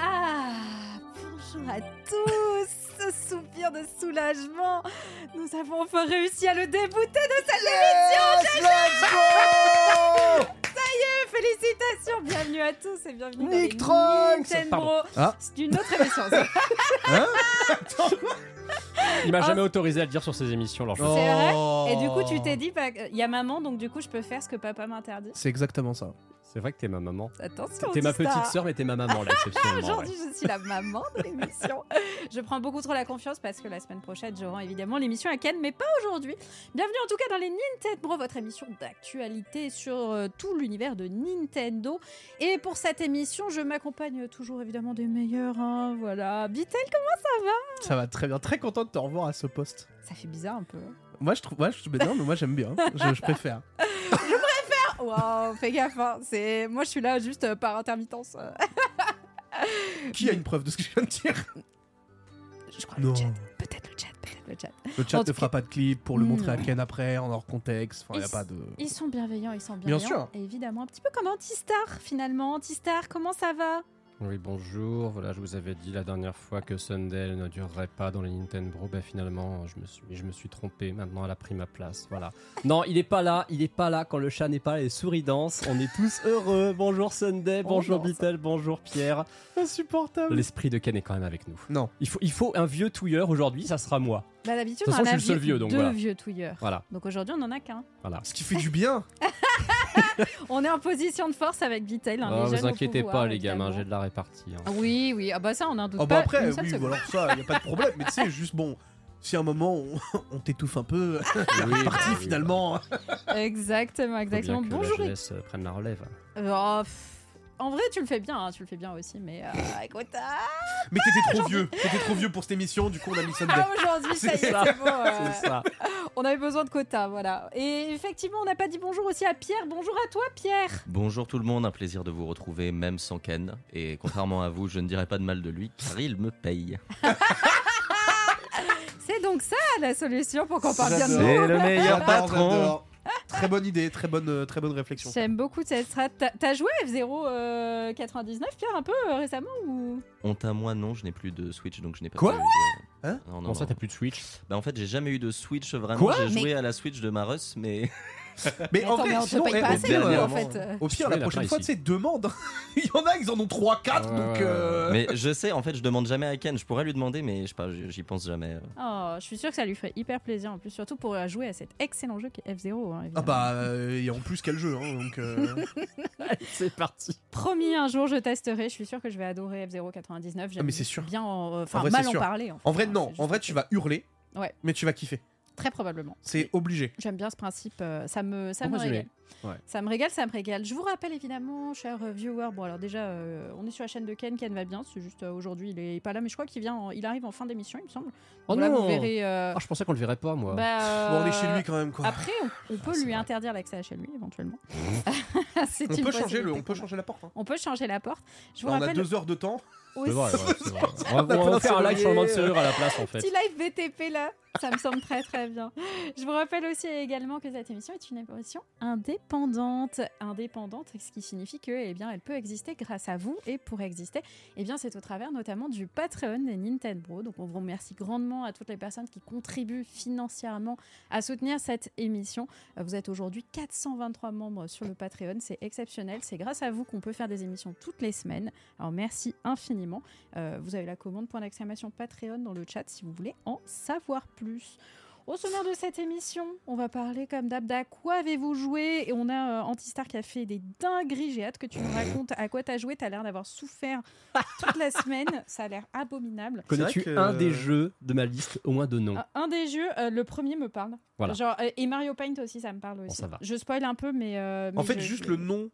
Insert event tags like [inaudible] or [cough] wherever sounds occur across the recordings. Ah, bonjour à tous Ce soupir de soulagement Nous avons enfin réussi à le débouter de cette émission Gégé Ça y est, félicitations Bienvenue à tous et bienvenue dans Nick les Trunks Nintendo. Pardon. Ah. C'est une autre émission, ça. [laughs] Il m'a jamais autorisé à le dire sur ses émissions, alors je- c'est vrai Et du coup, Oh. tu t'es dit, bah, il y a maman, donc du coup, je peux faire ce que papa m'interdit. C'est exactement ça. C'est vrai que t'es ma maman. Attention T'es ma Disney. petite sœur, mais t'es ma maman là, exceptionnellement. ouais. Aujourd'hui, je suis la maman de [laughs] l'émission. je prends beaucoup trop la confiance parce que la semaine prochaine, je rends évidemment l'émission à Ken, mais pas aujourd'hui. Bienvenue en tout cas dans les Nintendo, votre émission d'actualité sur euh, tout l'univers de Nintendo. Et pour cette émission, je m'accompagne toujours évidemment des meilleurs. hein, voilà, Bitel, comment Ça va très bien. Très content de te revoir à ce poste. ça fait bizarre un peu. hein. Moi, je trouve. Ouais, je... mais non, mais moi, j'aime bien. Je, je [laughs] préfère. Waouh, fais gaffe, hein, c'est moi, je suis là juste euh, par intermittence. euh. Qui a une preuve de ce que je viens de dire je crois Non. le chat, peut-être le chat, peut-être le chat. Le En chat tout ne fera pas de clip pour le Non. montrer à Ken après, en hors contexte. Enfin, il a Hmm. Ils- pas de. Ils sont bienveillants, ils sont Bien bienveillants. Et évidemment, un petit peu comme Antistar finalement. Antistar, comment ça va Oui, bonjour. Voilà, je vous avais dit la dernière fois que Sunday ne durerait pas dans les Nintendo. Ben finalement, je me suis, je me suis trompé. Maintenant, elle a pris ma place. Voilà. Non, il est pas là. Il est pas là. Quand le chat n'est pas là, les souris dansent. On est tous heureux. Bonjour Sunday. On Bonjour danse. Beatle. Bonjour Pierre. Insupportable. L'esprit de Ken est quand même avec nous. Non. Il faut, il faut un vieux touilleur aujourd'hui. Ça sera moi. Bah d'habitude, De toute on en façon, a je suis le seul vi- vieux, donc deux voilà. vieux touilleurs. Voilà. Donc aujourd'hui, on en a qu'un. Voilà. Ce qui fait du bien. On est en position de force avec hein. Vitail. Oh, vous inquiétez pas, les gamins. J'ai de la répartie. hein. Oui, oui, ah bah ça, on n'en doute Ah, bah pas. après, une seule oui, seconde. voilà, ça, il a pas de problème. Mais tu sais, juste bon. Si à un moment on, on t'étouffe un [laughs] peu, Oui, bah parti oui, finalement. Exactement, Faut bien exactement. que Bonjour. La jeunesse euh, prenne la relève. Oh, pff. en vrai, tu le fais bien, hein, tu le fais bien aussi, mais euh, écoute, ah, Mais t'étais trop vieux. T'étais trop vieux pour cette émission. Du coup, on a mis Sunday. ah, aujourd'hui, ça y est, C'est c'est ça. bon, euh, C'est ça. on avait besoin de quotas, voilà. Et effectivement, on n'a pas dit bonjour aussi à Pierre. Bonjour à toi, Pierre. Bonjour tout le monde, un plaisir de vous retrouver même sans Ken. Et contrairement à vous, je ne dirai pas de mal de lui car il me paye. C'est donc ça la solution pour qu'on parle bien de J'adore. nous. C'est le Ah, meilleur J'adore, patron. j'adore. Très bonne idée, très bonne, euh, très bonne réflexion. J'aime beaucoup cette strat. T'as- T'as joué F099, Pierre, un peu euh, récemment ou Honte à moi, non, je n'ai plus de Switch donc je n'ai pas. Quoi pu jouer. Hein non, non, Comment ça, non. t'as plus de Switch Bah, en fait, j'ai jamais eu de Switch vraiment. Quoi j'ai Mais- joué à la Switch de ma Russ, mais [laughs] Mais en Attends, vrai, mais on te sinon, paye eh, pas au assez, pire, nous, euh, en fait. euh. Au pire, Je la suis prochaine là, fois, tu ici. sais, demande. [laughs] Il y en a, ils en ont 3, 4, Ouais, donc. ouais, ouais, euh, mais je sais. En fait, je demande jamais à Ken. Je pourrais lui demander, mais je sais pas, j'y pense jamais. Oh, je suis sûre que ça lui ferait hyper plaisir en plus, surtout pour euh, jouer à cet excellent jeu qui est F0. hein, évidemment. Ah bah, euh, et en plus, quel jeu, hein, donc. euh, [laughs] C'est parti. Promis, un jour je testerai, je suis sûre que je vais adorer F099. J'aime Ah, mais c'est sûr. Bien en- enfin, En vrai, mal c'est en sûr. parler. fait, En vrai, hein, non, c'est juste en vrai, que- tu vas hurler. Ouais. Mais tu vas kiffer. Très probablement. C'est obligé. J'aime bien ce principe, euh, ça me, ça Moi, me j'aimais. régale. Ouais. Ça me régale, ça me régale. Je vous rappelle évidemment, chers euh, viewers, bon alors déjà, euh, on est sur la chaîne de Ken, Ken va bien, c'est juste euh, aujourd'hui il est pas là, mais je crois qu'il vient, en- il arrive en fin d'émission, il me semble. Oh Donc là, non vous verrez. euh, Ah, je pensais qu'on le verrait pas, moi. bah, Bon, on est euh, chez lui quand même, quoi. Ah, Après, on, on peut c'est lui vrai. interdire l'accès à chez lui éventuellement. [laughs] [laughs] C'est on une peut changer le, possibilité on peut qu'on a. changer la porte. hein. Bah, On peut changer la porte. Je vous on a rappelle deux heures de temps. C'est aussi vrai, ouais, c'est vrai. On On va- a on plein va de faire un live serruriers. changement de serrure à la place, en fait. petit live BTP là. Ça me semble très très bien. Je vous rappelle aussi également que cette émission est une émission indépendante. Indépendante, ce qui signifie que eh bien, elle peut exister grâce à vous. Et pour exister, eh bien, c'est au travers notamment du Patreon des Nintendo Bros. Donc on vous remercie grandement à toutes les personnes qui contribuent financièrement à soutenir cette émission. Euh, Vous êtes aujourd'hui 423 membres sur le Patreon. C'est exceptionnel. C'est grâce à vous qu'on peut faire des émissions toutes les semaines. Alors merci infiniment. Euh, vous avez la commande point d'exclamation Patreon dans le chat si vous voulez en savoir plus. Au sommaire de cette émission, on va parler comme d'hab d'à quoi avez-vous joué et on a euh, Antistar qui a fait des dingueries. J'ai hâte que tu nous racontes à quoi t'as joué. T'as l'air d'avoir souffert toute la semaine. Ça a l'air abominable. Connais-tu C'est vrai que- un des jeux de ma liste, au moins de nom Un- Un des jeux, euh, le premier me parle. Voilà. Genre, euh, et Mario Paint aussi, ça me parle aussi. ça va. Je spoil un peu, mais. euh, En mais fait, je- juste le nom.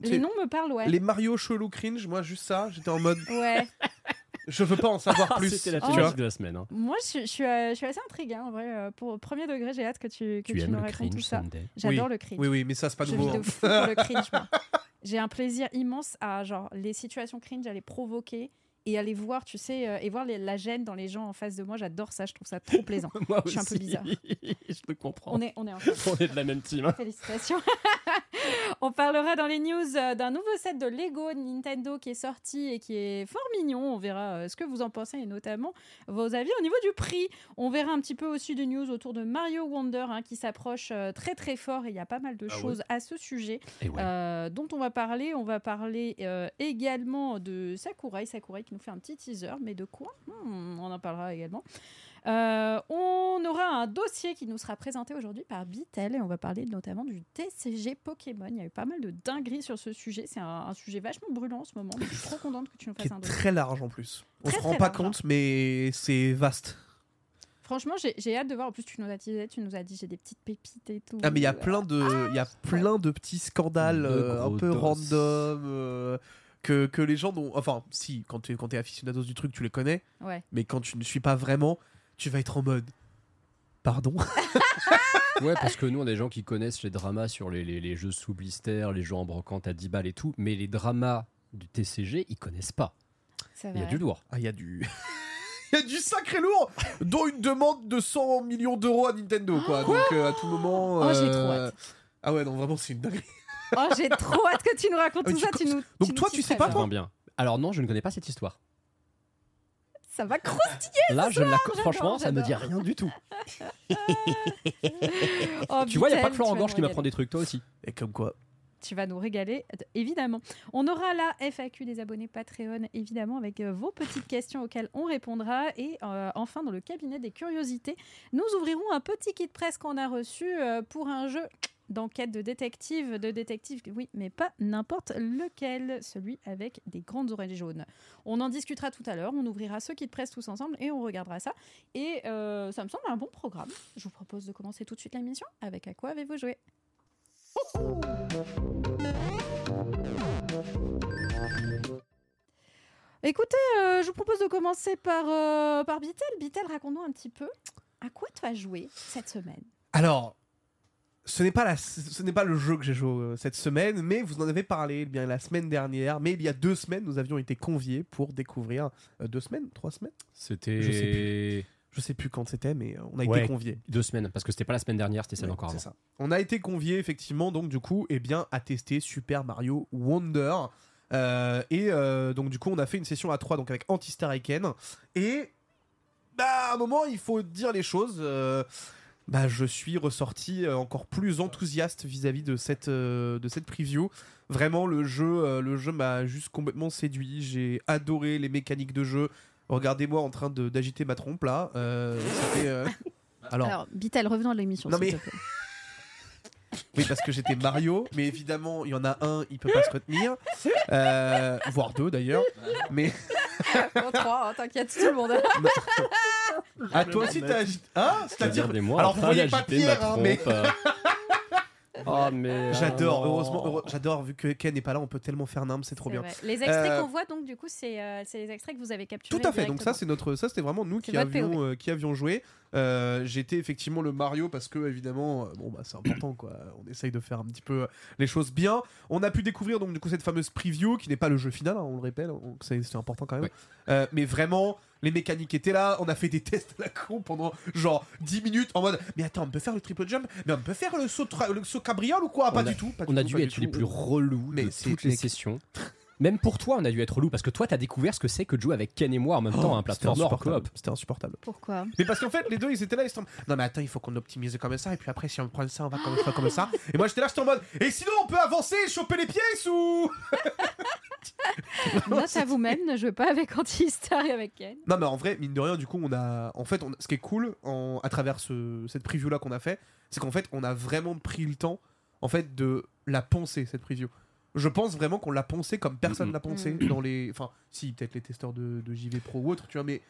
Les C'est- noms me parlent, ouais. Les Mario chelou cringe, moi juste ça, j'étais en mode Ouais. [laughs] je veux pas en savoir Ah, plus. C'était la Oh, tu thématique vois. de la semaine. hein. Moi, je, suis- je suis, euh, je suis assez intriguée, hein, en vrai. euh, pour au premier degré, j'ai hâte que tu, que Tu aimes nous le racontes tout cringe, ça. Sunday J'adore le cringe. Oui, oui, mais ça c'est pas je nouveau. vis de hein. fou [laughs] pour le cringe, moi. J'ai un plaisir immense à genre les situations cringe, à les provoquer et à les voir, tu sais, euh, et voir les- la gêne dans les gens en face de moi. J'adore ça, je trouve ça trop [laughs] plaisant. Moi Je suis un peu aussi. bizarre. [laughs] Je peux comprendre. On est, on est en fait. [laughs] On est de la même team. hein. Félicitations. [laughs] On parlera dans les news euh, d'un nouveau set de Lego de Nintendo qui est sorti et qui est fort mignon. On verra euh, ce que vous en pensez et notamment vos avis au niveau du prix. On verra un petit peu aussi des news autour de Mario Wonder hein, qui s'approche euh, très très fort et il y a pas mal de Ah ouais. choses à ce sujet Et ouais. euh, dont on va parler. On va parler euh, également de Sakurai. Sakurai qui nous fait un petit teaser, mais de quoi Hmm, On en parlera également. Euh, on aura un dossier qui nous sera présenté aujourd'hui par Bitel et on va parler notamment du TCG Pokémon. Il y a eu pas mal de dingueries sur ce sujet. C'est un, un sujet vachement brûlant en ce moment. donc je suis trop contente que tu nous Qui fasses un est dossier. très large en plus. On Très, se rend très pas large. compte, mais c'est vaste. Franchement, j'ai j'ai hâte de voir. En plus, tu nous as dit, tu nous as dit j'ai des petites pépites et tout. Ah mais il y a plein de il y a plein de petits scandales De euh, un gros peu dos. random euh, que, que les gens n'ont enfin si quand tu quand es aficionados du truc tu les connais Ouais. mais quand tu ne suis pas vraiment tu vas être en mode pardon Ouais, parce que nous, on a des gens qui connaissent les dramas sur les, les- les jeux sous blister, les jeux en brocante à 10 balles et tout, mais les dramas du TCG, ils connaissent pas. C'est Il y a vrai. du lourd. ah il y a du [laughs] il y a du sacré lourd dont une demande de 100 millions d'euros à Nintendo quoi donc euh, à tout moment Oh, j'ai trop hâte. ah ouais non vraiment c'est une dinguerie Oh, [laughs] j'ai trop hâte que tu nous racontes Ah, tout tu ça. co- Tu nous, Donc nous toi, tu teaserais, sais pas, genre. toi J'entends bien. Alors non, je ne connais pas cette histoire. Ça va croire. [laughs] Là, je ne la... j'adore, franchement, ça me dit j'adore. rien du tout. Oh, Tu vois, il n'y a Bitel, pas que Florent tu vas nous Gorge qui régaler. m'apprend des trucs, toi aussi. et comme quoi Tu vas nous régaler, euh, évidemment. On aura la FAQ des abonnés Patreon, évidemment, avec euh, vos petites questions auxquelles on répondra. Et euh, enfin, dans le cabinet des curiosités, nous ouvrirons un petit kit presse qu'on a reçu euh, pour un jeu d'enquête de détective, de détective, oui, mais pas n'importe lequel, celui avec des grandes oreilles jaunes. On en discutera tout à l'heure, on ouvrira ce kit presse tous ensemble et on regardera ça. Et euh, ça me semble un bon programme. Je vous propose de commencer tout de suite l'émission avec À quoi avez-vous joué Écoutez, euh, je vous propose de commencer par, euh, par Bitel. Bitel, raconte-nous un petit peu à quoi tu as joué cette semaine. Alors, ce n'est pas, la, ce n'est pas le jeu que j'ai joué euh, cette semaine, mais vous en avez parlé eh bien la semaine dernière. Mais il y a deux semaines, nous avions été conviés pour découvrir. euh, deux semaines Trois semaines C'était. Je sais Je sais plus quand c'était, mais euh, on a Ouais. été conviés. Deux semaines, parce que c'était pas la semaine dernière, c'était celle Ouais, encore c'est avant. ça. On a été conviés, effectivement, donc du coup, eh bien, à tester Super Mario Wonder. Euh, et euh, donc, du coup, on a fait une session à 3 donc avec Antistar et Ken. Et bah, à un moment, il faut dire les choses. euh, bah, je suis ressorti euh, encore plus enthousiaste vis-à-vis de cette euh, de cette preview. Vraiment, le jeu, euh, le jeu m'a juste complètement séduit. J'ai adoré les mécaniques de jeu. Regardez-moi en train de- d'agiter ma trompe là. Euh, c'était, euh, Alors, Alors, Bitel, revenons à l'émission. Non, s'il mais- te plaît. [laughs] oui, parce que j'étais Mario, mais évidemment, il y en a un, il peut pas se retenir. Euh, voire deux d'ailleurs. Mais. [laughs] Bon, trois, hein, t'inquiète, tout le monde. Ah, toi aussi, t'as. agi- Hein C'est-à-dire. Regardez-moi, Alors, en vous train voyez pas d'agiter ma [laughs] Pierre, hein, mais- trompe, euh, Oh, mais. J'adore, alors. heureusement, heureux- j'adore, vu que Ken n'est pas là, on peut tellement faire nimble, c'est trop C'est bien. vrai. Les extraits Euh, qu'on voit, donc, du coup, c'est euh, c'est les extraits que vous avez capturés. Tout à fait. Donc ça, directement. c'est notre, ça c'était vraiment nous C'est qui votre avions, euh, qui avions joué. Euh, J'étais effectivement le Mario parce que évidemment, euh, bon bah c'est important quoi. On essaye de faire un petit peu euh, les choses bien. On a pu découvrir donc du coup cette fameuse preview qui n'est pas le jeu final, hein, on le répète, donc c'est c'est important quand même. Ouais. Euh, mais vraiment. Les mécaniques étaient là, on a fait des tests à la con pendant genre 10 minutes en mode Mais attends, on peut faire le triple jump Mais on peut faire le saut, tra- le saut cabriole ou quoi Pas On a- du tout. pas du On a tout, dû pas du être les tout. plus relous Mais de c'est- toutes les mais- sessions. Même pour toi, on a dû être relou parce que toi, t'as découvert ce que c'est que de jouer avec Ken et moi en même Oh, temps à un c'était plateforme hors insupportable, coop. C'était insupportable. Pourquoi Mais parce qu'en fait, les deux, ils étaient là, ils étaient en mode, Non, mais attends, il faut qu'on optimise comme ça, et puis après, si on prend ça, on va comme ça, comme ça. Et moi, j'étais là, j'étais en mode Et sinon, on peut avancer, choper les pièces ou. Note à vous-même, ne jouez pas avec Antistar et avec Ken. Non, mais en vrai, mine de rien, du coup, on a. En fait, on- ce qui est cool, en- à travers ce- cette preview-là qu'on a fait, c'est qu'en fait, on a vraiment pris le temps, en fait, de la penser, cette preview. Je pense vraiment qu'on l'a pensée comme personne Mhm. l'a pensée dans les. Enfin, si, peut-être les testeurs de, de JV Pro ou autre, tu vois, mais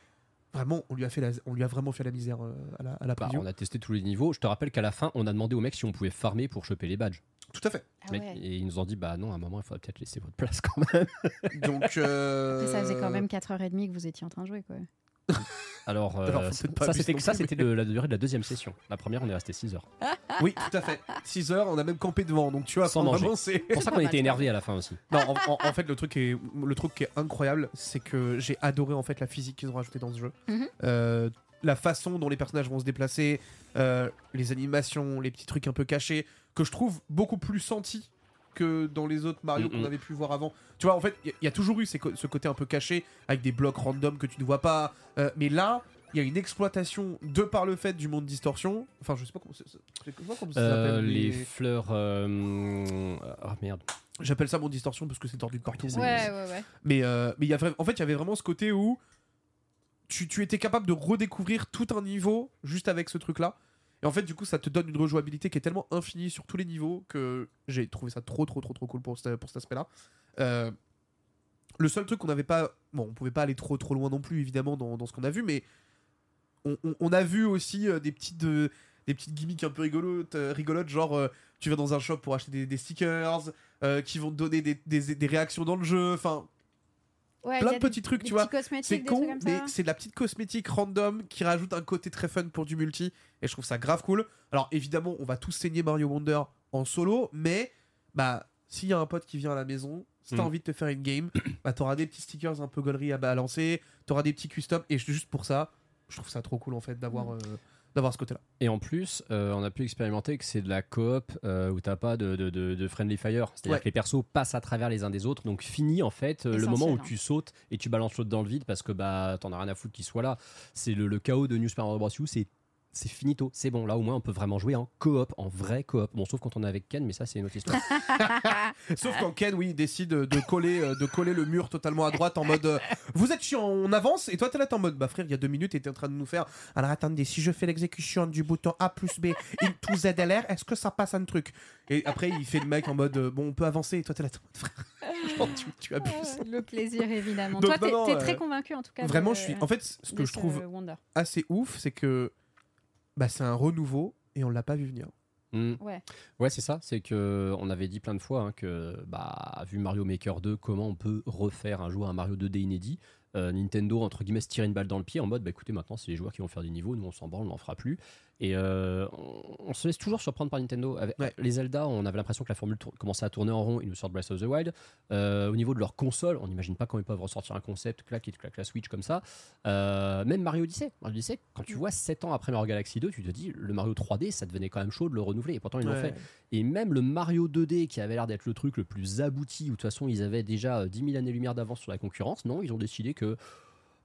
vraiment, on lui a, fait la- on lui a vraiment fait la misère euh, à la, à la Bah, preview. on a testé tous les niveaux. Je te rappelle qu'à la fin, on a demandé aux mecs si on pouvait farmer pour choper les badges. Tout à fait. Ah Mec, ouais. Et ils nous ont dit, bah non, à un moment, il faudrait peut-être laisser votre place quand même. Donc. euh, Après, ça faisait quand même 4h30 que vous étiez en train de jouer, quoi. Alors, euh, Alors, faut ça, peut-être pas ça, abuser c'était non ça, plus, c'était le- la durée de la deuxième session. La première, on est resté 6 heures. Oui, tout à fait. 6 heures, on a même campé devant, donc tu vois, Sans enfin, manger. vraiment, c'est. C'est pour ça qu'on Pas était mal. énervé à la fin aussi. Non, en, en- en fait, le truc, qui est, le truc qui est incroyable, c'est que j'ai adoré en fait la physique qu'ils ont rajoutée dans ce jeu. Mhm. Euh, la façon dont les personnages vont se déplacer, euh, les animations, les petits trucs un peu cachés, que je trouve beaucoup plus senti que dans les autres Mario qu'on Mhm. avait pu voir avant. Tu vois, en fait, il y, a toujours eu ces co- ce côté un peu caché, avec des blocs random que tu ne vois pas. euh, mais là, il y a une exploitation de par le fait du monde distorsion. Enfin, je sais pas comment, c'est- c'est- je sais pas comment ça Euh, s'appelle. les mais- fleurs. euh, Ah merde. J'appelle ça mon distorsion parce que c'est tordu de partout. mais- Ouais, ouais, ouais. Mais, euh, mais il y a vra- en fait, il y avait vraiment ce côté où tu, tu étais capable de redécouvrir tout un niveau juste avec ce truc-là. Et en fait, du coup, ça te donne une rejouabilité qui est tellement infinie sur tous les niveaux que j'ai trouvé ça trop, trop, trop, trop cool pour, ce- pour cet aspect-là. Euh, le seul truc qu'on n'avait pas. Bon, on pouvait pas aller trop, trop loin non plus, évidemment, dans, dans ce qu'on a vu, mais on, on- on a vu aussi euh, des petites. euh, des petites gimmicks un peu rigolotes, euh, rigolotes genre euh, tu vas dans un shop pour acheter des, des stickers, euh, qui vont te donner des- des- des réactions dans le jeu, enfin Ouais, plein il y de a petits trucs, des tu vois. petits cosmétiques, C'est des con, trucs comme mais ça. c'est de la petite cosmétique random qui rajoute un côté très fun pour du multi. Et je trouve ça grave cool. Alors évidemment, on va tous saigner Mario Wonder en solo, mais bah s'il y a un pote qui vient à la maison, si t'as Mm. envie de te faire une game, [clears throat] bah t'auras des petits stickers un peu gaulerie à balancer, t'auras des petits customs. Et juste pour ça, je trouve ça trop cool en fait d'avoir euh, d'avoir ce côté-là. Et en plus, euh, on a pu expérimenter que c'est de la coop euh, où t'as pas de, de- de- de friendly fire. C'est-à-dire Ouais. que les persos passent à travers les uns des autres. Donc finit en fait euh, le Essentiel, moment où hein. tu sautes et tu balances l'autre dans le vide parce que bah t'en as rien à foutre qu'il soit là. C'est le, le chaos de New Super Mario Bros. U. C'est c'est finito, c'est bon. Là au moins on peut vraiment jouer en coop, en vrai coop. Bon sauf quand on est avec Ken, mais ça c'est une autre histoire. Sauf quand Ken, oui, décide de coller, euh, de coller le mur totalement à droite en mode euh, Vous êtes chiant, on avance. Et toi, t'es là, t'es en mode Bah frère, il y a deux minutes, t'étais en train de nous faire Alors attendez, si je fais l'exécution du bouton A plus B into ZLR, est-ce que ça passe un truc Et après, il fait le mec en mode euh, Bon, on peut avancer. Et toi, t'es là, t'es en mode Frère, [laughs] genre, tu, tu abuses. Ouais, Ah, Le plaisir, évidemment. Donc, Toi, t'es non, non, t'es euh, très convaincu, en tout cas. Vraiment, de- je suis. En fait, ce de que je trouve Wonder. assez ouf, [laughs] c'est que bah, c'est un renouveau et on l'a pas vu venir. Hmm. Ouais. Ouais, c'est ça. C'est que on avait dit plein de fois hein, que, bah, vu Mario Maker 2, comment on peut refaire un jour un Mario 2D inédit Euh, Nintendo, entre guillemets, se tirait une balle dans le pied en mode, bah écoutez, maintenant c'est les joueurs qui vont faire des niveaux, nous on s'en branle, on n'en fera plus. Et euh, on, on se laisse toujours surprendre par Nintendo. Avec Ouais. les Zelda, on avait l'impression que la formule tour- commençait à tourner en rond, ils nous sortent Breath of the Wild. Euh, au niveau de leur console, on n'imagine pas quand ils peuvent ressortir un concept, clac, ils te claquent la Switch comme ça. Euh, même Mario Odyssey. Mario Odyssey, quand Mm. tu vois 7 ans après Mario Galaxy 2, tu te dis, le Mario 3D, ça devenait quand même chaud de le renouveler. Et pourtant, ils l'ont Ouais. fait. Et même le Mario 2D, qui avait l'air d'être le truc le plus abouti, où de toute façon ils avaient déjà euh, 10 000 années-lumière d'avance sur la concurrence, non, ils ont décidé que,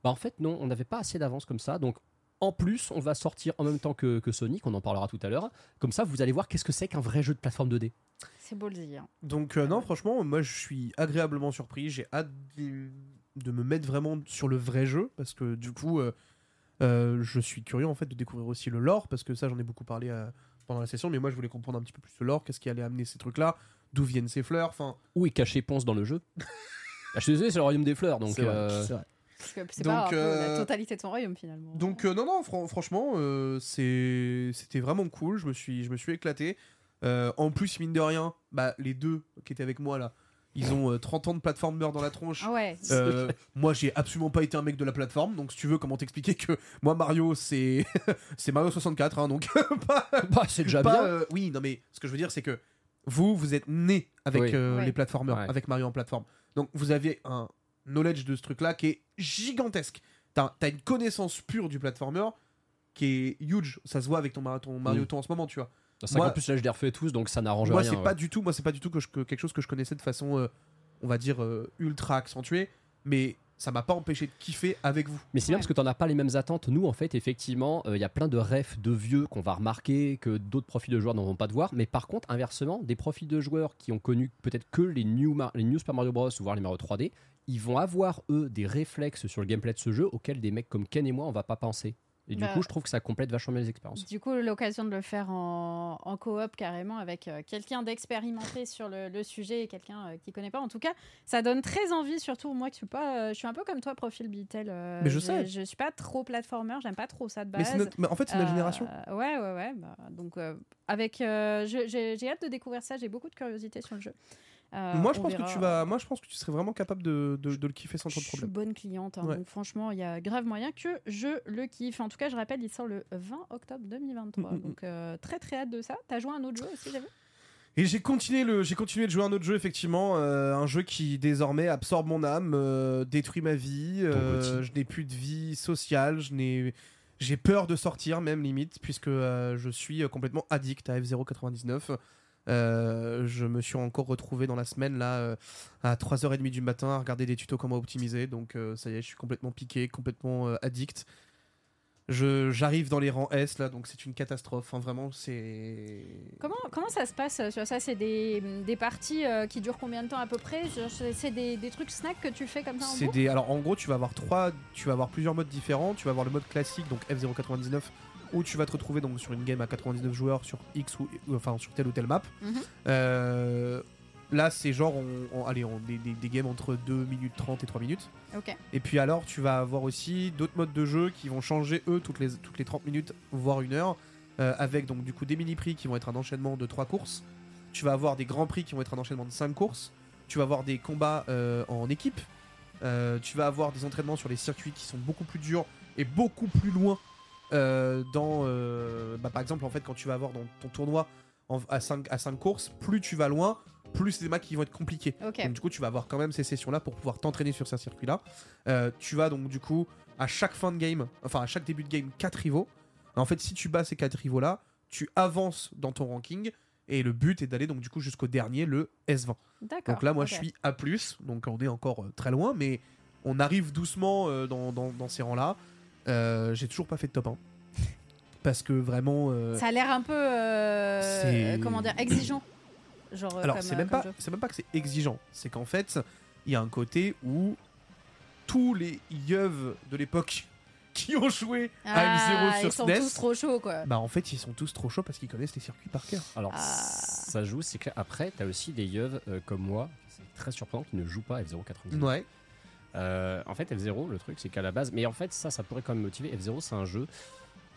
bah en fait, non, on n'avait pas assez d'avance comme ça. Donc en plus, on va sortir en même temps que, que Sonic, on en parlera tout à l'heure. Comme ça, vous allez voir qu'est-ce que c'est qu'un vrai jeu de plateforme 2D. C'est beau le dire. Donc euh, non, franchement, moi je suis agréablement surpris. J'ai hâte de de me mettre vraiment sur le vrai jeu parce que du coup, euh, euh, je suis curieux en fait de découvrir aussi le lore parce que ça j'en ai beaucoup parlé euh, pendant la session, mais moi je voulais comprendre un petit peu plus le lore, qu'est-ce qui allait amener ces trucs-là, d'où viennent ces fleurs, enfin. Où est caché Ponce dans le [laughs] jeu Ah, Je suis désolé, c'est le royaume des fleurs, donc. euh, Parce que c'est pas Donc, un peu la euh, totalité de son royaume, finalement. Donc euh, non non fran- franchement euh, c'est c'était vraiment cool je me suis je me suis éclaté Euh, en plus, mine de rien, bah, les deux qui étaient avec moi là, ils ont euh, 30 ans de plateforme meurt dans la tronche. Ah ouais. Euh, moi, j'ai absolument pas été un mec de la plateforme, donc si tu veux, comment t'expliquer que moi, Mario, c'est [laughs] c'est Mario 64, hein, donc [laughs] pas, [laughs] Bah, c'est déjà pas, bien. euh, oui, non, mais ce que je veux dire, c'est que vous, vous êtes né avec Oui. euh, Ouais. les plateformeurs, Ouais. avec Mario en plateforme. Donc vous avez un knowledge de ce truc-là qui est gigantesque. T'as as une connaissance pure du platformer qui est huge. Ça se voit avec ton, Mar- ton Mario Mm. Tour en ce moment, tu vois. Ça, moi- en plus, là, je les refais tous, donc ça n'arrange Moi, rien. c'est ouais. pas du tout. Moi, c'est pas du tout que, je- que quelque chose que je connaissais de façon, euh, on va dire, euh, ultra accentuée. Mais ça m'a pas empêché de kiffer avec vous. Mais c'est bien Ouais. parce que t'en as pas les mêmes attentes. Nous, en fait, effectivement, il y a plein de refs de vieux qu'on va remarquer, que d'autres profils de joueurs n'en vont pas de voir. Mais par contre, inversement, des profils de joueurs qui ont connu peut-être que les New, Mar- les New Super Mario Bros. ou voire les Mario 3D, ils vont avoir, eux, des réflexes sur le gameplay de ce jeu auxquels des mecs comme Ken et moi, on va pas penser. Et du Bah. coup, je trouve que ça complète vachement bien les expériences. Du coup, l'occasion de le faire en, en coop carrément avec euh, quelqu'un d'expérimenté sur le, le sujet et quelqu'un euh, qui connaît pas. En tout cas, ça donne très envie, surtout moi qui suis pas, euh, je suis un peu comme toi, profil Bitel. euh, Mais je j'ai- sais. Je suis pas trop platformer, j'aime pas trop ça de base. Mais, c'est notre- mais en fait, c'est notre Euh, génération. Ouais, ouais, ouais. bah, donc, euh, avec, euh, je- j'ai j'ai hâte de découvrir ça. J'ai beaucoup de curiosité sur le jeu. Euh, moi, je on pense verra. que tu vas. Moi, je pense que tu serais vraiment capable de, de- de le kiffer sans trop de Je suis problème. bonne cliente, hein, Ouais. donc franchement, il y a grave moyen que je le kiffe. En tout cas, je rappelle, il sort le 20 octobre 2023, Mm, mm, donc euh, très très hâte de ça. T'as joué à un autre jeu aussi, j'ai vu Et j'ai continué, le, j'ai continué de jouer à un autre jeu, effectivement. euh, un jeu qui désormais absorbe mon âme, euh, détruit ma vie. euh, petit. je n'ai plus de vie sociale. Je n'ai, j'ai peur de sortir, même limite, puisque euh, je suis euh, complètement addict à F099. Euh, je me suis encore retrouvé dans la semaine, là, euh, à 3h30 du matin, à regarder des tutos comment optimiser. Donc, euh, ça y est, je suis complètement piqué, complètement euh, addict. Je, j'arrive dans les rangs S, là, donc c'est une catastrophe. Enfin, vraiment, c'est. comment, comment ça se passe euh, sur ça C'est des, des parties euh, qui durent combien de temps à peu près Genre, C'est c'est des, des trucs snack que tu fais comme ça en C'est boucle des. Alors en gros, tu vas avoir trois, tu vas avoir plusieurs modes différents. Tu vas avoir le mode classique, donc F099, où tu vas te retrouver donc sur une game à 99 joueurs sur X ou ou- enfin sur telle ou telle map. Mhm. Euh, là, c'est genre on, on- allez, on, des, des- des games entre 2 minutes 30 et 3 minutes. Ok. Et puis alors, tu vas avoir aussi d'autres modes de jeu qui vont changer, eux, toutes les, toutes les 30 minutes, voire une heure, euh, avec donc du coup des mini-prix qui vont être un enchaînement de 3 courses. Tu vas avoir des grands prix qui vont être un enchaînement de 5 courses. Tu vas avoir des combats euh, en équipe. Euh, tu vas avoir des entraînements sur les circuits qui sont beaucoup plus durs et beaucoup plus loin. euh, dans, euh, bah, par exemple, en fait, quand tu vas avoir dans ton tournoi en- à 5 à cinq courses, plus tu vas loin, plus c'est des maps qui vont être compliquées. Ok. Donc du coup, tu vas avoir quand même ces sessions-là pour pouvoir t'entraîner sur ces circuits-là. Euh, tu vas donc du coup à chaque fin de game, enfin à chaque début de game, 4 rivaux. En fait, si tu bats ces 4 rivaux-là, tu avances dans ton ranking. Et le but est d'aller donc du coup jusqu'au dernier, le S20. D'accord. Donc là, moi ok. je suis A, donc on est encore euh, très loin, mais on arrive doucement euh, dans, dans- dans ces rangs-là. Euh, J'ai toujours pas fait de top 1. Parce que vraiment. euh, Ça a l'air un peu. euh, C'est- euh, comment dire Exigeant. Genre, euh, Alors, comme, c'est euh, même, comme pas- jeu. c'est même pas que c'est exigeant. C'est qu'en fait, il y a un côté où tous les yeuves de l'époque [laughs] qui ont joué à F0 Ah, ils sur sont SNES, tous trop chauds, quoi. bah en fait, ils sont tous trop chauds parce qu'ils connaissent les circuits par cœur. Alors, Ah. ça joue, c'est clair. Après, t'as aussi des yeux comme moi, c'est très surprenant, qui ne jouent pas à F099. Ouais. Euh, en fait, F0, le truc, c'est qu'à la base, mais en fait, ça, ça pourrait quand même motiver. F0, c'est un jeu,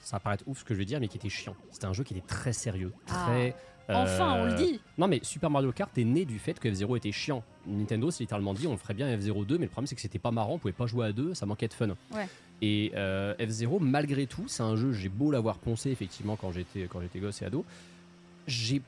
ça va paraître ouf ce que je vais dire, mais qui était chiant. C'était un jeu qui était très sérieux, très. Ah. Enfin, euh, on le dit. Non, mais Super Mario Kart est né du fait que F0 était chiant. Nintendo s'est littéralement dit on le ferait bien F0 2, mais le problème c'est que c'était pas marrant, on pouvait pas jouer à deux, ça manquait de fun. Ouais. Et euh, F0, malgré tout, c'est un jeu, j'ai beau l'avoir poncé effectivement quand j'étais quand j'étais gosse et ado, j'ai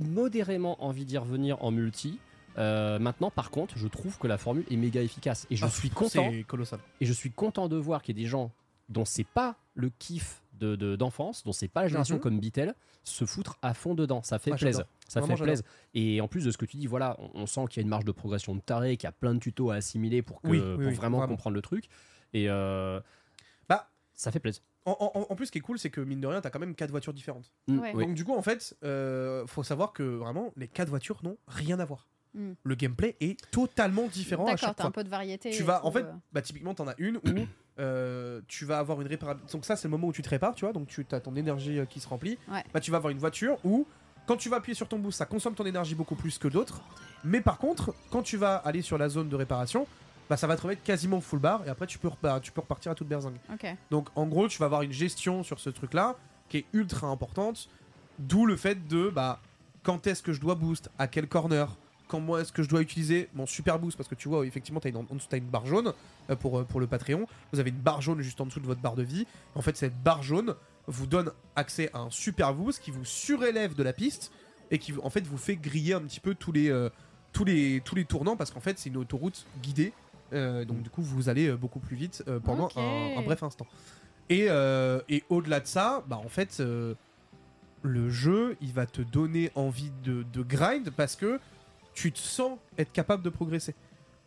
modérément envie d'y revenir en multi. Euh, maintenant, par contre, je trouve que la formule est méga efficace et je Ah, suis content C'est colossal. et je suis content de voir qu'il y a des gens dont c'est pas le kiff de- de- d'enfance, dont c'est pas la génération Mhm. comme Bitel, se foutre à fond dedans. Ça fait Ah, j'adore. plaisir. Ça Vraiment, fait plaisir. Et en plus de ce que tu dis, voilà, on, on sent qu'il y a une marge de progression de taré, qu'il y a plein de tutos à assimiler pour, que, Oui, oui, pour oui, vraiment, vraiment. comprendre le truc. Et euh, Bah. ça fait plaisir. En, en- en plus, ce qui est cool, c'est que mine de rien, t'as quand même quatre voitures différentes. Mm, Ouais. oui. Donc du coup, en fait, euh, faut savoir que vraiment, les quatre voitures n'ont rien à voir. Mm. Le gameplay est totalement différent à D'accord, chaque t'as un fois. peu de variété. tu et vas tout, en fait euh. bah typiquement t'en as une où euh, tu vas avoir une réparabilité donc ça c'est le moment où tu te répares tu vois donc tu as ton énergie euh, qui se remplit Ouais. bah tu vas avoir une voiture où quand tu vas appuyer sur ton boost ça consomme ton énergie beaucoup plus que d'autres mais par contre quand tu vas aller sur la zone de réparation bah ça va te remettre quasiment full bar et après tu peux, repa- tu peux repartir à toute berzingue Ok. donc en gros, tu vas avoir une gestion sur ce truc-là qui est ultra importante, d'où le fait de bah quand est-ce que je dois boost, à quel corner, quand moi est-ce que je dois utiliser mon super boost, parce que tu vois, effectivement, t'as une, en dessous, t'as une barre jaune euh, pour, euh, pour le Patreon, vous avez une barre jaune juste en dessous de votre barre de vie. En fait, cette barre jaune vous donne accès à un super boost qui vous surélève de la piste et qui en fait vous fait griller un petit peu tous les, euh, tous les, tous les tournants, parce qu'en fait, c'est une autoroute guidée, Euh, donc du coup, vous allez euh, beaucoup plus vite euh, pendant Ok. un, un bref instant. Et, euh, et au-delà de ça, bah en fait, euh, le jeu, il va te donner envie de, de grind parce que tu te sens être capable de progresser.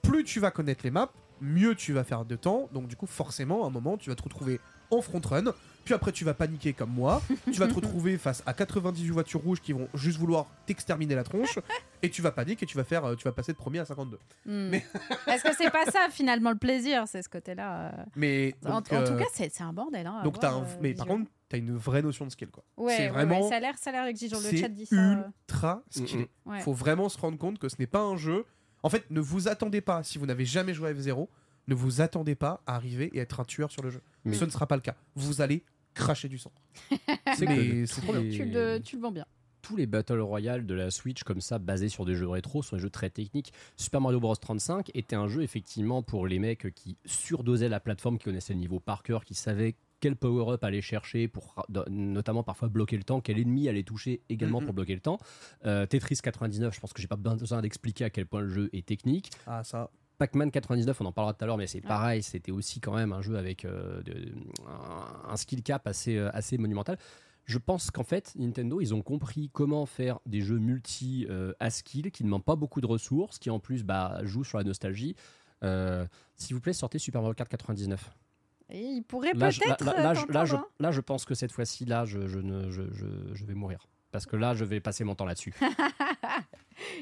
Plus tu vas connaître les maps, mieux tu vas faire de temps. Donc du coup, forcément, à un moment, tu vas te retrouver en front run. Puis après, tu vas paniquer comme moi. tu vas te retrouver face à 98 voitures rouges qui vont juste vouloir t'exterminer la tronche. et tu vas paniquer et tu vas faire, euh, tu vas passer de premier à 52. Hmm. Mais- Parce que c'est [laughs] pas ça finalement le plaisir, c'est ce côté-là. euh. Mais En, donc, en tout euh, cas, c'est c'est un bordel. hein, à donc t'as voir, un- euh, mais par visuellement. contre, t'as une vraie notion de skill quoi. Ouais, c'est ouais, ouais, vraiment- ça a l'air, ça a l'air exigeant. Le chat C'est dit ça. euh, ultra stylé. Mm, mm. Ouais. Faut vraiment se rendre compte que ce n'est pas un jeu. En fait, ne vous attendez pas, si vous n'avez jamais joué à F0, ne vous attendez pas à arriver et être un tueur sur le jeu. Mais- Ce ne sera pas le cas. Vous allez cracher du sang. C'est Ah, Mais que c'est tous trop bien. les- Tu, le, tu le vends bien. tous les Battle Royale de la Switch comme ça, basés sur des jeux rétro, sont des jeux très techniques. Super Mario Bros 35 était un jeu effectivement pour les mecs qui surdosaient la plateforme, qui connaissaient le niveau par cœur, qui savaient quel power-up aller chercher pour ra- do- notamment parfois bloquer le temps, quel ennemi aller toucher également Mhm. pour bloquer le temps. Euh, Tetris 99, je pense que j'ai pas besoin d'expliquer à quel point le jeu est technique. Ah ça. Pac-Man 99, on en parlera tout à l'heure, mais c'est pareil, c'était aussi quand même un jeu avec euh, de- un- un skill cap assez, euh, assez monumental. Je pense qu'en fait, Nintendo, ils ont compris comment faire des jeux multi euh, à skill qui ne demandent pas beaucoup de ressources, qui en plus bah, jouent sur la nostalgie. Euh, S'il vous plaît, sortez Super Mario Kart 99. Et il pourrait Là, je- peut-être. là- euh, là- là, je- là, t'entendre, je, hein. là, je pense que cette fois-ci, là, je, je ne, je, je- je vais mourir. Parce que là, je vais passer mon [laughs] temps là-dessus. hein.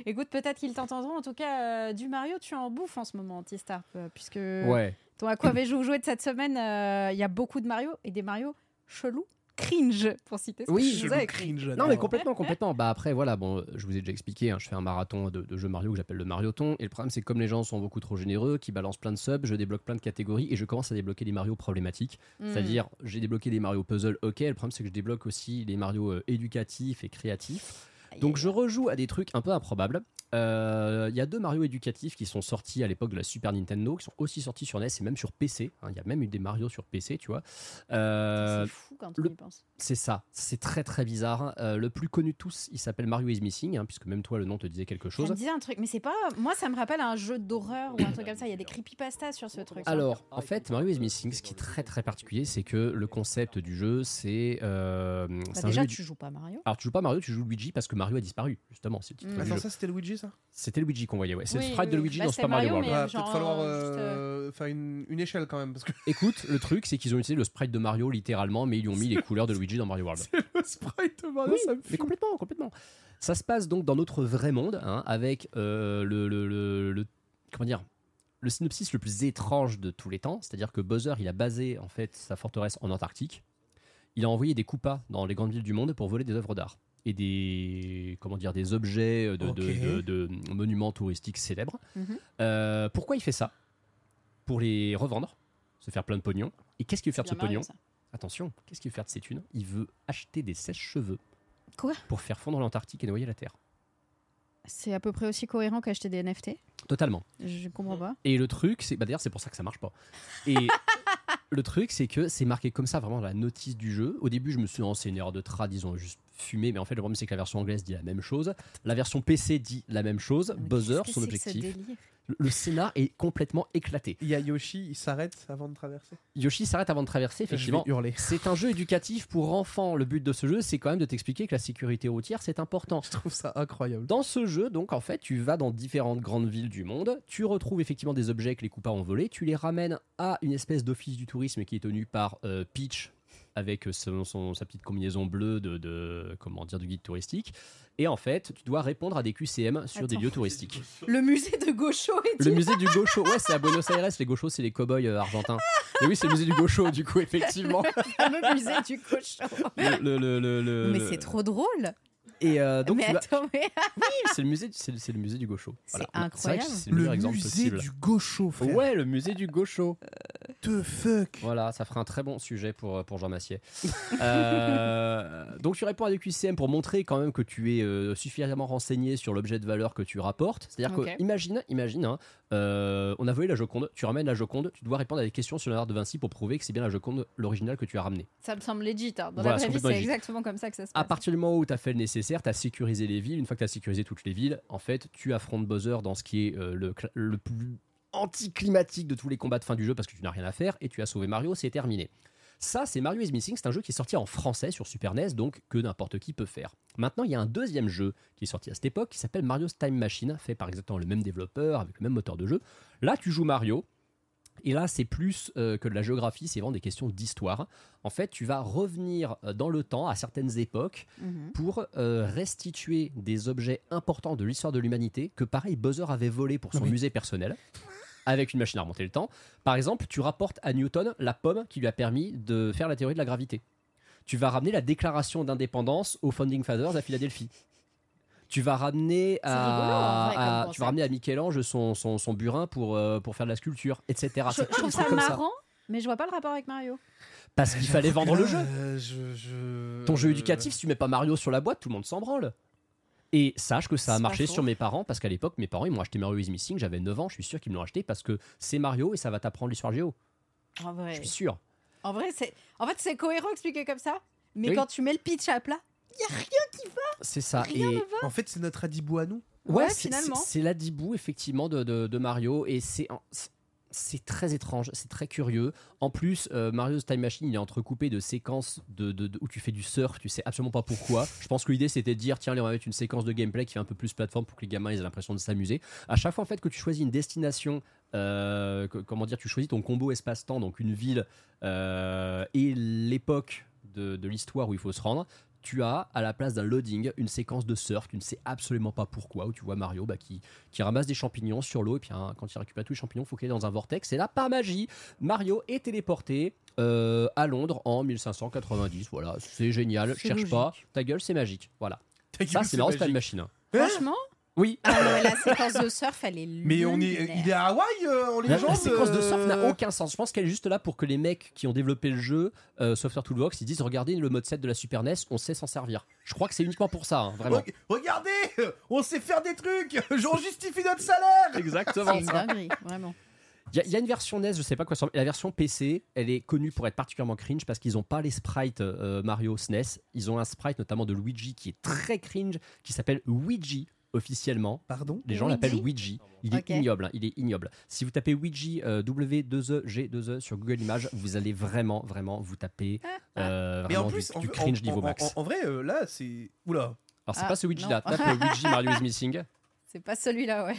Écoute, peut-être qu'ils t'entendront. En tout cas, euh, du Mario, tu en bouffes en ce moment, Antistar, euh, puisque Ouais. ton à quoi vais-je jouer de cette semaine euh, Il y a beaucoup de Mario et des Mario chelous, cringe, pour citer ce que Oui, tu nous Je as le écrit. cringe, Non j'adore. mais complètement, complètement. Bah après voilà, bon, euh, je vous ai déjà expliqué, hein, je fais un marathon de, de jeux Mario que j'appelle le Marioton. Et le problème c'est que comme les gens sont beaucoup trop généreux, qui balancent plein de subs, je débloque plein de catégories et je commence à débloquer les Mario problématiques. Hmm. C'est-à-dire j'ai débloqué les Mario puzzle, ok. Le problème c'est que je débloque aussi les Mario euh, éducatifs et créatifs. Donc je rejoue à des trucs un peu improbables. Euh, Il y a deux Mario éducatifs qui sont sortis à l'époque de la Super Nintendo, qui sont aussi sortis sur NES et même sur PC. hein. Il y a même eu des Mario sur PC, tu vois. Euh, C'est fou quand le- on y pense. c'est ça, c'est très très bizarre. Euh, le plus connu de tous, il s'appelle Mario is Missing, hein, puisque même toi le nom te disait quelque Ça me chose. disait un truc, mais c'est pas. Moi, ça me rappelle un jeu d'horreur ou un truc comme ça. Il y a des creepypastas sur ce truc. Alors, en fait, Mario is Missing, ce qui est très très particulier, c'est que le concept du jeu, c'est. euh, Bah, c'est un déjà, jeu- tu joues pas à Mario. Alors, tu joues pas Mario, tu joues Luigi parce que Mario a disparu, justement. Bah, c'est le titre Mm. du Attends, jeu. ça c'était Luigi ça C'était Luigi qu'on voyait, ouais. C'est Oui, le sprite de oui, oui. Luigi Bah, dans c'est Super Mario, Mario, World. Mais, Va genre, peut-être falloir euh, juste, euh, faire une, une échelle quand même parce que Écoute, le truc, c'est qu'ils ont utilisé le sprite de Mario littéralement, mais ils lui ont mis les couleurs de Luigi dans [laughs] Mario World. le sprite de Mario Oui, ça me mais fume. complètement, complètement. Ça se passe donc dans notre vrai monde, hein, avec euh, le, le- le- le- comment dire, le synopsis le plus étrange de tous les temps, c'est-à-dire que Bowser, il a basé en fait sa forteresse en Antarctique. Il a envoyé des coupas dans les grandes villes du monde pour voler des œuvres d'art et des comment dire des objets euh, de, de- Ok. de- de monuments touristiques célèbres. Mhm. Euh, pourquoi il fait ça Pour les revendre, se faire plein de pognon. Et qu'est-ce qu'il veut faire de ce C'est bien Mario, pognon ça. Attention, qu'est-ce qu'il veut faire de ces thunes Il veut acheter des sèches-cheveux. Quoi Pour faire fondre l'Antarctique et noyer la Terre. C'est à peu près aussi cohérent qu'acheter des NFT. Totalement. Je comprends pas. Et le truc, c'est. Bah d'ailleurs, c'est pour ça que ça marche pas. [laughs] Et. Le truc, c'est que c'est marqué comme ça vraiment dans la notice du jeu. Au début, je me suis dit, oh, c'est une erreur de trad, ils ont juste fumé. Mais en fait, le problème, c'est que la version anglaise dit la même chose. La version PC dit la même Ah, chose. Bah, Buzzer, son objectif. Le, le scénar est complètement éclaté. Il y a Yoshi, il s'arrête avant de traverser. Yoshi s'arrête avant de traverser, effectivement. Je vais hurler. [laughs] C'est un jeu éducatif pour enfants. Le but de ce jeu, c'est quand même de t'expliquer que la sécurité routière, c'est important. Je trouve ça incroyable. Dans ce jeu, donc, en fait, tu vas dans différentes grandes villes du monde, tu retrouves effectivement des objets que les coupas ont volés, tu les ramènes à une espèce d'office du tourisme qui est tenu par euh, Peach avec euh, son, son- sa petite combinaison bleue de, de- comment dire, de guide touristique. Et en fait, tu dois répondre à des QCM sur des Attends. lieux touristiques. Le musée de Gaucho est Le musée du Gaucho, ouais, c'est à Buenos Aires, les Gauchos, c'est les cow-boys euh, argentins. Et oui, c'est le musée du Gaucho, du coup, effectivement. le musée du Gaucho. [laughs] Le- euh, le- le- le- mais le- c'est trop drôle. Et euh, donc, mais tu vas- attends, mais [laughs] c'est le musée, du- c'est le- c'est le musée du Gaucho. C'est Voilà. vrai que incroyable. C'est le meilleur exemple possible. gaucho, Ouais, le musée du gaucho. the fuck Voilà, ça fera un très bon sujet pour, euh, pour Jean Massier. Euh, donc tu réponds à des QCM pour montrer quand même que tu es euh, suffisamment renseigné sur l'objet de valeur que tu rapportes. C'est-à-dire Ok. que, imagine, imagine hein, euh, on a volé la Joconde, tu ramènes la Joconde, tu dois répondre à des questions sur l'art de Vinci pour prouver que c'est bien la Joconde, l'original que tu as ramené. Ça me semble legit. hein. Dans Voilà, la c'est vraie vie, complètement c'est legit. exactement comme ça que ça se À passe. partir du moment où tu as fait le nécessaire, tu as sécurisé les villes. Une fois que tu as sécurisé toutes les villes, en fait, tu affrontes Bowser dans ce qui est euh, le, cla- le plus anticlimatique de tous les combats de fin du jeu parce que tu n'as rien à faire et tu as sauvé Mario, c'est terminé. Ça, c'est Mario is Missing, c'est un jeu qui est sorti en français sur Super NES, donc que n'importe qui peut faire. Maintenant, il y a un deuxième jeu qui est sorti à cette époque qui s'appelle Mario's Time Machine, fait par exactement le même développeur, avec le même moteur de jeu. Là, tu joues Mario, et là, c'est plus euh, que de la géographie, c'est vraiment des questions d'histoire. En fait, tu vas revenir euh, dans le temps à certaines époques Mhm. pour euh, restituer des objets importants de l'histoire de l'humanité que, pareil, Bowser avait volé pour son musée personnel avec une machine à remonter le temps. Par exemple, tu rapportes à Newton la pomme qui lui a permis de faire la théorie de la gravité. Tu vas ramener la déclaration d'indépendance aux Founding Fathers à Philadelphie. Tu vas ramener à, rigolo, en vrai, comme à- concept. tu vas ramener à Michel-Ange son, son, son burin pour, euh, pour faire de la sculpture, etc. Je, C'est je tout trouve des ça trucs comme marrant, mais je vois pas le rapport avec Mario. Parce qu'il fallait vendre le jeu. Euh, je- je- euh, Ton jeu éducatif, si tu mets pas Mario sur la boîte, tout le monde s'en branle. Et sache que ça a C'est marché pas faux. sur mes parents, parce qu'à l'époque, mes parents, ils m'ont acheté Mario is Missing, j'avais 9 ans, je suis sûr qu'ils me l'ont acheté parce que c'est Mario et ça va t'apprendre l'histoire géo. En Je vrai, suis sûr. en vrai, c'est, en fait, c'est cohérent expliqué comme ça. Mais Oui. quand tu mets le pitch à plat, il y a rien. C'est ça. Rien et... ne En fait, c'est notre adibou à nous. Ouais, c'est- finalement. C'est c'est l'adibou, effectivement, de, de- de Mario. Et c'est. en- c'est- C'est très étrange, c'est très curieux. En plus, euh, Mario's Time Machine, il est entrecoupé de séquences de, de- de- où tu fais du surf, tu sais absolument pas pourquoi. Je pense que l'idée c'était de dire tiens, allez, on va mettre une séquence de gameplay qui fait un peu plus plateforme pour que les gamins ils aient l'impression de s'amuser. À chaque fois en fait que tu choisis une destination, euh, que- comment dire, tu choisis ton combo espace-temps, donc une ville euh, et l'époque de- de l'histoire où il faut se rendre tu as à la place d'un loading une séquence de surf, tu ne sais absolument pas pourquoi, où tu vois Mario bah, qui, qui ramasse des champignons sur l'eau, et puis hein, quand il récupère tous les champignons, faut qu'il aille dans un vortex, et là, par magie, Mario est téléporté euh, à Londres en 1590, voilà, c'est génial, C'est cherche logique. pas, ta gueule, c'est magique, voilà. Ta Ça, gueule, c'est marrant, c'est pas une magique. machine. hein. Franchement, Oui, ah non, mais la séquence de surf, elle est. Mais on est, lunaire. il est à Hawaï euh, en la, légende. la séquence de surf n'a euh, aucun sens, je pense qu'elle est juste là pour que les mecs qui ont développé le jeu, euh, Software Toolbox, ils disent, regardez le mode 7 de la Super NES, on sait s'en servir. Je crois que c'est uniquement pour ça, hein, vraiment. Reg- Regardez, on sait faire des trucs. J'en justifie notre salaire. C'est Exactement. une dinguerie, vraiment. Il y, a- il y a une version NES, je sais pas quoi. ça ressemble. La version PC, elle est connue pour être particulièrement cringe parce qu'ils ont pas les sprites euh, Mario SNES. Ils ont un sprite notamment de Luigi qui est très cringe, qui s'appelle Luigi officiellement. Pardon. Les gens Ouija l'appellent Ouija. Il est Ok. ignoble. hein, il est ignoble. Si vous tapez Ouija euh, W2EG2E E sur Google Images, vous allez vraiment, vraiment vous taper Ah. euh, Mais en vraiment plus, du, en, du en- cringe en- niveau en- max. en- en vrai, euh, là, c'est oula. Alors c'est Ah, pas ce Ouija là. non. [laughs] Tape euh, Ouija Mario is missing. C'est pas celui-là, ouais.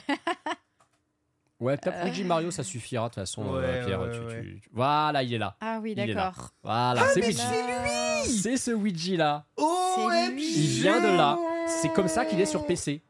Ouais, tape Euh. Ouija Mario, ça suffira de toute façon. Ouais, euh, Pierre, ouais, tu- ouais. Ah, tu- tu- Voilà, il est là. Ah oui, Il est là. d'accord. Ah, Voilà, c'est Ouija. lui. C'est ce Ouija là. C'est OMG. lui. Il vient de là. C'est comme ça qu'il est sur PC.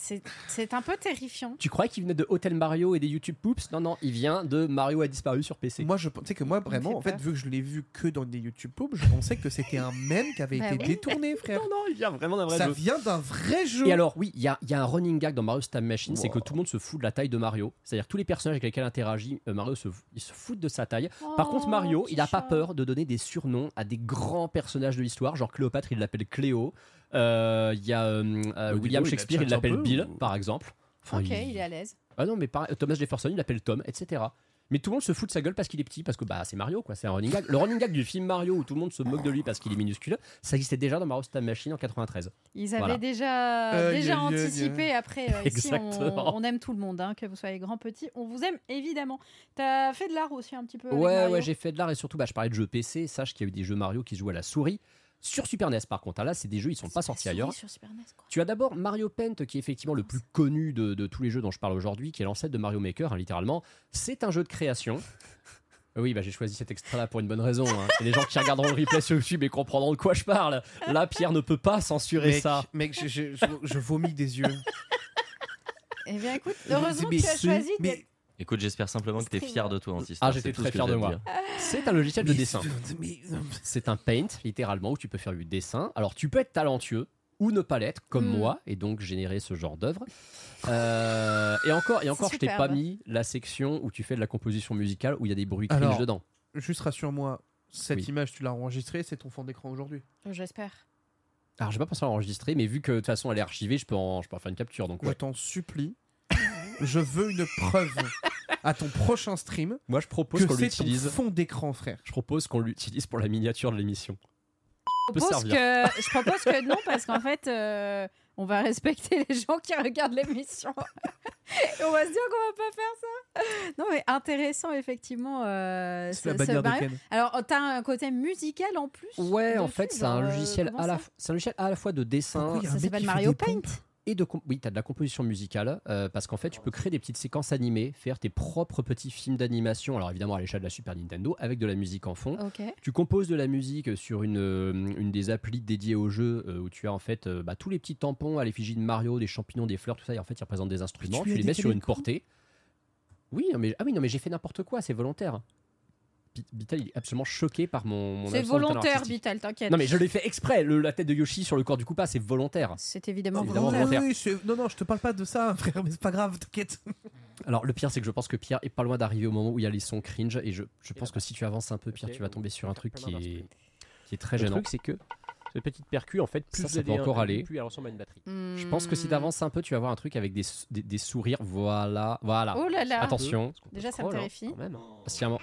C'est c'est un peu terrifiant. Tu croyais qu'il venait de Hotel Mario et des YouTube Poops Non, non, il vient de Mario a disparu sur PC. Moi, je pensais que moi, fait vraiment, en fait, peur. vu que je l'ai vu que dans des YouTube pubs, je pensais que c'était un mème qui avait Bah été oui. détourné, frère. non, il vient vraiment d'un Ça vient d'un vrai jeu. Et alors, oui, il y a, il y a un running gag dans Mario's Time Machine, c'est que Wow. tout le monde se fout de la taille de Mario. C'est-à-dire que tous les personnages avec lesquels interagit euh, Mario se, ils se foutent de sa taille. Par contre, Oh, Mario, petit il n'a pas chat. peur de donner des surnoms à des grands personnages de l'histoire, genre Cléopâtre, il l'appelle Cléo. Euh, Il y a euh, euh, Au William niveau, il Shakespeare, il la chatte un l'appelle peu, Bill, ou- par exemple. Enfin, Ok, il- il est à l'aise. Ah non, mais pareil, Thomas Jefferson, il l'appelle Tom, etc. Mais tout le monde se fout de sa gueule parce qu'il est petit, parce que bah c'est Mario, quoi. C'est un running gag. Le running gag du film Mario où tout le monde se moque de lui parce qu'il est minuscule, ça existait déjà dans Mario's Time Machine en 93. Ils avaient Voilà. déjà, Euh, déjà yeah, yeah, anticipé. Après, [laughs] euh, ici, Exactement. on, on aime tout le monde, hein, que vous soyez grand, petit. On vous aime évidemment. T'as fait de l'art aussi un petit peu. avec Ouais, Mario. ouais, j'ai fait de l'art et surtout, bah, je parlais de jeux PC. Sache qu'il y a eu des jeux Mario qui se jouent à la souris sur Super NES. Par contre, Ah, là, c'est des jeux ils sont pas C'est sortis la souris ailleurs. sur Super NES, quoi. Tu as d'abord Mario Paint, qui est effectivement le plus connu de, de tous les jeux dont je parle aujourd'hui, qui est l'ancêtre de Mario Maker, hein, littéralement. C'est un jeu de création. Oui, bah, j'ai choisi cet extrait-là pour une bonne raison. hein. Et les gens qui regarderont le replay sur YouTube et comprendront de quoi je parle. Là, Pierre ne peut pas censurer mec, ça. mec, [laughs] je, je- je- je vomis des yeux. Eh bien, [laughs] écoute, heureusement que Mais tu as ce- choisi mais- d'être- Écoute, j'espère simplement que t'es fier de toi, Antiste. Ah, j'étais très fier de moi. C'est un logiciel de mais- dessin. mais- C'est un paint, littéralement, où tu peux faire du dessin. Alors, tu peux être talentueux. ou ne pas l'être, comme Mm. moi, et donc générer ce genre d'œuvre. Euh, et encore, et C'est encore, je t'ai superbe. pas mis la section où tu fais de la composition musicale où il y a des bruits cringe Alors, dedans. Juste rassure-moi, cette Oui. image, tu l'as enregistrée, c'est ton fond d'écran aujourd'hui. J'espère. Alors, j'ai pas pensé à l'enregistrer, mais vu que de toute façon elle est archivée, je peux en, je peux en faire une capture. Donc, Je ouais. t'en supplie, je veux une preuve à ton prochain stream moi, je propose que qu'on c'est ton l'utilise. fond d'écran, frère. Je propose qu'on l'utilise pour la miniature de l'émission. Je peut propose, servir. que, je propose que non, parce qu'en fait, euh, on va respecter les gens qui regardent l'émission. Et on va se dire qu'on va pas faire ça. Non, mais intéressant, effectivement. euh, C'est la ce- ce bannière de barème. Ken. Alors, oh, t'as un côté musical en plus Ouais, en dessus, fait, c'est genre, un euh, logiciel comment à la, ça f- c'est un logiciel à la fois de dessin Pourquoi il y a un Ça mec s'appelle qui fait Mario des pompes Paint. et de comp- oui, t'as de la composition musicale euh, parce qu'en fait, tu peux créer des petites séquences animées, faire tes propres petits films d'animation. Alors évidemment à l'échelle de la Super Nintendo avec de la musique en fond. Ok. Tu composes de la musique sur une, euh, une des applis dédiées au jeu euh, où tu as en fait euh, bah, tous les petits tampons à l'effigie de Mario, des champignons, des fleurs, tout ça. Et en fait, ils représentent des instruments. tu Tu, lui as les mets sur décalé une le cou portée. Oui, non, mais ah oui, non, mais j'ai fait n'importe quoi. C'est volontaire. Bi- Bital, il est absolument choqué par mon. mon C'est absence de talent volontaire, artistique. Bital, t'inquiète. Non, mais je l'ai fait exprès. le- la tête de Yoshi sur le corps du Koopa, c'est volontaire. C'est évidemment C'est volontaire. vraiment volontaire. Oui, oui, c'est- non, non, je te parle pas de ça, frère, mais c'est pas grave, t'inquiète. Alors le pire c'est que je pense que Pierre est pas loin d'arriver au moment où il y a les sons cringe et je, je pense que si tu avances un peu Pierre Ok, tu vas donc, tomber sur un faire truc plein qui est, d'instruments. qui est très Le gênant. truc, c'est que cette petite percu, en fait, plus Ça, vous ça peut allez Hmm. encore un- aller. plus elle ressemble à une batterie. Hmm. Je pense que si tu avances un peu tu vas avoir un truc avec des, s- des, des sourires. Voilà, voilà. Oh là là. Attention. Déjà, ça me Scroll, hein, terrifie. quand même, hein. Si un moment-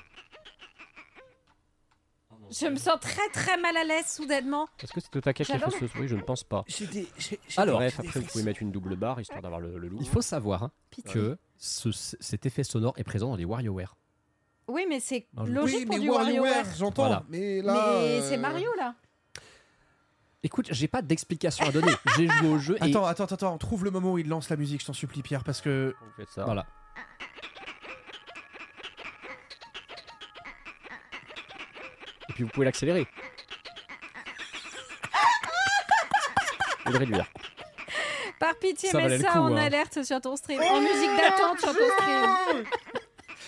Je me sens très très mal à l'aise soudainement. Est-ce que c'est au taquet qui a fait J'adore. ce bruit Je ne pense pas. Alors, Bref, après, vous pouvez mettre une double barre histoire d'avoir le, le lourd. il faut savoir hein, Pitié. que ce- cet effet sonore est présent dans les WarioWare. Oui, mais c'est Bah, Non, je- logique pour du WarioWare. j'entends, Voilà. mais Mais là. euh, c'est Mario là. Écoute, j'ai pas d'explication à donner. j'ai joué au jeu et Attends, attends, attends, on trouve le moment où il lance la musique, je t'en supplie, Pierre, parce que. Vous faites ça. voilà. Et puis vous pouvez l'accélérer. Ou le réduire. Par pitié, Ça valait mets le ça coup, en hein. alerte sur ton stream. Oh En musique d'attente sur ton stream.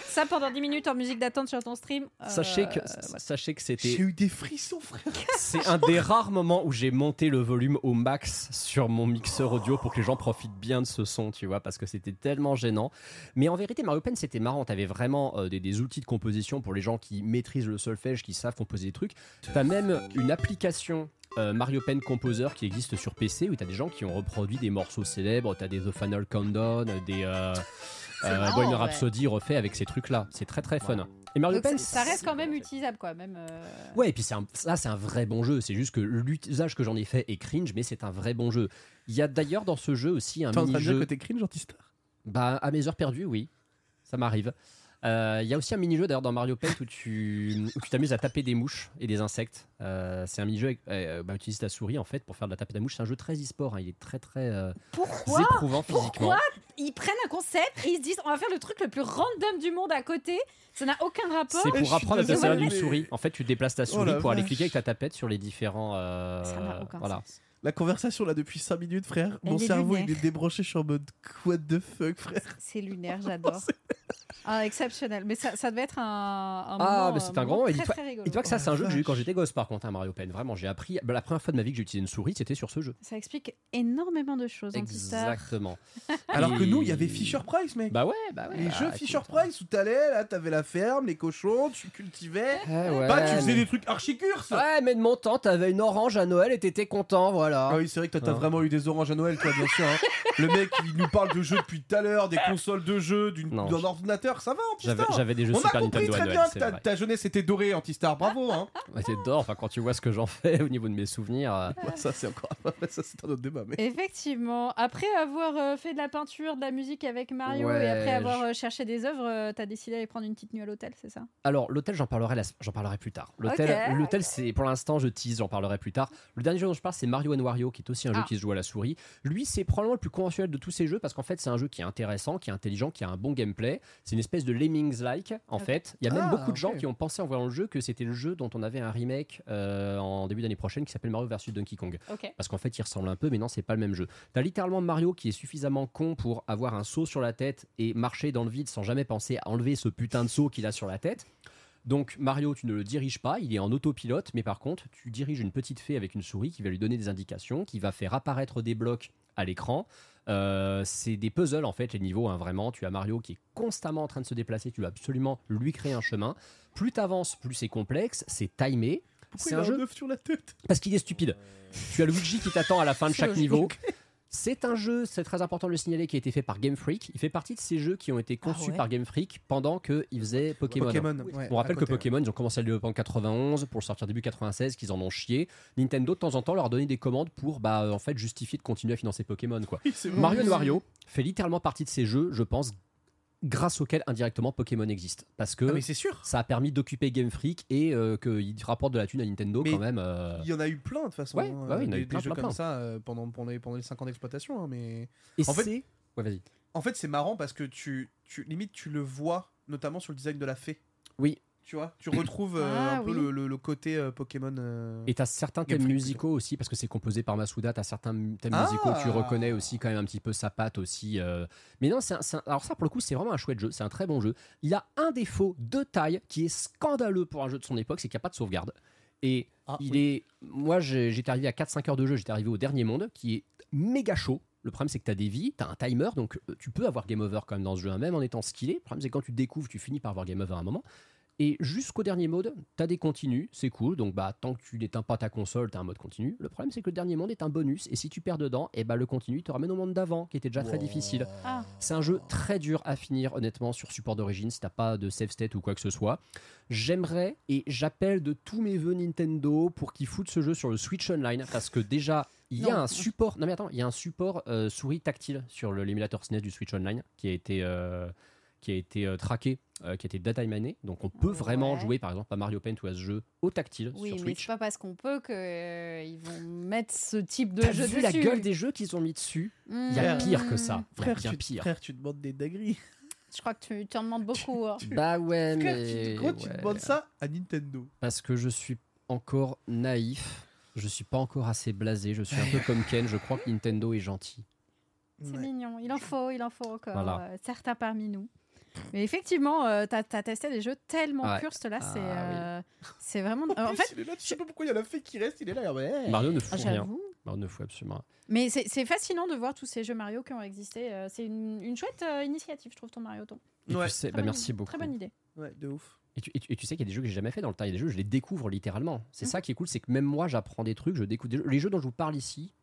ça pendant 10 minutes en musique d'attente sur ton stream. euh, Sachez que voilà. sachez que J'ai c'était eu des frissons, frère. [laughs] C'est un des rares moments où j'ai monté le volume au max sur mon mixeur audio pour que les gens profitent bien de ce son, tu vois, parce que c'était tellement gênant. Mais en vérité, Mario Pen, c'était marrant. T'avais vraiment euh, des, des outils de composition pour les gens qui maîtrisent le solfège, qui savent composer des trucs. T'as même une application. euh, Mario Pen Composer qui existe sur PC où t'as des gens qui ont reproduit des morceaux célèbres, t'as des The Final Countdown, des euh, euh, marrant, Bohemian ouais. Rhapsody refait avec ces trucs là. C'est très très fun. Et Mario Donc, Pen, ça reste quand même utilisable quoi, même. euh, Ouais, et puis c'est un- ça, c'est un vrai bon jeu. C'est juste que l'usage que j'en ai fait est cringe, mais c'est un vrai bon jeu. Il y a d'ailleurs dans ce jeu aussi un T'es en train de dire mini-jeu. que t'es cringe, Euh, anti-star Bah, à mes heures perdues, oui. Ça m'arrive. Euh, Il y a aussi un mini-jeu d'ailleurs dans Mario Paint où tu où tu t'amuses à taper des mouches et des insectes. Euh, c'est un mini-jeu, avec- euh, bah, utilise ta souris en fait pour faire de la tape à la mouche. C'est un jeu très e-sport, hein. il est très très euh, Pourquoi éprouvant physiquement. Pourquoi ils prennent un concept et ils se disent on va faire le truc le plus random du monde à côté Ça n'a aucun rapport. C'est Je suis pour apprendre à te désolé, servir d'une mais- souris. En fait, tu déplaces ta souris la pour aller vache. cliquer avec ta tapette sur les différents. euh, Ça n'a aucun voilà. sens. La conversation là depuis 5 minutes, frère, Elle mon est cerveau il lunaire. est débranché, je suis en mode what the fuck, frère. [laughs] C'est lunaire, j'adore. Ah, exceptionnel. Mais ça, ça devait être un, un Ah, moment, mais euh, c'était un moment grand moment. Et très, dis-toi- très rigolo. Et toi que ça, Oh c'est un la jeu que j'ai eu quand vache. j'étais gosse, par contre, hein, Mario Pen. Vraiment, j'ai appris. bah, la première fois de ma vie que j'ai utilisé une souris, c'était sur ce jeu. Ça explique énormément de choses. Antistar. Exactement. [laughs] Alors que Et- nous, il y avait Fisher Price, mec. Bah ouais, bah ouais. les bah, jeux écoute. Fisher Price où t'allais, là t'avais la ferme, les cochons, tu cultivais. Eh ouais, bah, tu faisais mais- des trucs archicurses. Ouais, mais de mon temps, t'avais une orange à Noël et t'étais content, voilà. Ah oui, c'est vrai que toi, t'as Ah. vraiment eu des oranges à Noël, toi, bien sûr. hein. Le mec, il nous parle de jeux depuis tout à l'heure, des consoles de jeux, d'une- Ah. Non. d'un ordinateur, ça va, J'avais, Antistar j'avais des jeux On a Super compris Nintendo à très Noël, bien que c'est ta, vrai. ta jeunesse était dorée, Antistar, bravo [laughs] hein. Ouais, t'es dedans, enfin, quand tu vois ce que j'en fais [laughs] au niveau de mes souvenirs. euh, Ouais, Ça, c'est encore ça, c'est un autre débat, mais... Effectivement. Après avoir euh, fait de la peinture, de la musique avec Mario Ouais, et après avoir je- euh, cherché des œuvres, euh, t'as décidé d'aller prendre une petite nuit à l'hôtel, c'est ça Alors, l'hôtel, j'en parlerai, la- j'en parlerai plus tard. L'hôtel, Ok. l'hôtel, c'est pour l'instant, je tease, j'en parlerai plus tard. Le dernier jeu dont je parle, c'est Mario and Wario, qui est aussi un jeu Ah. qui se joue à la souris. Lui, c'est probablement le plus conventionnel de tous ces jeux parce qu'en fait, c'est un jeu qui est intéressant, qui est intelligent, qui a un bon gameplay. C'est une espèce de Lemmings-like, en Ok. fait. Il y a même Ah, beaucoup de gens ok. qui ont pensé en voyant le jeu que c'était le jeu dont on avait un remake euh, en début d'année prochaine qui s'appelle Mario vs Donkey Kong Ok. parce qu'en fait il ressemble un peu mais non c'est pas le même jeu. T'as littéralement Mario qui est suffisamment con pour avoir un seau sur la tête et marcher dans le vide sans jamais penser à enlever ce putain de seau qu'il a sur la tête. Donc Mario, tu ne le diriges pas, il est en autopilote, mais par contre, tu diriges une petite fée avec une souris qui va lui donner des indications, qui va faire apparaître des blocs à l'écran. Euh, c'est des puzzles en fait les niveaux hein, vraiment tu as Mario qui est constamment en train de se déplacer tu dois absolument lui créer un chemin plus t'avances plus c'est complexe c'est timé Pourquoi c'est il a un un jeu œuf sur la tête Euh. parce qu'il est stupide. Tu as Luigi qui t'attend à la fin de [laughs] C'est chaque logique. niveau. C'est un jeu, c'est très important de le signaler, qui a été fait par Game Freak. Il fait partie de ces jeux qui ont été conçus Ah ouais par Game Freak pendant qu'ils faisaient Pokémon. Pokémon, ouais, On rappelle à que côté, Pokémon, ils ont commencé à le développer en 91 pour le sortir début 96, qu'ils en ont chié. Nintendo, de temps en temps, leur donnait des commandes pour bah, euh, en fait, justifier de continuer à financer Pokémon. Quoi. [laughs] Oui, c'est vrai. Mario Wario fait littéralement partie de ces jeux, je pense, grâce auxquels indirectement Pokémon existe. Parce que Ah, mais c'est sûr. ça a permis d'occuper Game Freak et euh, qu'il rapporte de la thune à Nintendo Mais quand même. euh. Il y en a eu plein de toute façon. Ouais, bah hein, ouais, il y en a des, eu plein, des jeux plein, comme plein. ça euh, pendant, pendant, les, pendant les 5 ans d'exploitation. hein, mais... Et en fait- c'est- Ouais, vas-y. En fait, c'est marrant parce que tu, tu limite, tu le vois, notamment sur le design de la fée. Oui. Tu vois, tu retrouves euh, Ah, un peu oui. le, le- le côté euh, Pokémon. euh, Et t'as certains Game thèmes Freak, musicaux aussi, parce que c'est composé par Masuda, t'as certains mu- thèmes Ah. musicaux, tu reconnais aussi quand même un petit peu sa patte aussi. euh. Mais non, c'est un- c'est un- alors ça pour le coup, c'est vraiment un chouette jeu, c'est un très bon jeu. Il a un défaut de taille qui est scandaleux pour un jeu de son époque, c'est qu'il n'y a pas de sauvegarde. Et Ah, il oui. est. Moi, j'ai- j'étais arrivé à 4-5 heures de jeu, j'étais arrivé au dernier monde qui est méga chaud. Le problème, c'est que tu as des vies, tu as un timer, donc euh, tu peux avoir game over quand même dans ce jeu, hein, même en étant skillé. Le problème, c'est que quand tu découvres, tu finis par avoir game over à un moment. Et jusqu'au dernier mode, tu as des continues, c'est cool. Donc, bah, tant que tu n'éteins pas ta console, tu as un mode continu. Le problème, c'est que le dernier monde est un bonus, et si tu perds dedans, et bah, le continu il te ramène au monde d'avant, qui était déjà très difficile. Ah. C'est un jeu très dur à finir, honnêtement, sur support d'origine, si t'as pas de save state ou quoi que ce soit. J'aimerais et j'appelle de tous mes voeux Nintendo pour qu'ils foutent ce jeu sur le Switch Online, parce que déjà, il y a Non. un support. Non, mais attends, il y a un support euh, souris tactile sur le- l'émulateur SNES du Switch Online qui a été. euh, qui a été euh, traqué, euh, qui a été data miné. Donc on peut vraiment Ouais. jouer par exemple à Mario Paint ou à ce jeu au tactile Oui, sur mais c'est Switch. pas parce qu'on peut que euh, ils vont mettre ce type de T'as jeu dessus. vu la gueule des jeux qu'ils ont mis dessus Il y a Mmh. pire que ça. Il y a Frère, bien tu, pire. frère, tu demandes des dingueries. Je crois que tu, tu en demandes beaucoup. hein. Bah ouais, Frère, mais. tu, gros, tu ouais. demandes ça à Nintendo. parce que je suis encore naïf. Je suis pas encore assez blasé. Je suis un peu comme Ken. Je crois que Nintendo est gentil. C'est Ouais. mignon. Il en faut, il en faut encore. Voilà. euh, certains parmi nous. Mais effectivement, euh, t'as as testé des jeux tellement Ouais. puristes là. Ah, c'est euh, c'est vraiment. En, en plus, fait, il est là, tu sais pas pourquoi il y a la fée qui reste, il est là. il est là, ouais. Mario ne fout ah, rien. j'avoue. Mario ne fout absolument rien. Mais c'est c'est fascinant de voir tous ces jeux Mario qui ont existé. euh, C'est une, une chouette euh, initiative, je trouve, ton Mario. Ton. Et Ouais. tu sais, Très bah, bonne merci idée, beaucoup. Très bonne idée. Ouais, de ouf. Et tu, et tu- et tu sais qu'il y a des jeux que j'ai jamais fait dans le temps. Il y a des jeux, je les découvre littéralement. C'est ça qui est cool, c'est que même moi, j'apprends des trucs, je découvre des jeux. Les jeux dont je vous parle ici,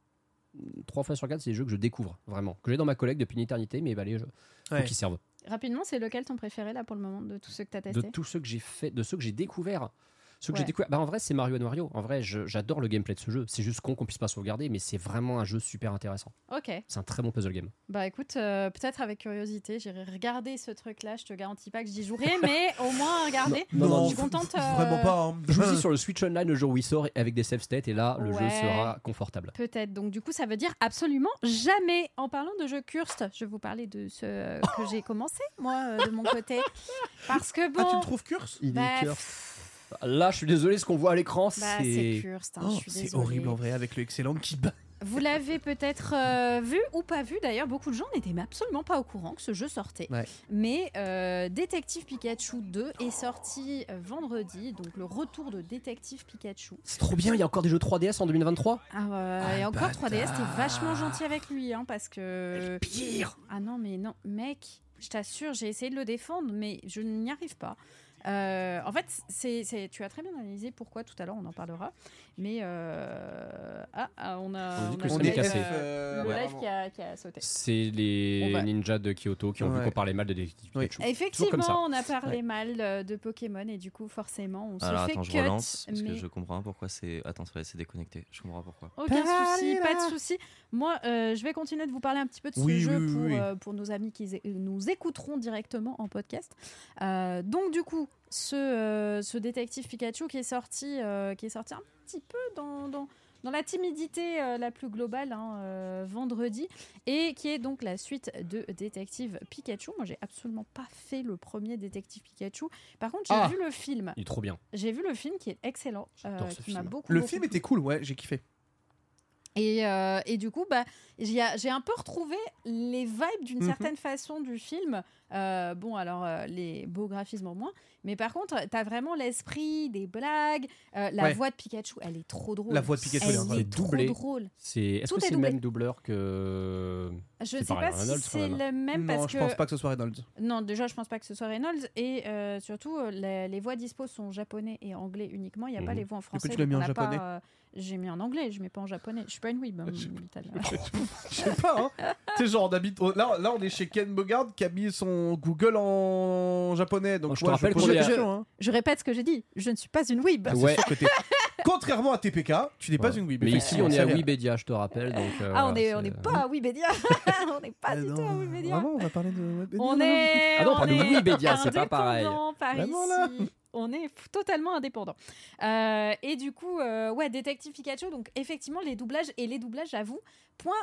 mm, trois fois sur quatre, c'est des jeux que je découvre vraiment, que j'ai dans ma collecte depuis une éternité, mais bah les jeux faut Ouais. qu'ils servent. Rapidement, c'est lequel ton préféré là pour le moment de tous ceux que t'as de testé tous ceux que j'ai fait, de ceux que j'ai découvert. Ceux que j'ai Ouais. découvert, bah en vrai c'est Mario Wario. En vrai, je- j'adore le gameplay de ce jeu. C'est juste con qu'on puisse pas sauvegarder, mais c'est vraiment un jeu super intéressant. Ok. C'est un très bon puzzle game. Bah écoute, euh, peut-être avec curiosité, j'irai regarder ce truc-là. Je te garantis pas que j'y jouerai, [laughs] mais au moins regarder. Non, non, je suis f- contente. f- euh, Vraiment pas. hein. Je vous dis sur le Switch Online le jour où il sort et avec des save states et là le jeu Ouais. sera confortable. Peut-être. Donc du coup, ça veut dire absolument jamais. En parlant de jeux Curst, je vais vous parler de ce euh, que j'ai commencé moi euh, de mon côté, parce que bon. Ah, tu le trouves curse Il bah, Là, je suis désolé, ce qu'on voit à l'écran, bah, c'est c'est Curst. hein, Oh, je suis C'est désolée. horrible en vrai avec le excellent qui bat. Vous l'avez peut-être euh, vu ou pas vu d'ailleurs, beaucoup de gens n'étaient absolument pas au courant que ce jeu sortait. Ouais. Mais euh, Détective Pikachu 2 est sorti euh, vendredi, donc le retour de Détective Pikachu. c'est trop bien. Il y a encore des jeux 3DS en 2023. Ah, euh, Ah, et le encore 3DS, t'es bâtard. vachement gentil avec lui, hein, parce que... Pire. Ah non, mais non, mec, je t'assure, j'ai essayé de le défendre, mais je n'y arrive pas. Euh, en fait, c'est, c'est- tu as très bien analysé pourquoi tout à l'heure, on en parlera. Mais... euh, Ah, ah, on a... On dit que a ça le m'est live, cassé. euh, euh, Le ouais, live qui a, qui a sauté. C'est On les va- ninjas de Kyoto qui ont Ouais. vu qu'on parlait mal de Detective Oui. Pikachu. Toujours comme ça. Effectivement, on a parlé mal euh, de Pokémon et du coup, forcément, on Alors se fait attends, je cut, relance parce que mais je comprends pas pourquoi c'est. Attends, ça c'est déconnecté. Je comprends pas pourquoi. Aucun souci, Parlez-la. pas de souci. Moi, euh, je vais continuer de vous parler un petit peu de ce Oui, jeu oui, oui, pour, oui. euh, pour nos amis qui é- nous écouteront directement en podcast. Euh, donc du coup, ce, euh, ce détective Pikachu qui est sorti, euh, qui est sorti un petit peu dans, dans, dans la timidité euh, la plus globale hein, euh, vendredi et qui est donc la suite de Détective Pikachu. Moi, j'ai absolument pas fait le premier Détective Pikachu. Par contre, j'ai Ah. vu le film. Il est trop bien. J'ai vu le film qui est excellent, euh, J'adore ce qui m'a film. beaucoup. Le beaucoup film plu. était cool, ouais, j'ai kiffé. Et, euh, et du coup, bah, j'y a- j'ai un peu retrouvé les vibes d'une Mhm. certaine façon du film Euh, bon, alors euh, les beaux graphismes en moins. Mais par contre, t'as vraiment l'esprit des blagues. Euh, la Ouais. voix de Pikachu, elle est trop drôle. La [laughs] voix de Pikachu, elle est elle est, incroyable. trop Doublée. drôle. C'est... Est-ce Tout est que c'est le doublé. même doubleur que. Je C'est ne sais pareil, pas Reynolds, si quand hein. c'est le même non, parce je pense pas que ce soit Reynolds. Non, déjà, je pense pas que ce soit Reynolds. Et euh, surtout, euh, les, les voix dispo sont japonais et anglais uniquement. Il n'y a pas Mhm. les voix en Du coup, français. tu l'as donc mis on en n'a pas, japonais euh, J'ai mis en anglais, je mets pas en japonais. Je suis pas une weeb. [laughs] hein, Vital. Je sais pas, hein. tu sais, genre, on habite. on- Là, là, on est chez Ken Bogard qui a mis son Google en japonais. Donc, je te ouais, rappelle pose qu'on la est à- question, hein. Je répète ce que j'ai dit. Je ne suis pas une weeb. Ah, c'est sûr que t'es- Contrairement à TPK, tu n'es pas une Weeb. Mais ici, effectivement, on est à ça l'est. Webedia, je te rappelle. Donc, euh, Ah, on voilà, est, c'est- on n'est pas à Webedia. [laughs] on n'est pas du tout à Webedia. Vraiment, on va parler de Webedia. On là est. Ah non, on parle de est Webedia, c'est pas pareil. indépendant par Vraiment, ici. là On est f- totalement indépendant. Euh, et du coup, euh, ouais, Détective Pikachu. Donc, effectivement, les doublages et les doublages, j'avoue, point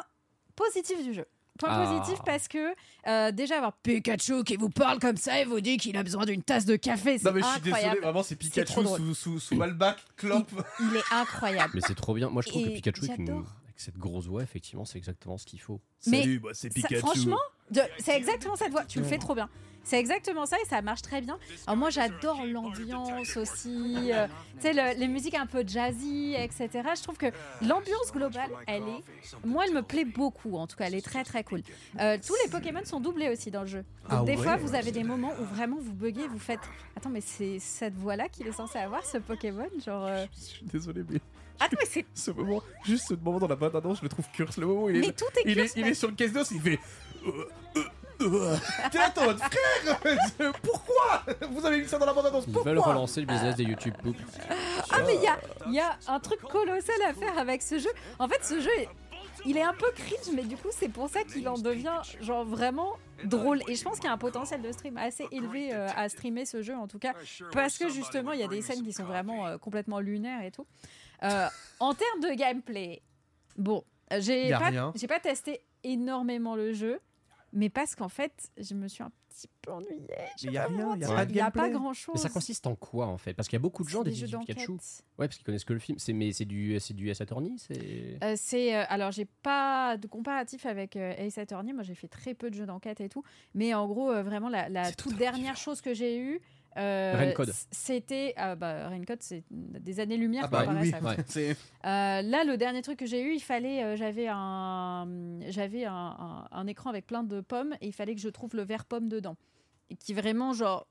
positif du jeu. Point Ah. positif parce que euh, déjà avoir Pikachu qui vous parle comme ça et vous dit qu'il a besoin d'une tasse de café, c'est Non, mais je suis incroyable. désolé, vraiment, c'est Pikachu trop drôle. sous, sous, sous Malbac, Clop. Il est incroyable. [laughs] Mais c'est trop bien. Moi, je trouve Et que Pikachu, avec, une- j'adore. avec cette grosse voix, effectivement, c'est exactement ce qu'il faut. Mais bah, ça- franchement, de- c'est exactement cette voix. Tu le fais trop bien. C'est exactement ça et ça marche très bien. Alors moi, j'adore l'ambiance aussi. euh, tu sais, le- les musiques un peu jazzy, etc. Je trouve que l'ambiance globale, elle est. Moi, elle me plaît beaucoup. En tout cas, elle est très très cool. Euh, tous les Pokémon sont doublés aussi dans le jeu. Donc, Ah des ouais. fois, vous avez des moments où vraiment vous buguez, vous faites. Attends, mais c'est cette voix-là qu'il est censé avoir, ce Pokémon, genre. euh, Désolé, mais. Attends, mais c'est. Ce moment, juste ce moment dans la bande annonce, je le trouve curse. Le moment où il Mais est, tout est il curse, est, il mec. est sur le caisse d'os, il fait. euh, euh, euh. T'es là, t'es en mode, frère euh, [laughs] Pourquoi Vous avez mis ça dans la bande annonce Ils Pourquoi veulent relancer le business des YouTube Poop. Ah mais il y a, il y a un truc colossal à faire avec ce jeu. En fait, ce jeu, est- il est un peu cringe, mais du coup, c'est pour ça qu'il en devient genre vraiment drôle. Et je pense qu'il y a un potentiel de stream assez élevé euh, à streamer ce jeu, en tout cas, parce que justement, il y a des scènes qui sont vraiment euh, complètement lunaires et tout. Euh, en termes de gameplay, bon, j'ai Y a pas, rien. j'ai pas testé énormément le jeu. Mais parce qu'en fait, je me suis un petit peu ennuyée. je Mais vais y a pas rien, vous y a mentir. pas de Y a pas gameplay. grand chose. Mais ça consiste en quoi en fait Parce qu'il y a beaucoup de gens C'est des des jeux Detective Pikachu. d'enquête. Ouais, parce qu'ils connaissent que le film. C'est mais c'est du c'est du Ace Attorney, c'est. Euh, c'est euh, alors j'ai pas de comparatif avec euh, Ace Attorney. Moi j'ai fait très peu de jeux d'enquête et tout, mais en gros euh, vraiment la, la toute dernière chose que j'ai eue. euh, Raincode. c- C'était ah bah, Raincode, c'est des années lumière Ah bah comparé à oui, ça. oui. C'est- Euh, là, le dernier truc que j'ai eu, il fallait, euh, j'avais un, j'avais un, un- un écran avec plein de pommes et il fallait que je trouve le vert pomme dedans, et qui vraiment genre,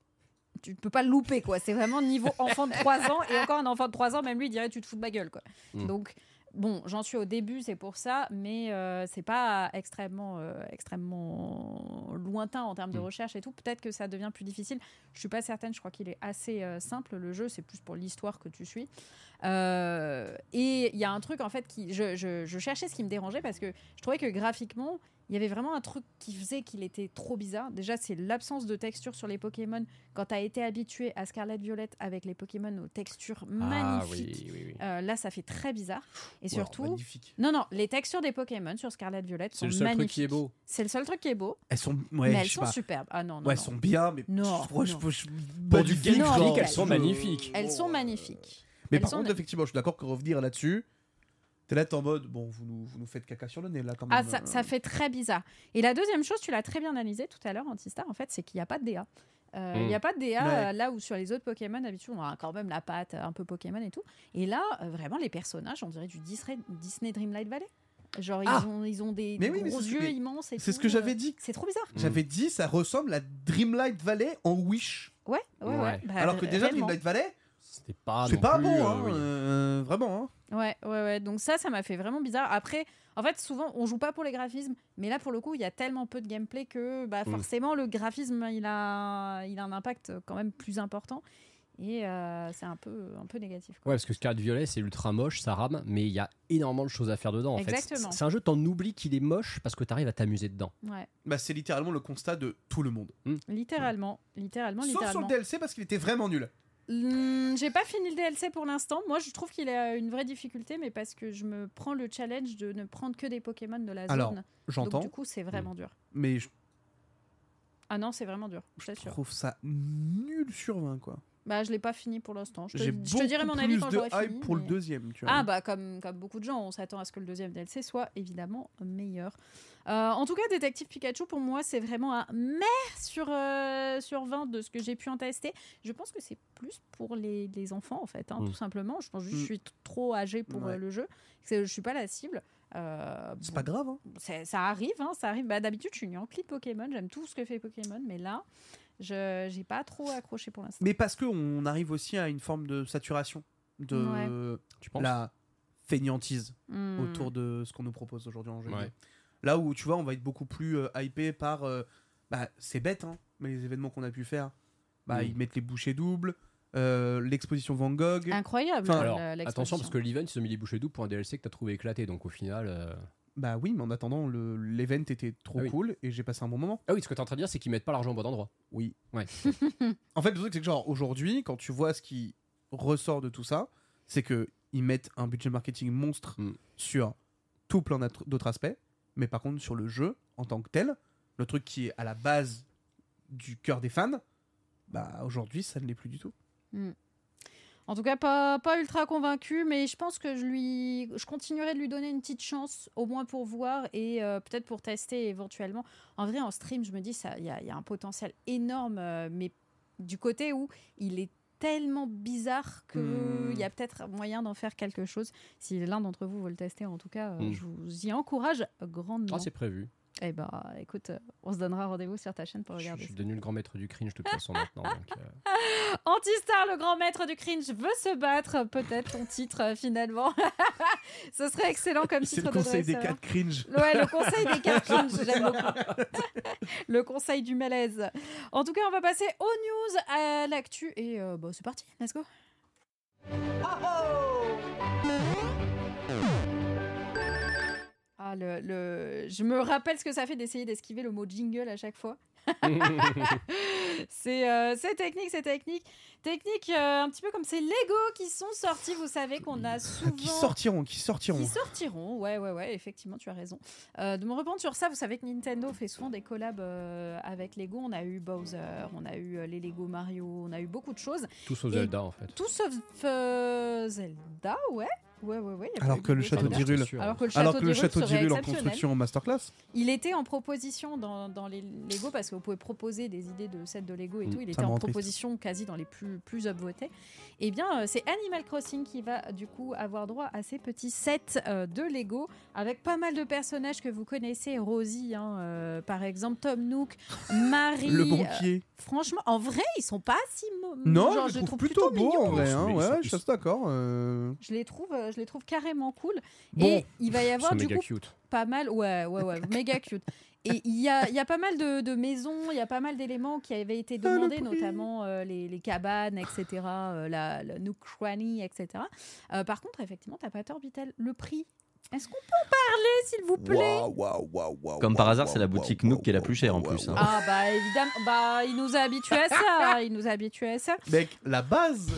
tu ne peux pas le louper quoi. C'est vraiment niveau enfant de 3 ans et encore un enfant de 3 ans, même lui il dirait tu te fous de ma gueule quoi. Mm. Donc bon, j'en suis au début, c'est pour ça, mais euh, c'est pas extrêmement, euh, extrêmement lointain en termes de Mm. recherche et tout. Peut-être que ça devient plus difficile. Je suis pas certaine. Je crois qu'il est assez euh, simple le jeu. C'est plus pour l'histoire que tu suis. Euh, et il y a un truc en fait qui, je, je- je cherchais ce qui me dérangeait parce que je trouvais que graphiquement, il y avait vraiment un truc qui faisait qu'il était trop bizarre. Déjà, c'est l'absence de texture sur les Pokémon. Quand tu as été habitué à Scarlet Violet avec les Pokémon aux textures magnifiques, Ah oui, oui, oui. euh, là, ça fait très bizarre. Et Wow, surtout, magnifique. non, non, les textures des Pokémon sur Scarlet Violet sont C'est le seul truc magnifiques. qui est beau. C'est le seul truc qui est beau. Elles sont. Ouais, mais elles je sais sont pas. superbes. Ah non, non. Ouais, elles non. sont bien, mais. Non, Pour non. du game game freak, elles sont magnifiques. Elles sont magnifiques. Mais Elles par sont contre, ma- effectivement, je suis d'accord que revenir là-dessus. T'es là, t'es en mode, bon, vous nous, vous nous faites caca sur le nez là quand même. Ah, ça, ça fait très bizarre. Et la deuxième chose, tu l'as très bien analysé tout à l'heure, Antistar, en fait, c'est qu'il n'y a pas de DA. Euh, Il Mm. n'y a pas de DA Ouais. euh, là où sur les autres Pokémon, d'habitude, on a quand même la patte euh, un peu Pokémon et tout. Et là, euh, vraiment, les personnages, on dirait du Disney, Disney Dreamlight Valley. Genre, Ah. ils, ont, ils ont des, Mais des oui, mais gros c'est ce que- yeux mais immenses. et c'est ce tout, que euh, j'avais dit. C'est trop bizarre. J'avais dit, ça ressemble à Dreamlight Valley en Wish. Ouais, ouais, ouais. Ouais. bah, Alors que déjà, réellement. Dreamlight Valley, C'était pas. c'est non pas plus, bon, euh, hein, oui. euh, vraiment. Hein. Ouais, ouais, ouais. Donc ça, ça m'a fait vraiment bizarre. Après, en fait, souvent, on joue pas pour les graphismes, mais là, pour le coup, il y a tellement peu de gameplay que bah, Mm. forcément, le graphisme, il a, il a un impact quand même plus important. Et euh, c'est un peu, un peu négatif. quoi. Ouais, parce que Scarlet Violet, c'est ultra moche, ça rame, mais il y a énormément de choses à faire dedans. En Exactement. fait, c'est un jeu, t'en oublies qu'il est moche parce que t'arrives à t'amuser dedans. Ouais, Bah, c'est littéralement le constat de tout le monde. littéralement, littéralement, Sauf sur le littéralement. DLC parce qu'il était vraiment nul. Hmm, J'ai pas fini le DLC pour l'instant. Moi, je trouve qu'il a une vraie difficulté, mais parce que je me prends le challenge de ne prendre que des Pokémon de la zone. Alors, Donc j'entends. du coup, c'est vraiment dur. Mais je Ah non, c'est vraiment dur. Je t'assure. trouve ça nul sur 20, quoi. Bah, je l'ai pas fini pour l'instant. Je, te- J'ai je te dirai mon beaucoup avis plus quand de j'aurai hype fini. pour le mais- deuxième, tu vois. Ah bah comme, comme beaucoup de gens, on s'attend à ce que le deuxième DLC soit évidemment meilleur. Euh, en tout cas, Détective Pikachu, pour moi, c'est vraiment un mer sur, euh, sur 20 de ce que j'ai pu en tester. Je pense que c'est plus pour les, les enfants, en fait, hein, Mm. tout simplement. Je pense juste que je Mm. suis t- trop âgée pour Ouais. euh, le jeu. C'est- Je suis pas la cible. Euh, C'est pas grave. Hein. c'est- ça arrive, hein, ça arrive. Bah, D'habitude, je suis une amplie de Pokémon, j'aime tout ce que fait Pokémon, mais là, je j'ai pas trop accroché pour l'instant. Mais parce qu'on arrive aussi à une forme de saturation de la fainéantise Hmm. autour de ce qu'on nous propose aujourd'hui en jeu. Ouais. Là où, tu vois, on va être beaucoup plus euh, hypé par. euh, bah, c'est bête, hein, mais les événements qu'on a pu faire, bah, Mm. ils mettent les bouchées doubles, euh, l'exposition Van Ah. Gogh. Incroyable. euh, Enfin, Alors, Alors, le- l'exposition. attention, parce que l'event, ils se sont mis les bouchées doubles pour un DLC que t'as trouvé éclaté. Donc, au final. euh, Bah oui, mais en attendant, le- l'event était trop Ah oui. cool et j'ai passé un bon moment. Ah oui, ce que t'es en train de dire, c'est qu'ils mettent pas l'argent au bon endroit. Oui. Ouais. En fait, le truc, c'est que genre aujourd'hui, quand tu vois ce qui ressort de tout ça, c'est que ils mettent un budget marketing monstre Mm. sur tout plein d'at- d'autres aspects, mais par contre sur le jeu en tant que tel, le truc qui est à la base du cœur des fans, bah aujourd'hui ça ne l'est plus du tout. En tout cas, pas, pas ultra convaincu, mais je pense que je, lui, je continuerai de lui donner une petite chance, au moins pour voir et euh, peut-être pour tester éventuellement. En vrai, en stream, je me dis, ça- il y a, il y a un potentiel énorme, euh, mais du côté où il est tellement bizarre qu'il Hmm. y a peut-être moyen d'en faire quelque chose. Si l'un d'entre vous veut le tester, en tout cas, euh, Hmm. je vous y encourage grandement. Ah, c'est prévu. eh ben, écoute, euh, on se donnera rendez-vous sur ta chaîne pour Je, regarder je ça. suis devenu le grand maître du cringe de toute façon maintenant. donc, [laughs] euh, Antistar, le grand maître du cringe, veut se battre. Peut-être ton titre, euh, finalement. [laughs] Ce serait excellent comme titre de dresseur. cringe. Ouais, le conseil des quatre cringe, j'aime beaucoup. [laughs] le conseil du malaise. En tout cas, on va passer aux news, à l'actu, et euh, bah, c'est parti, let's go. oh. Ah, le, le- Je me rappelle ce que ça fait d'essayer d'esquiver le mot jingle à chaque fois. [laughs] c'est euh, c'est technique, c'est technique. Technique euh, un petit peu comme ces Lego qui sont sortis, vous savez qu'on a souvent... Qui sortiront, qui sortiront. Qui sortiront, ouais, ouais, ouais, effectivement, tu as raison. Euh, de me reprendre sur ça, vous savez que Nintendo fait souvent des collabs euh, avec Lego. On a eu Bowser, on a eu euh, les Lego Mario, on a eu beaucoup de choses. tout sauf Et- Zelda en fait. Tout sauf euh, Zelda, ouais. Ouais, ouais, ouais. y a pas eu Alors que le Lego château Zelda. d'Irule- d'Irul, sûr. Alors que le château alors que le château serait d'Irul en exceptionnel. construction en masterclass, Il était en proposition dans, dans les Lego parce que vous pouvez proposer des idées de sets de Lego et Mm, tout. Il ça était me en rend triste. proposition quasi dans les plus, plus upvotés. Eh bien, euh, c'est Animal Crossing qui va du coup avoir droit à ces petits sets euh, de Lego avec pas mal de personnages que vous connaissez. Rosie, hein, euh, par exemple, Tom Nook, Marie. le euh, banquier. franchement, en vrai, ils sont pas si. mo- non, genre, je, le trouve plutôt, beau mignons. en vrai. hein, Mais ils ouais, sont- je suis assez d'accord. euh. Je les, trouve, euh, je les trouve carrément cool. Bon. Et il va y C'est avoir du méga coup cute. pas mal, ouais, ouais, ouais, [laughs] méga cute. Et il y a, il y a pas mal de, de maisons, il y a pas mal d'éléments qui avaient été Ah, le demandés, prix. notamment euh, les, les cabanes, etc., euh, la, la Nook Cranny, etc. Euh, par contre, effectivement, t'as pas tort, Vital, le prix. Est-ce qu'on peut en parler, s'il vous plaît Comme par hasard, c'est la boutique Nook qui est la plus chère en plus. hein. Ah, bah évidemment, bah, il nous a habitués à ça, il nous a habitués à ça. Mec, la base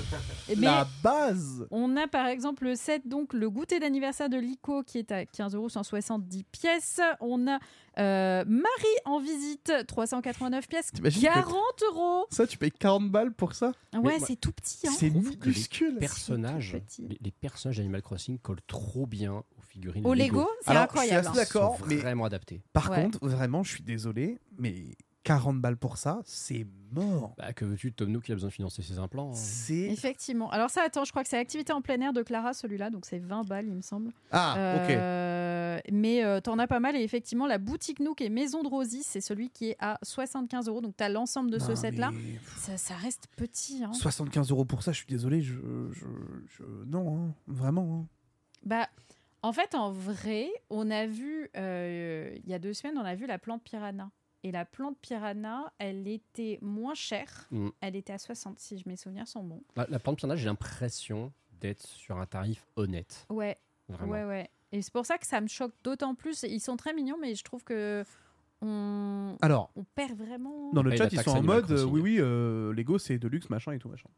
Mais La base On a par exemple le set, donc le goûter d'anniversaire de Lico qui est à 15 euros 170 pièces. On a euh, Marie en visite, 389 pièces, T'imagines 40 euros. Ça, tu payes 40 balles pour ça Ouais, moi- c'est tout petit. Hein. C'est trouve que les minuscule Personnages, C'est tout petit. les, les personnages d'Animal Crossing collent trop bien aux figurines Au Lego. Lego, c'est Alors, incroyable. je hein. suis assez d'accord, Ils sont mais- vraiment adaptés. Par Ouais. contre, vraiment, je suis désolé, mais 40 balles pour ça, c'est mort Bah, que veux-tu de Tom Nook qui a besoin de financer ses implants hein. C'est... Effectivement. Alors ça, attends, je crois que c'est activité en plein air de Clara, celui-là, donc c'est 20 balles, il me semble. Ah, ok. Euh, mais euh, t'en as pas mal et effectivement la boutique Nook et Maison de Rosie c'est celui qui est à 75 euros donc t'as l'ensemble de ce Non, set là mais ça, ça reste petit hein. 75 euros pour ça, je suis désolé, je... je, je- non, hein, vraiment. hein. Bah, en fait, en vrai, on a vu, euh, il y a deux semaines, on a vu la plante piranha. Et la plante piranha, elle était moins chère. Mm. Elle était à 60, si je mes souvenirs sont bons. Bah, La, la plante piranha, j'ai l'impression d'être sur un tarif honnête. Ouais, Vraiment. ouais, ouais. Et c'est pour ça que ça me choque d'autant plus. Ils sont très mignons, mais je trouve que on, Alors, on perd vraiment. dans le Après, il chat, attaque ils sont en Animal mode, euh, Crossing. oui, oui, euh, Lego, c'est de luxe, machin et tout, machin.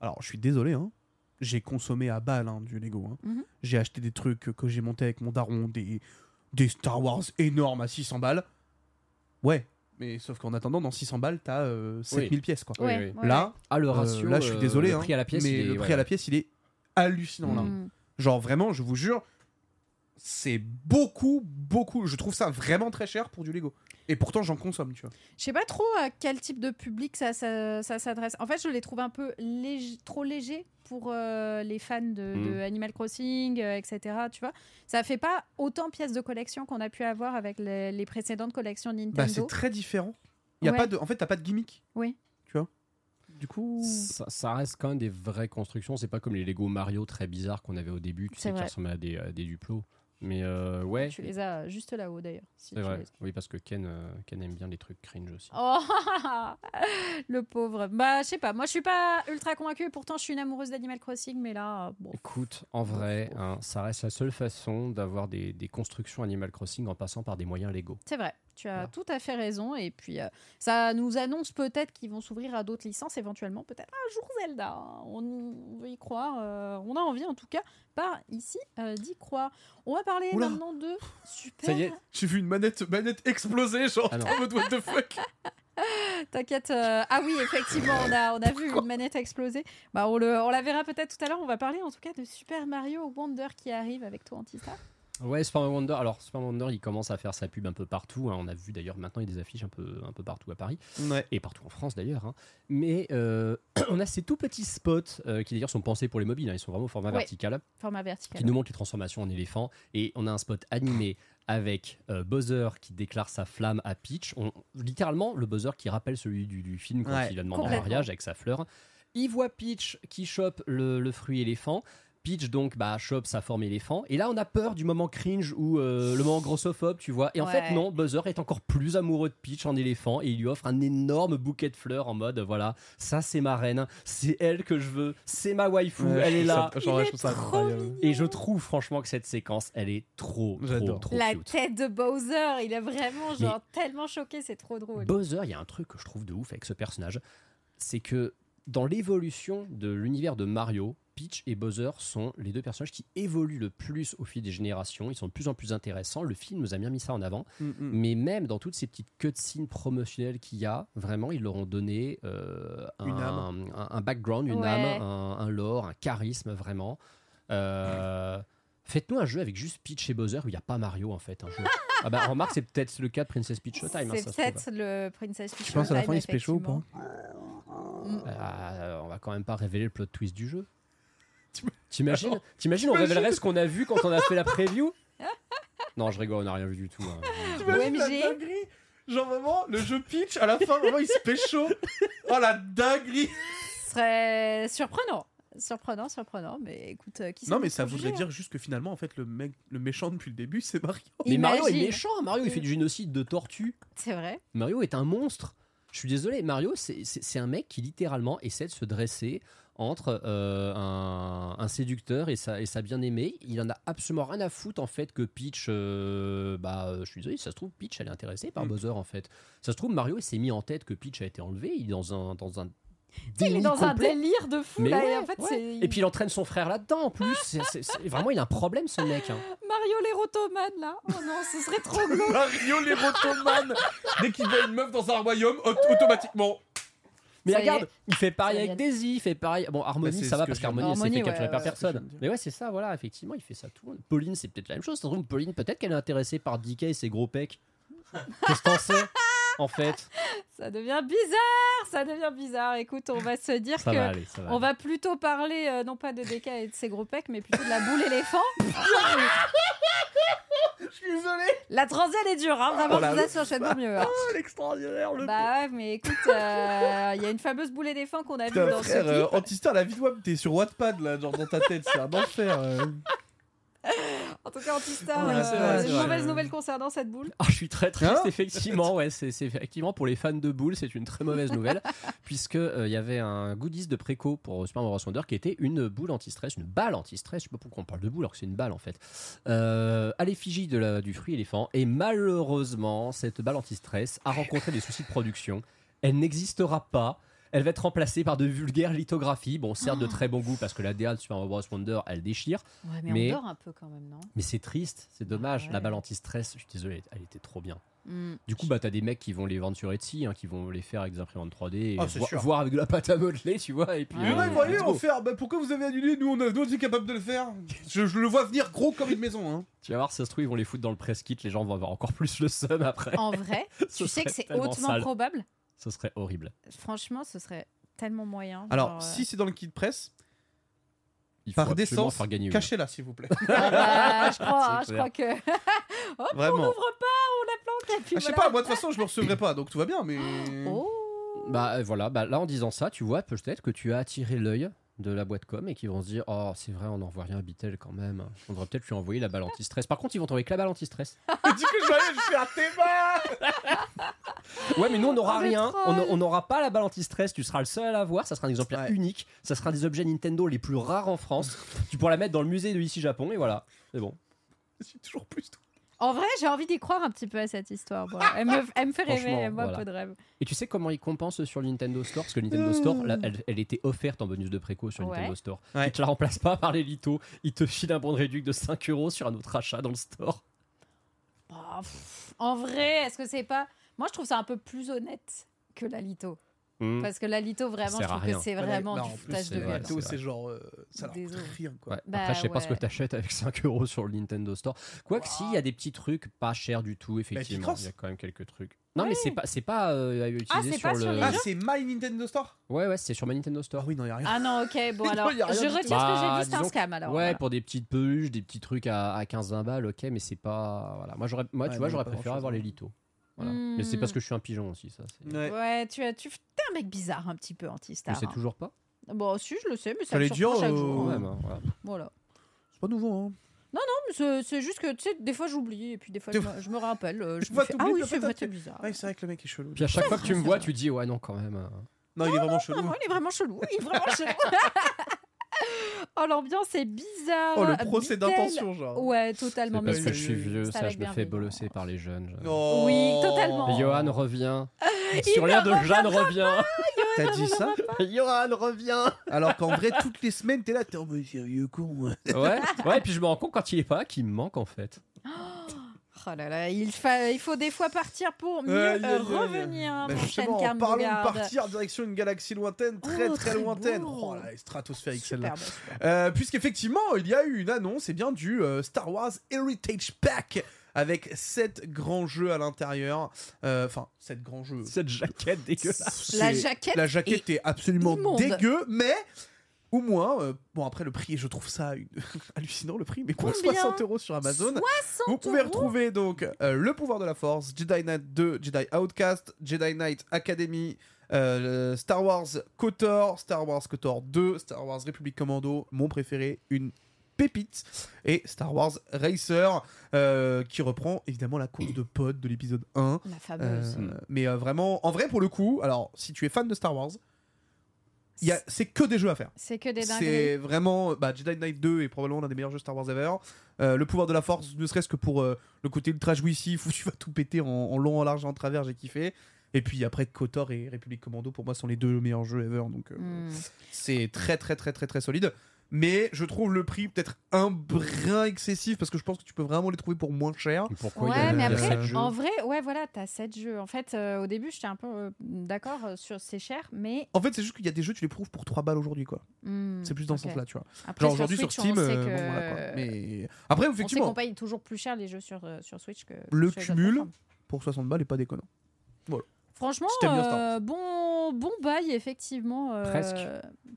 Alors, je suis désolé, hein. J'ai consommé à balle hein, du Lego. hein. Mhm. J'ai acheté des trucs que j'ai montés avec mon daron, des, des Star Wars énormes à 600 balles. Ouais, Mais sauf qu'en attendant, dans 600 balles, t'as euh, 7000 pièces quoi. Oui, Ouais, oui. ouais. Là, Ah, le euh, ratio, là, je suis euh, désolé. le hein, prix à la pièce, mais il est- le prix ouais. à la pièce, il est hallucinant là. Mm. Genre vraiment, je vous jure, c'est beaucoup, beaucoup. Je trouve ça vraiment très cher pour du Lego. Et pourtant, j'en consomme, tu vois. Je sais pas trop à quel type de public ça, ça, ça s'adresse. En fait, je les trouve un peu lég- trop légers pour euh, les fans de, Mm. de Animal Crossing, euh, etc. Tu vois, ça fait pas autant pièces de collection qu'on a pu avoir avec les, les précédentes collections Bah, Nintendo. c'est très différent. Y a Ouais. pas de... En fait, t'as pas de gimmick. Oui. Tu vois Du Mmh. coup. Ça, ça reste quand même des vraies constructions. C'est pas comme les Lego Mario très bizarres qu'on avait au début, tu C'est sais, qui vrai. ressemblaient à des, à des duplos. Mais euh, ouais, tu les as juste là-haut d'ailleurs. si c'est tu vrai. les- Oui, parce que Ken, euh, Ken aime bien les trucs cringe aussi. Oh, [laughs] le pauvre. Bah, je sais pas. Moi, je suis pas ultra convaincue. Pourtant, je suis une amoureuse d'Animal Crossing, mais là, euh, bon. Écoute, en vrai, hein, ça reste la seule façon d'avoir des, des constructions Animal Crossing en passant par des moyens Lego. C'est vrai, tu as Voilà. tout à fait raison. Et puis, euh, ça nous annonce peut-être qu'ils vont s'ouvrir à d'autres licences, éventuellement, peut-être un jour Zelda. hein. On, on veut y croire. euh, on a envie, en tout cas, par ici, euh, d'y croire. On va parler Oula. maintenant de Super. Ça y est, J'ai vu une manette, manette exploser, genre Ah non. en mode what the fuck. T'inquiète. euh, Ah oui, effectivement, on a, on a vu une manette exploser. Bah, on, le, on la verra peut-être tout à l'heure. On va parler, en tout cas, de Super Mario Wonder qui arrive avec toi, Antista. Ouais, Super Wonder. Alors, Super Wonder, il commence à faire sa pub un peu partout. hein. On a vu d'ailleurs maintenant, il y a des affiches un peu, un peu partout à Paris. Ouais. Et partout en France d'ailleurs. hein. Mais euh, [clears throat] on a ces tout petits spots euh, qui d'ailleurs sont pensés pour les mobiles. hein. Ils sont vraiment au format Ouais. vertical. Format vertical. qui nous montre les transformations en éléphant. Et on a un spot animé avec euh, Bowser qui déclare sa flamme à Peach. On, littéralement, le Bowser qui rappelle celui du, du film quand Ouais, il a demandé en complètement. mariage avec sa fleur. Il voit Peach qui chope le, le fruit éléphant. Peach donc bah chope sa forme éléphant et là on a peur du moment cringe ou euh, le moment grossophobe tu vois et en Ouais. fait non Bowser est encore plus amoureux de Peach en éléphant et il lui offre un énorme bouquet de fleurs en mode voilà ça c'est ma reine c'est elle que je veux c'est ma waifu Ouais, elle je est trouve là ça- genre, je Il est trouve ça trop incroyable. mignon. et je trouve franchement que cette séquence, elle est trop, trop, J'adore. trop La cute. tête de Bowser, il est vraiment genre tellement choqué, c'est trop drôle. Bowser, il y a un truc que je trouve de ouf avec ce personnage, c'est que dans l'évolution de l'univers de Mario, Peach et Bowser sont les deux personnages qui évoluent le plus au fil des générations. Ils sont de plus en plus intéressants. Le film nous a bien mis ça en avant. Mm, Mais même dans toutes ces petites cutscenes promotionnelles qu'il y a, vraiment, ils leur ont donné euh, un, Une un- un background, une Ouais. âme, un, un lore, un charisme, vraiment. Euh, Faites-nous un jeu avec juste Peach et Bowser où il n'y a pas Mario en fait. [laughs] un jeu. ah bah remarque, c'est peut-être le cas de Princess Peach Showtime. hein, ça C'est se trouve. peut-être le Princess Peach. Tu penses à la Showtime, fin, il se pécho ou pas effectivement. Euh, on va quand même pas révéler le plot twist du jeu. T'imagines T'imagines, on révélerait ce qu'on a vu quand on a fait la preview [laughs] Non, je rigole, on n'a rien vu du tout. hein. T'imagines la OMG. dinguerie Genre vraiment, le jeu pitch, à la fin, vraiment, il se pécho. Oh la dinguerie Ce serait surprenant. Surprenant, surprenant, mais écoute, euh, qui sait Non, mais nous ça pour voudrait juger, dire juste que finalement, en fait, le, mec, le méchant depuis le début, c'est Mario. hein. Mais Mario est Imagine. méchant, Mario il fait du génocide de tortues. C'est vrai. Mario est un monstre. Je suis désolé, Mario, c'est- c'est c'est un mec qui littéralement essaie de se dresser entre euh, un, un séducteur et sa, et sa bien-aimée. Il en a absolument rien à foutre en fait que Peach. euh, bah, euh, je suis désolé, ça se trouve, Peach, elle est intéressée par Mm. Bowser en fait. Ça se trouve, Mario, il s'est mis en tête que Peach a été enlevée. Il est dans un. Dans un il est déni dans un complet. délire de fou. Mais là, ouais, et en fait, ouais. c'est- Et puis il entraîne son frère là-dedans en plus. C'est- c'est- c'est- vraiment, il a un problème ce mec. hein. Mario les rotomanes, là. Oh non, ce serait [laughs] trop glauque. Mario les rotomanes Dès qu'il voit une meuf dans un royaume, aut- automatiquement. Mais Ça y est. regarde, il fait pareil Ça y est. avec Daisy, il fait pareil. Bon, Bah, Harmony, c'est ça va ce que parce je viens de- qu'Harmony, elle s'est fait Harmony, ouais, capturer par ouais, ouais, personne. c'est ce que je viens de dire. Mais ouais, c'est ça, voilà, effectivement, il fait ça tout le monde. Pauline, c'est peut-être la même chose. Ça se trouve, Pauline, peut-être qu'elle est intéressée par DK et ses gros pecs. Qu'est-ce que t'en sais En fait, Ça devient bizarre. Ça devient bizarre. Écoute, on va se dire ça que. va aller, ça va. On aller. va plutôt parler, euh, non pas de DK et de ses gros pecs, mais plutôt de la boule éléphant. [laughs] Je suis désolé La transelle est dure, hein, vraiment, Oh la je vous assure, je fais de mon mieux. hein. Oh, l'extraordinaire, le Bah ouais, mais écoute, euh, il y a une fameuse boule éléphant qu'on a vue Putain, dans ce frère, clip. euh, Antistar, la vidéo, t'es sur Wattpad, là, genre dans ta tête, c'est un enfer. euh. En tout cas, Antistar, Oh là, euh, c'est vrai, c'est une vrai. mauvaise nouvelle concernant cette boule. [laughs] Ah, je suis très triste, Hein effectivement. Ouais, c'est c'est effectivement pour les fans de boules, c'est une très mauvaise nouvelle, [laughs] puisque euh, il y avait un goodies de préco pour Super Mario Bros. Wonder qui était une boule anti-stress, une balle anti-stress. Je sais pas pourquoi on parle de boule alors que c'est une balle en fait. Euh, à l'effigie de la- du fruit éléphant, et malheureusement, cette balle anti-stress a rencontré des soucis de production. Elle n'existera pas. Elle va être remplacée par de vulgaires lithographies. Bon, certes de très bon goût parce que la DA de Super Mario Bros. Wonder, elle déchire. Ouais, mais on Mais- dort dort un peu quand même, non Mais c'est triste, c'est dommage. Ouais. La balle anti-stress, je suis désolé, elle était trop bien. Mm. Du coup, bah, t'as des mecs qui vont les vendre sur Etsy, hein, qui vont les faire avec des imprimantes 3D, et Ah, c'est vo- sûr. voir avec de la pâte à modeler, tu vois. Et puis, Mais euh, ouais, vous voyez, let's on go. fait, ah, bah, pourquoi vous avez annulé Nous, on a d'autres capables de le faire. Je, je le vois venir gros comme une maison. Hein. Tu vas voir, si ça se trouve, ils vont les foutre dans le press kit, les gens vont avoir encore plus le seum après. [laughs] En vrai, Ce tu sais que serait c'est tellement hautement sale. probable. Ce serait horrible. Franchement, ce serait tellement moyen. Alors, genre, euh, si c'est dans le kit presse, Il faut par absolument décence, faire gagner une. cachez-la, s'il vous plaît. [laughs] ah bah, [laughs] je crois, hein, je C'est crois que. [laughs] Hop, on Vraiment. n'ouvre pas, on la planque. et puis Ah, je sais voilà. pas, moi, de toute façon, je le recevrai pas, donc tout va bien, mais. Oh. Bah euh, voilà, bah, là en disant ça, tu vois peut-être que tu as attiré l'œil de la boîte com et qu'ils vont se dire Oh, c'est vrai, on envoie rien à Bitel quand même. On devrait peut-être lui envoyer la balle anti-stress. Par contre, ils vont t'envoyer que la balle anti-stress. [laughs] du coup, je vais aller, je fais un théma Ouais, mais nous, on n'aura Oh, le rien. troll. On on n'aura pas la balle anti-stress. Tu seras le seul à l'avoir. Ça sera un exemplaire Ouais. unique. Ça sera un des objets Nintendo les plus rares en France. tu pourras la mettre dans le musée de ici Japon et voilà. C'est bon. [laughs] Je suis toujours plus tout. En vrai, j'ai envie d'y croire un petit peu à cette histoire. voilà. Elle, [laughs] me, elle me fait rêver, Franchement, elle moi voilà. un peu de rêve. Et tu sais comment ils compensent sur le Nintendo Store Parce que le Nintendo Mmh. Store, là, elle, elle était offerte en bonus de préco sur le Ouais. Nintendo Store. Ouais. Ils te la remplacent pas par les litos. Ils te filent un bon de réduction de 5 euros sur un autre achat dans le store. Oh, pff, en vrai, est-ce que c'est pas. Moi, je trouve ça un peu plus honnête que la Lito. Hmm. Parce que la Lito, vraiment, Ça je sert à trouve que rien. Mmh. c'est vraiment Bah, du en plus, foutage c'est de vrai. gueule. c'est Théo, c'est genre. euh, ça leur Désolé. coûte rien, quoi. Ouais. Bah, Après, je sais pas ce que ouais. t'achètes avec 5 [laughs] euros sur le Nintendo Store. Quoique, si, il y a des petits trucs pas chers du Bah, tout, effectivement. Picross. Il y a quand même quelques trucs. Non, mais c'est pas, c'est pas euh, à utiliser c'est sur pas le. sur les Ah, jeux c'est My Nintendo Store ouais, ouais, c'est sur ma Nintendo Ah Store. oui, non, y a rien. Ah non, ok, [laughs] bon Non, alors. y a rien Je du retire tout. ce que j'ai Bah, dit, c'est un disons que- scam alors. ouais, Ah, voilà. pour des petites peluches, des petits trucs à, à 15-20 balles, ok, mais c'est pas. Voilà. Moi, j'aurais, moi Ouais, tu vois, non, j'aurais pas préféré grand-chose, avoir hein. les litos. Voilà. Hmm. Mais c'est parce que je suis un pigeon aussi, ça. c'est- Ouais. Ouais, tu as- tu t'es un mec bizarre un petit peu Je anti-star. sais hein. toujours pas. Bon, si, je le sais, mais ça Fallait me surprend dire, chaque euh, jour. Quand Ouais. même, hein, voilà. Voilà. C'est pas nouveau, hein. Non, mais c'est- c'est juste que, tu sais, des fois j'oublie et puis des fois je Des me, je me rappelle. [laughs] euh, Je Des me fois, fais, ah t'oublies, oui, puis c'est après, vrai, t'as- c'est bizarre. Ouais, c'est vrai que le mec est chelou. Puis à chaque fois que tu me vois, tu dis ouais non quand même. euh. Non, il est vraiment chelou. Vraiment, il est vraiment chelou. Il est vraiment chelou. oh, l'ambiance est bizarre. Oh, le procès Bitel- d'intention, genre. Ouais, C'est totalement. mais parce c'est- que je suis vieux, c'est ça, avec je me fais bienveillance. bolosser par les jeunes. je- Non. Oui, totalement. Oh. [laughs] Johan revient. Il Sur ne l'air de Jeanne revient. [laughs] T'as dit ça Johan revient. Alors qu'en vrai, toutes les semaines, t'es là, t'es en mode sérieux con. [laughs] Ouais. Ouais. Et puis je me rends compte quand il est pas là qu'il me manque en fait. Oh là là, il, fa- il faut des fois partir pour mieux Aïe, aïe, euh, aïe. revenir. hein, Bah, pour justement, Shane en parlant de Carmougarde. partir direction une galaxie lointaine, très Oh, très, très lointaine. beau. Oh là, là, stratosphérique celle-là. Superbe, superbe. Euh, Puisqu'effectivement, il y a eu une annonce et bien, du euh, Star Wars Heritage Pack avec 7 grands jeux à l'intérieur. Euh, Enfin, 7 grands jeux. Cette jaquette dégueulasse. C'est- La jaquette La jaquette est, absolument immonde. dégueu, mais au moins, euh, bon après le prix, je trouve ça une- [laughs] hallucinant le prix, mais pour Combien 60 euros sur Amazon, 60 vous pouvez euros retrouver donc euh, Le Pouvoir de la Force, Jedi Knight 2, Jedi Outcast, Jedi Knight Academy, euh, Star Wars KOTOR, Star Wars KOTOR 2, Star Wars République Commando, mon préféré, une pépite, et Star Wars Racer, euh, qui reprend évidemment la course de pod de l'épisode 1. La Euh, fameuse. mais euh, vraiment, en vrai, pour le coup, alors si tu es fan de Star Wars, il y a- c'est que des jeux à faire. C'est que des dingueries. C'est vraiment bah, Jedi Knight 2 est probablement l'un des meilleurs jeux Star Wars ever. Euh, le pouvoir de la force, ne serait-ce que pour euh, le côté ultra jouissif où tu vas tout péter en, en long, en large et en travers, j'ai kiffé. Et puis après, KOTOR et République Commando, pour moi, sont les deux meilleurs jeux ever. Donc euh, Hmm. c'est très, très, très, très, très solide. Mais je trouve le prix peut-être un brin excessif parce que je pense que tu peux vraiment les trouver pour moins cher. Pourquoi il y a, Ouais, mais il y a après, sept jeux en vrai, ouais, voilà, t'as 7 jeux. En fait, euh, au début, j'étais un peu euh, d'accord euh, sur c'est cher, mais. En fait, c'est juste qu'il y a des jeux, tu les prouves pour 3 balles aujourd'hui, quoi. hmm, Oh, C'est plus dans ce ok. sens-là, tu vois. Après, Genre aujourd'hui sur, Switch, Steam, on sait euh, que- bon, voilà, quoi. Mais après, On sait qu'on effectivement, paye toujours plus cher les jeux sur, euh, sur Switch que. Le sur les autres cumul. plateformes. pour 60 balles, et pas déconnant. Franchement, Si t'aimes bien Star Wars. euh, bon, bon bail, effectivement. euh, Presque.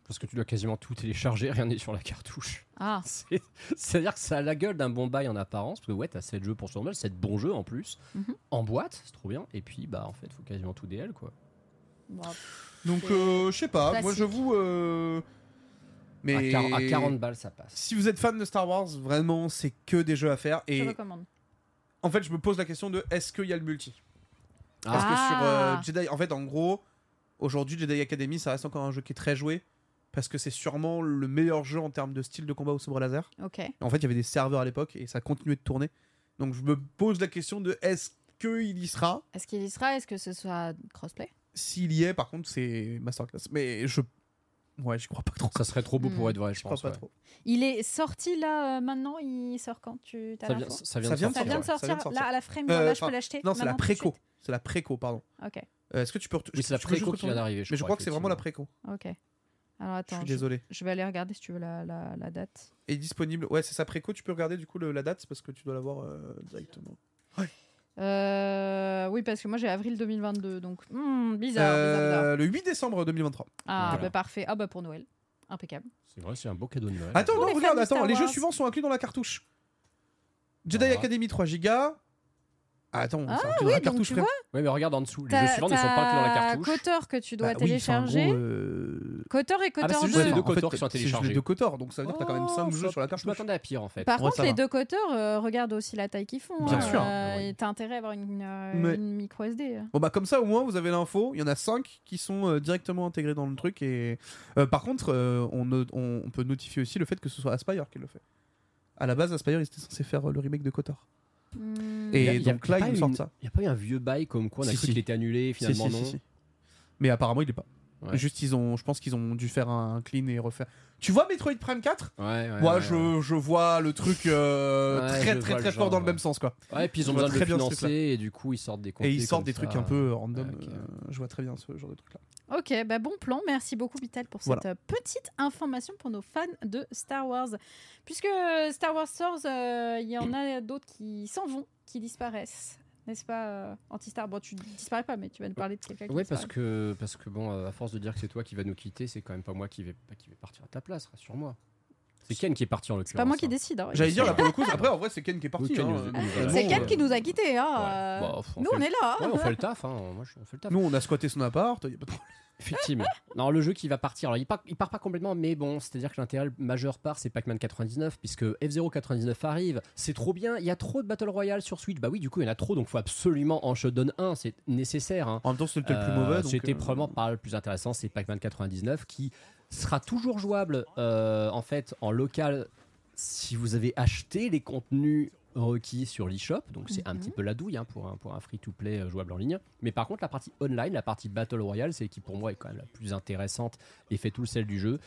Parce que tu dois quasiment tout télécharger, rien n'est sur la cartouche. Ah, [laughs] C'est- C'est-à-dire que ça a la gueule d'un bon bail en apparence, parce que ouais, t'as 7 jeux pour 100 balles, 7 bons jeux en plus, Mhm. en boîte, c'est trop bien, et puis bah en fait, faut quasiment tout DL quoi. bon, Donc, C'est euh, je sais pas, moi classique. j'avoue. euh, Mais. À, quar- à 40 balles, ça passe. Si vous êtes fan de Star Wars, vraiment, c'est que des jeux à faire. je Et recommande. en fait, je me pose la question de est-ce qu'il y a le multi Ah. Parce que sur euh, Ah. Jedi, en fait, en gros, aujourd'hui, Jedi Academy, ça reste encore un jeu qui est très joué. Parce que c'est sûrement le meilleur jeu en termes de style de combat au sabre laser. Ok. En fait, il y avait des serveurs à l'époque et ça continuait de tourner. Donc je me pose la question de est-ce qu'il y sera Est-ce qu'il y sera Est-ce que ce soit crossplay S'il y est, par contre, c'est masterclass. Mais je Ouais, je crois pas trop. Ça serait trop beau pour Hmm. être vrai, je, Je crois pense. pas ouais. trop. Il est sorti là euh, maintenant, il sort quand tu t'as Ça la vient, fois ça vient de Ça vient de sortir. ouais. Ça vient sortir de sortir. là à la frame, Euh, là je peux enfin, l'acheter. Non, c'est la maintenant, tout de préco. suite C'est la préco, pardon. Ok, Euh, Est-ce que tu peux. ret- Oui, c'est la tu peux juste préco qui vient retourner d'arriver. Mais je crois que c'est vraiment la préco. ok. Alors Je attends, suis je, désolé. je vais aller regarder si tu veux la, la, la date. Est disponible. Ouais, c'est sa préco. Tu peux regarder du coup le- la date c'est parce que tu dois l'avoir euh, directement. Euh, oui, parce que moi j'ai avril 2022, donc hmm, bizarre, bizarre, bizarre. Euh, Le 8 décembre 2023. Ah voilà. bah parfait, ah bah pour Noël, impeccable. C'est vrai, c'est un beau cadeau de Noël. Attends, Pour non, les regarde, fans de attends. Star Les jeux Wars. suivants sont inclus dans la cartouche. Jedi Ah. Academy 3 Go. Ah, attends, Ah, c'est inclus dans oui, la donc cartouche tu frère. Ouais, mais regarde en dessous. Les T'as- jeux suivants ne sont pas inclus dans la t'as cartouche. Kotor que tu dois Bah oui, enfin, en gros, télécharger. euh, Kotor et bah, Kotor c'est juste 2. les deux en fait, Kotor qui sont c'est juste téléchargés. les deux Kotor, donc ça veut dire que t'as quand même 5 Oh, jeux sur la Je cartouche. m'attendais à pire en fait. Par Ah, Ouais, contre, ça les va. deux coteurs, euh, regarde aussi la taille qu'ils font. Bien hein. sûr. Euh, et T'as intérêt à avoir une, euh, Mais- une micro SD. Bon bah comme ça au moins vous avez l'info, il y en a 5 qui sont euh, directement intégrés dans le truc et euh, par contre euh, on, no- on- on peut notifier aussi le fait que ce soit Aspire qui le fait. À la base Aspire ils étaient censés faire euh, le remake de Cotard. Hmm. Et Y a- y a donc là pas ils nous une- sortent ça. Il n'y a pas eu un vieux bail comme quoi on a Si, cru si. qu'il était annulé, Si, finalement si, si, non. si. Mais apparemment il est pas. Ouais. Juste ils ont je pense qu'ils ont dû faire un clean et refaire. Tu vois Metroid Prime 4 Ouais, ouais. Moi ouais, je, ouais. je vois le truc euh, Euh, Ouais, je très très vois très le fort dans genre, le ouais. même sens quoi. Ouais, et puis ils ont Je vois besoin de très le bien ce truc-là. financer et du coup ils sortent des Et comtés ils sortent comme des ça. trucs un peu random, ouais, ok. euh, je vois très bien ce genre de truc là. Ok, bah bon plan. Merci beaucoup, Vital, pour cette Voilà. euh, petite information pour nos fans de Star Wars. Puisque euh, Star Wars sort, euh, il y en a d'autres qui s'en vont, qui disparaissent. N'est-ce pas, euh, Antistar Bon, tu disparais pas, mais tu vas nous parler de quelqu'un qui Ouais, parce disparaît. que, parce que bon, euh, à force de dire que c'est toi qui vas nous quitter, c'est quand même pas moi qui vais, pas qui vais partir à ta place, rassure-moi. C'est Ken qui est parti en l'occurrence. C'est pas moi qui hein. décide. hein. J'allais c'est dire là ça. pour le coup, après en vrai c'est Ken qui est parti. Oui, Ken hein. nous- nous a- C'est Bon, Ken euh, qui nous a quittés. hein, euh, Bah, enfin, on nous, fait on le- est là. hein. Ouais, on fait le taf, hein. Moi, je- on fait le taf. Nous, on a squatté son appart. y a pas de problème. [laughs] Effectivement. Non, le jeu qui va partir, alors il part, il part pas complètement, mais bon, c'est-à-dire que l'intérêt majeur part, c'est Pac-Man 99, puisque F-Zero 99 arrive, c'est trop bien, il y a trop de Battle Royale sur Switch, bah oui, du coup, il y en a trop, donc faut absolument en shutdown 1, c'est nécessaire. hein. En même temps, c'était le plus Euh, mauvais. donc, C'était euh, probablement pas le plus intéressant, c'est Pac-Man 99 qui sera toujours jouable euh, en fait en local si vous avez acheté les contenus requis sur l'eShop. Donc c'est un Mhm. petit peu la douille hein, pour un, pour un free-to-play euh, jouable en ligne. Mais par contre, la partie online, la partie Battle Royale, c'est qui pour moi est quand même la plus intéressante et fait tout le sel du jeu.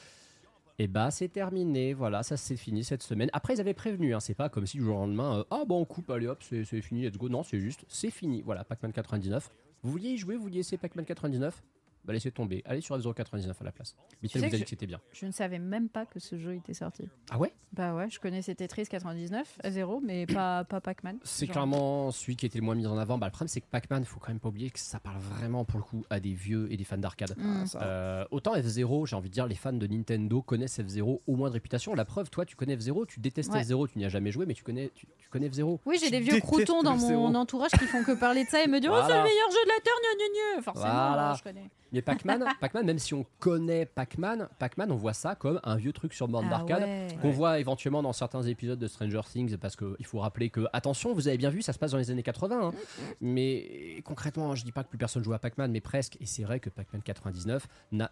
Et bah c'est terminé, voilà, ça c'est fini cette semaine. Après ils avaient prévenu, hein, c'est pas comme si du jour au lendemain, euh, ah bah on coupe, allez hop, c'est c'est fini, let's go. Non, c'est juste, c'est fini, voilà, Pac-Man 99. Vous vouliez y jouer, vous vouliez essayer Pac-Man 99 Bah laissez tomber, allez sur F099 à la place. Michel sais vous que a dit je- que c'était bien. Je ne savais même pas que ce jeu était sorti. Ah ouais Bah ouais, je connaissais Tetris 99 à 0, mais pas, pas Pac-Man. C'est Genre. clairement celui qui était le moins mis en avant. Bah, le problème c'est que Pac-Man, faut quand même pas oublier que ça parle vraiment pour le coup à des vieux et des fans d'arcade. Hmm. ça. Euh, autant F0, j'ai envie de dire, les fans de Nintendo connaissent F0 au moins de réputation. La preuve, toi, tu connais F0, tu détestes Ouais. F0, tu n'y as jamais joué, mais tu connais, tu, tu connais F0. Oui, j'ai Je des vieux déteste croutons le dans mon zéro. entourage qui font que parler de ça et me dire Oh, c'est Voilà. le meilleur jeu de la Terre, gna gna gna Forcément, Voilà. euh, je connais. Mais [laughs] Pac-Man, Pac-Man, même si on connaît Pac-Man, Pac-Man, on voit ça comme un vieux truc sur borne Ah d'arcade. qu'on voit éventuellement dans certains épisodes de Stranger Things, parce qu'il faut rappeler que, attention, vous avez bien vu, ça se passe dans les années 80. hein. Mais concrètement, je dis pas que plus personne joue à Pac-Man, mais presque. Et c'est vrai que Pac-Man 99 n'a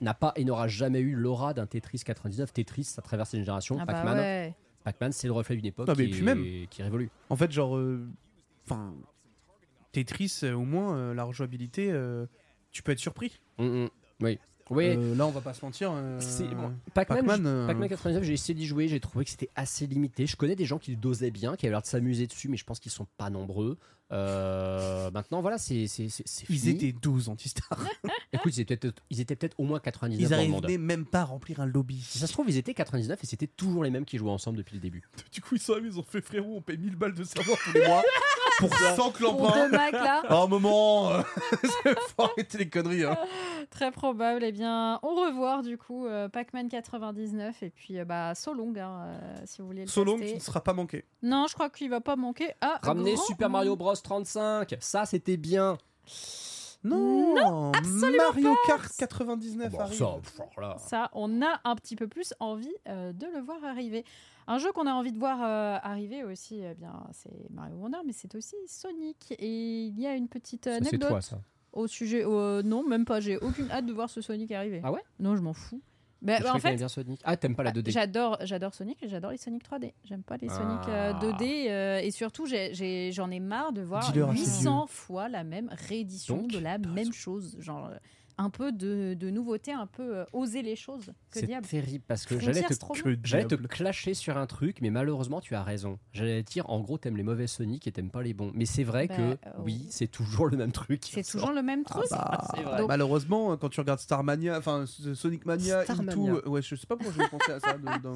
n'a pas et n'aura jamais eu l'aura d'un Tetris 99. Tetris, ça traverse les générations. Ah bah Pac-Man, ouais. Pac-Man, c'est le reflet d'une époque Ah, mais qui, puis est- même- qui révolue. En fait, genre. euh, Enfin. Tetris, euh, au moins, euh, la rejouabilité, euh, tu peux être surpris. Mm, mm. Oui. Oui, Euh, là, on va pas se mentir. euh, C'est- bon, Pac-Man, Pac-Man, je- euh, Pac-Man 99, j'ai essayé d'y jouer, j'ai trouvé que c'était assez limité. Je connais des gens qui le dosaient bien, qui avaient l'air de s'amuser dessus, mais je pense qu'ils sont pas nombreux. Euh, maintenant, voilà, c'est c'est- c'est- c'est Ils fini. étaient 12 anti-stars. [laughs] Écoute, ils étaient peut-être ils étaient peut-être au moins 99 Ils dans le monde. arrivaient même pas à remplir un lobby. Si ça se trouve, ils étaient 99 et c'était toujours les mêmes qui jouaient ensemble depuis le début. Du coup, ils sont arrivés, ils ont fait frérot, on paye 1000 balles de serveur tous les mois pour 100 Pour clampins. deux Mac, [laughs] là, À un moment, euh, [laughs] faut arrêter les conneries. hein. très probable. Eh bien, au revoir du coup, euh, Pac-Man 99 et puis euh, bah, So Long, hein, euh, si vous voulez le Solon, tu tester. ne seras pas manqué. Non, je crois qu'il va pas manquer à. Ramener grand Super Mario Bros 35, ça c'était bien. Non, Mario Kart Ah 99 bah, Bon, arrive. ça, pff, alors là. Ça, on a un petit peu plus envie euh, de le voir arriver. Un jeu qu'on a envie de voir euh, arriver aussi, eh bien, c'est Mario Wonder, mais c'est aussi Sonic. Et il y a une petite Ça, c'est anecdote toi ça. au sujet. euh, non, même pas. J'ai aucune hâte de voir ce Sonic arriver. Ah ouais Non, je m'en fous. Bah, Je bah, en croyais que fait, bah, t'aimais bien Sonic. Ah, t'aimes pas la 2D. j'adore, j'adore Sonic et j'adore les Sonic 3D. J'aime pas les Sonic euh, Ah. 2D euh, et surtout j'ai- j'ai- j'en ai, marre de voir Dis-leur à ces 800 fois la même réédition Donc, de la t'as même raison. chose. Genre, euh, un peu de, de nouveauté, un peu euh, oser les choses. Que C'est diable. terrible parce que Frontières, j'allais te, c'est trop que bien. j'allais te clasher sur un truc, mais malheureusement tu as raison. J'allais te dire en gros t'aimes les mauvais Sonic et t'aimes pas les bons. Mais c'est vrai Bah, que euh, oui, c'est toujours le même truc. C'est [laughs] toujours le même truc. Ah bah, c'est vrai. Donc, Malheureusement, quand tu regardes Starmania, enfin S- Sonic Mania, Starmania. Into, euh, ouais, je sais pas pourquoi je pensais à ça. de- dans-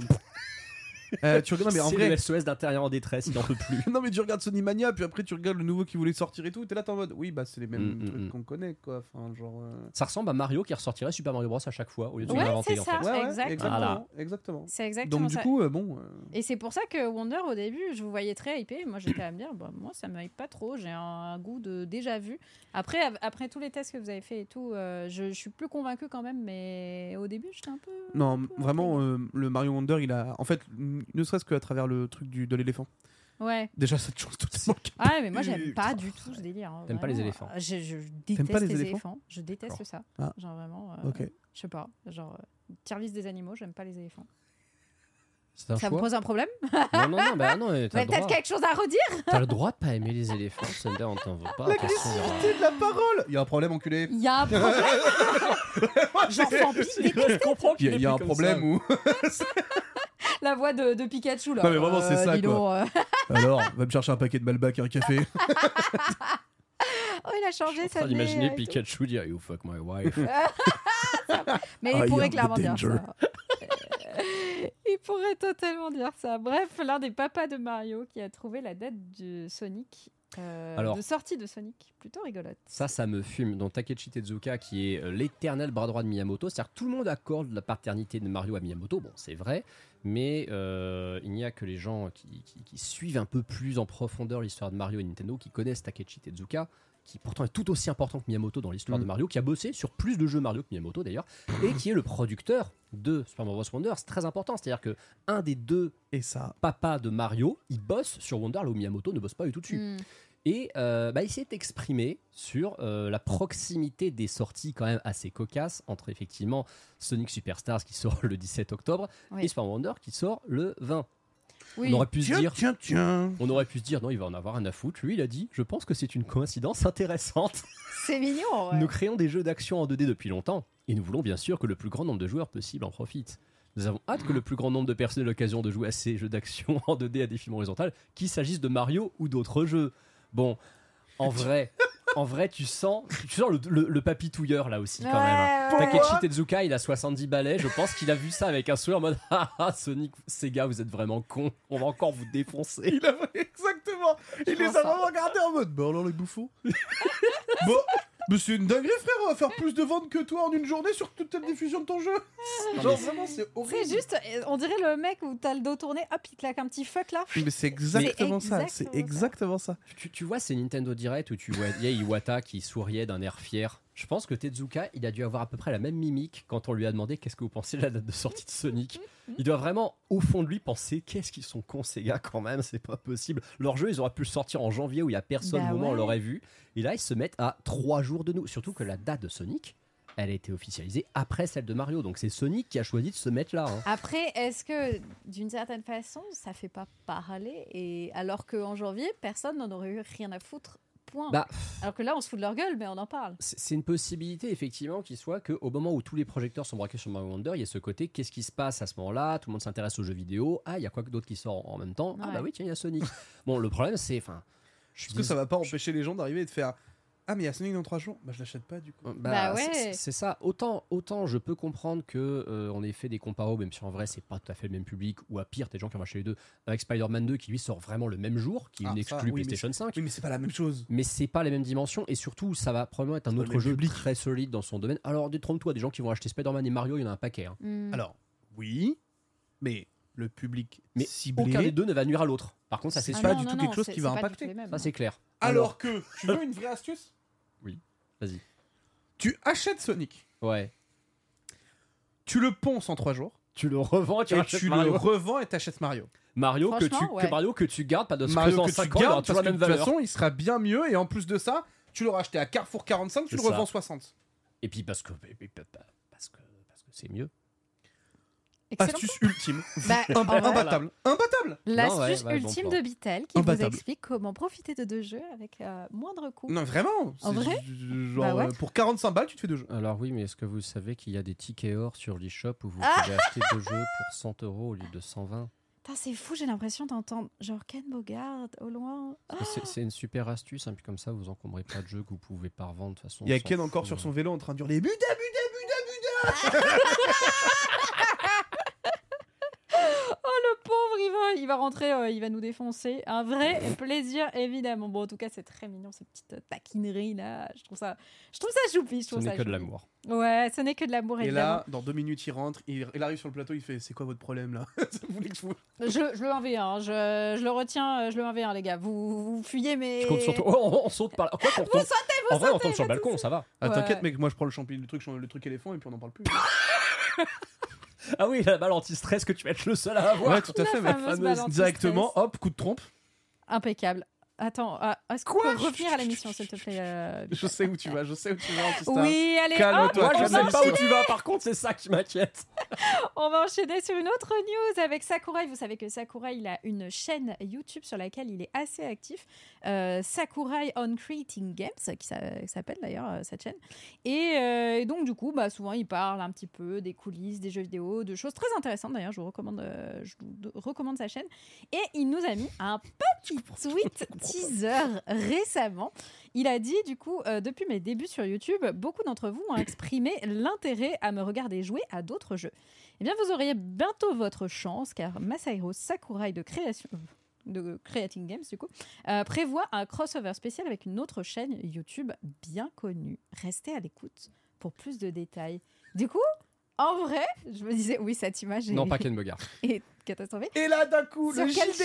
Euh, tu regardes, non, mais en c'est vrai, le SOS d'intérieur en détresse, il en peut [laughs] plus. non mais tu regardes Sonic Mania, puis après tu regardes le nouveau qui voulait sortir et tout, t'es là t'es en mode, oui bah c'est les mêmes Mm, mm, trucs mm. qu'on connaît quoi, enfin genre. euh, Ça ressemble à Mario qui ressortirait Super Mario Bros à chaque fois au lieu de se hein. Ouais, l'inventer c'est en ça. fait. Ouais, ouais, Exactement. exactement, Voilà. exactement. c'est exactement Donc du ça. coup, euh, bon. euh, Et c'est pour ça que Wonder, au début, je vous voyais très hypé. Moi, j'étais à me dire, bah, moi, ça me hype pas trop. J'ai un, un goût de déjà vu. Après, av- après tous les tests que vous avez fait et tout, euh, je, je suis plus convaincue quand même. Mais au début, j'étais un peu. Non, vraiment, euh, le Mario Wonder, il a. En fait, n- ne serait-ce qu'à travers le truc du, de l'éléphant. Ouais. euh, Déjà, ça te change totalement. Ah, mais moi, j'aime pas du tout ce délire. hein, T'aimes pas les vraiment. éléphants. Ah, Je, je déteste pas les les, éléphants éléphants. Je déteste D'accord. ça. Ah. Genre vraiment. euh, Ok. Je sais pas. Genre. euh, Service des animaux, j'aime pas les éléphants. C'est un Ça me choix. pose un problème Non, non, non, bah non, [laughs] mais Vous t'as avez le droit. peut-être quelque chose à redire T'as le droit de pas aimer les éléphants, Sunder, on t'en veut pas. attention. L'agressivité de la parole Il y a un problème, enculé Il y a [laughs] un problème [laughs] [laughs] J'en sens pique Je comprends Il qu'il y a, il y a un problème où. la voix de, de Pikachu là. Non, mais vraiment, c'est ça, dis quoi. donc, euh, [laughs] Alors, va me chercher un paquet de Malbac et un café. Oh, il a Je suis changé en ça. train d'imaginer Pikachu dire You fuck my wife. Mais I il am pourrait the clairement dire danger. ça. [laughs] Euh, il pourrait totalement dire ça. Bref, l'un des papas de Mario qui a trouvé la date de Sonic, euh, Alors- de sortie de Sonic, plutôt rigolote. Ça, ça me fume. Donc Takeshi Tezuka, qui est euh, l'éternel bras droit de Miyamoto, c'est-à-dire que tout le monde accorde la paternité de Mario à Miyamoto, bon, c'est vrai, mais euh, il n'y a que les gens qui, qui- qui suivent un peu plus en profondeur l'histoire de Mario et Nintendo, qui connaissent Takeshi Tezuka, qui pourtant est tout aussi important que Miyamoto dans l'histoire Mm. de Mario, qui a bossé sur plus de jeux Mario que Miyamoto d'ailleurs, et qui est le producteur de Super Mario Bros. Wonder. C'est très important, c'est-à-dire que un des deux Et ça. papas de Mario, il bosse sur Wonder, là où Miyamoto ne bosse pas du tout dessus. Hmm. Et euh, bah, il s'est exprimé sur euh, la proximité des sorties quand même assez cocasses entre effectivement Sonic Superstars qui sort [laughs] le 17 octobre Oui. et Super Wonder qui sort le 20. Oui. On aurait pu se dire... tiens, tiens On aurait pu se dire, non, il va en avoir un à foutre. Lui, il a dit, je pense que c'est une coïncidence intéressante. C'est mignon. ouais. Nous créons des jeux d'action en 2D depuis longtemps, et nous voulons bien sûr que le plus grand nombre de joueurs possible en profite. Nous avons hâte que le plus grand nombre de personnes aient l'occasion de jouer à ces jeux d'action [laughs] en 2D à défilement horizontal, qu'il s'agisse de Mario ou d'autres jeux. Bon, [laughs] en vrai, en vrai, tu sens, tu sens le, le, le papitouilleur là aussi quand Ouais, même. hein. ouais, ouais. Takeshi Tezuka, il a 70 balais, je pense qu'il a vu ça avec un sourire en mode [laughs] Ah ah, Sonic, Sega, vous êtes vraiment cons, on va encore vous défoncer. Il a... Exactement Il les pense a ça. vraiment regardés en mode Bon, alors les bouffons Bon mais c'est une dinguerie frère, on va faire plus de ventes que toi en une journée sur toute la diffusion de ton jeu Genre vraiment c'est horrible C'est juste, euh, on dirait le mec où t'as le dos tourné, hop, il claque un petit fuck là. Mais c'est exactement ça, exactement c'est ça. exactement ça. Tu, tu vois ces Nintendo Direct où tu vois Yei Iwata qui souriait d'un air fier. Je pense que Tezuka, il a dû avoir à peu près la même mimique quand on lui a demandé qu'est-ce que vous pensez de la date de sortie de Sonic. Il doit vraiment, au fond de lui, penser qu'est-ce qu'ils sont cons ces gars quand même, c'est pas possible. Leur jeu, ils auraient pu le sortir en janvier où il y a personne, Bah au moment où on ouais. l'aurait vu. Et là, ils se mettent à trois jours de nous. Surtout que la date de Sonic, elle a été officialisée après celle de Mario. Donc c'est Sonic qui a choisi de se mettre là. hein. Après, est-ce que d'une certaine façon, ça fait pas parler et alors qu'en janvier, personne n'en aurait eu rien à foutre. Point. Bah, Alors que là, on se fout de leur gueule, mais on en parle. C'est c'est une possibilité, effectivement, qu'il soit qu'au moment où tous les projecteurs sont braqués sur Mario Wonder, il y a ce côté qu'est-ce qui se passe à ce moment-là Tout le monde s'intéresse aux jeux vidéo. Ah, il y a quoi que d'autre qui sort en même temps Ah, Ouais. bah oui, tiens, il y a [laughs] Sonic. bon, le problème, c'est. Enfin. je Parce que dis- ça va pas empêcher les gens d'arriver et de faire Ah, mais il y a Sonic dans 3 jours Bah, je l'achète pas du coup. Bah, Bah ouais. c'est- C'est ça. Autant, autant je peux comprendre que euh, on ait fait des comparos, même si en vrai c'est pas tout à fait le même public, ou à pire, des gens qui ont acheté les deux, avec Spider-Man 2 qui lui sort vraiment le même jour, qui est Ah, une ça, exclue oui, mais PlayStation 5. Oui, mais c'est pas la même chose. mais c'est pas les mêmes dimensions et surtout ça va probablement être un pas le autre même jeu public. très solide dans son domaine. Alors détrompe-toi, des gens qui vont acheter Spider-Man et Mario, il y en a un paquet. hein. Hmm. Alors, oui, mais le public Mais ciblé. aucun des deux ne va nuire à l'autre. Par contre, ça c'est Ah C'est sûr. pas du tout quelque chose c'est- qui va c'est pas du impacter. tout les mêmes, Ça c'est clair. Alors que, tu veux une vraie astuce Vas-y. Tu achètes Sonic, Ouais. tu le ponces en 3 jours, Tu le revends, tu et rachètes tu Mario. le revends et t'achètes Mario. Mario que tu Franchement, que ouais. Mario que tu gardes pas de Mario dans que 5 tu ans, il aura gardes, toujours parce la que de même toute valeur. façon, il sera bien mieux, et en plus de ça, tu l'auras acheté à Carrefour 45, tu C'est le ça. revends 60. Et puis parce que parce que parce que c'est mieux. Excellent. Astuce ultime. [laughs] Bah, Im- en vrai- imbattable. Imbattable L'astuce Non, ouais, ouais, bon ultime plan. de Bitel qui vous Imbattable. explique comment profiter de deux jeux avec euh, moindre coût. Non, vraiment c'est En vrai du- du- Genre, Bah ouais. euh, pour 45 balles, tu te fais deux jeux. Alors oui, mais est-ce que vous savez qu'il y a des tickets or sur l'eShop où vous Ah pouvez acheter deux jeux pour 100 euros au lieu de 120 Putain, c'est fou, j'ai l'impression d'entendre genre Ken Bogard au loin. Parce que c'est- C'est une super astuce, hein, puis comme ça vous encombrez pas de jeux que vous pouvez pas revendre de toute façon. Il y a on s'en Ken encore fout, sur hein. son vélo en train de hurler Buda, Buda, Oh, Le pauvre, il va, il va rentrer, euh, il va nous défoncer. Un [laughs] vrai plaisir, évidemment. Bon, en tout cas, c'est très mignon, ces petites euh, taquineries là. Je trouve ça, je trouve ça choupi. Je Ce trouble n'est que de l'amour. Ouais, ce n'est que de l'amour, Et évidemment. là, dans deux minutes, il rentre, il, il arrive sur le plateau, il fait C'est quoi votre problème là [laughs] Vous voulez que je vous- Je, je le 1v1, je, je le retiens, euh, je le 1v1, les gars. Vous, vous fuyez, mais. Je compte sur toi. [laughs] Oh, on, on saute par là. Quoi qu'on Vous retombe- sautez, vous En vrai, on sautez, tombe sur le pas de balcon, ça va. Ah, Ouais. T'inquiète, mec, moi je prends le champignon, le truc, le truc éléphant et puis on n'en parle plus. Ah oui, la balle anti-stress que tu vas être le seul à avoir. ouais, tout à fait, mec. La fameuse balle anti-stress. Directement, Oh, hop, coup de trompe. Impeccable. Attends, ah, est-ce qu'on Quoi peut revenir à l'émission, s'il te plaît euh, [laughs] Je sais où tu vas, je sais où tu vas, Antistar. Oui, Oh, allez, hop, Calme-toi, Moi, on, je calme-toi. va sais pas où tu vas, par contre, c'est ça qui m'inquiète. on va enchaîner sur une autre news avec Sakurai. Vous savez que Sakurai, il a une chaîne YouTube sur laquelle il est assez actif. Euh, Sakurai on Creating Games, qui s'a- qui s'appelle d'ailleurs euh, cette chaîne. Et, euh, et donc, du coup, bah, souvent, il parle un petit peu des coulisses, des jeux vidéo, de choses très intéressantes. D'ailleurs, je vous recommande, euh, je vous de- recommande sa chaîne. Et il nous a mis un petit tweet teaser récemment. Il a dit, du coup, euh, depuis mes débuts sur YouTube, beaucoup d'entre vous ont exprimé l'intérêt à me regarder jouer à d'autres jeux. Eh bien, vous auriez bientôt votre chance, car Masahiro Sakurai de création... De Creating Games, du coup, euh, prévoit un crossover spécial avec une autre chaîne YouTube bien connue. Restez à l'écoute pour plus de détails. Du coup, en vrai, je me disais, oui, cette image est, Non, pas Ken Bogard. [laughs] est catastrophique. Et là, d'un coup, Sur le quelle JDG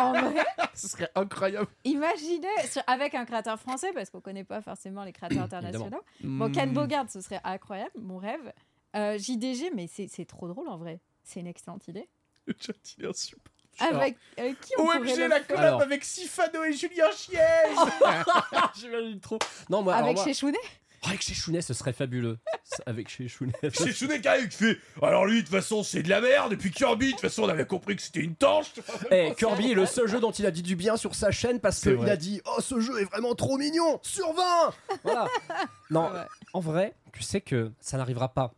[laughs] En vrai, [laughs] Ce serait incroyable. imaginez sur- avec un créateur français, parce qu'on connaît pas forcément les créateurs internationaux. Bon, Hmm. Hmm. Ken Bogard, ce serait incroyable, mon rêve. Euh, JDG, mais c'est c'est trop drôle en vrai. C'est une excellente idée. Le chat, il est insupportable. Avec euh, qui on pourrait le OMG, la faire collab Alors. avec Sifano et Julien Chiez [laughs] J'imagine trop. Non, moi, Avec alors, moi- chez Chounet Oh, avec chez Chounet, ce serait fabuleux. Ça, Avec chez Chounet. C'est Shuneka qui fait Alors lui, de toute façon, c'est de la merde. Et puis Kirby, de toute façon, on avait compris que c'était une tanche. Eh, Kirby est le seul jeu dont il a dit du bien sur sa chaîne parce C'est qu'il vrai. a dit Oh, ce jeu est vraiment trop mignon Sur 20 [laughs] Voilà. Non, Ouais. en vrai, tu sais que ça n'arrivera pas.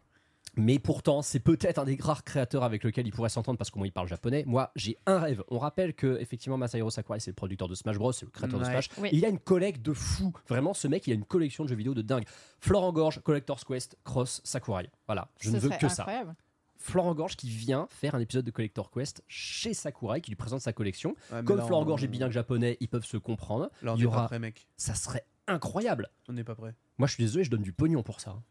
Mais pourtant, c'est peut-être un des rares créateurs avec lequel il pourrait s'entendre parce qu'au moins il parle japonais. Moi, j'ai un rêve. On rappelle que effectivement Masahiro Sakurai, c'est le producteur de Smash Bros, c'est le créateur de Ouais. Smash. Oui. Et il a une collecte de fou. Vraiment, ce mec, il a une collection de jeux vidéo de dingue. Florent Gorge, Collector's Quest, Cross, Sakurai. Voilà, je Ce ne veux serait que ça. incroyable. Florent Gorge qui vient faire un épisode de Collector Quest chez Sakurai, qui lui présente sa collection. Comme Florent Gorge est bilingue japonais, ils peuvent se comprendre. Là, on Il y n'est aura- pas prêt, mec. Ça serait incroyable. On n'est pas prêt. Moi, je suis désolé, je donne du pognon pour ça. hein.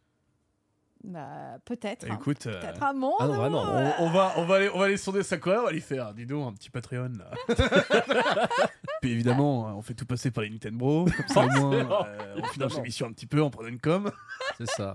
Bah, peut-être. hein. Écoute, euh, Peut-être un monde. Ah non, vraiment. hein. on- on, on va, on, va aller, on va aller sonder Sakurai, on va lui faire, dis donc, un petit Patreon là. Puis évidemment, euh, on fait tout passer par les Nintendo Bros, comme ça au moins, euh, on finance l'émission un petit peu, on prend une com. [laughs] C'est ça.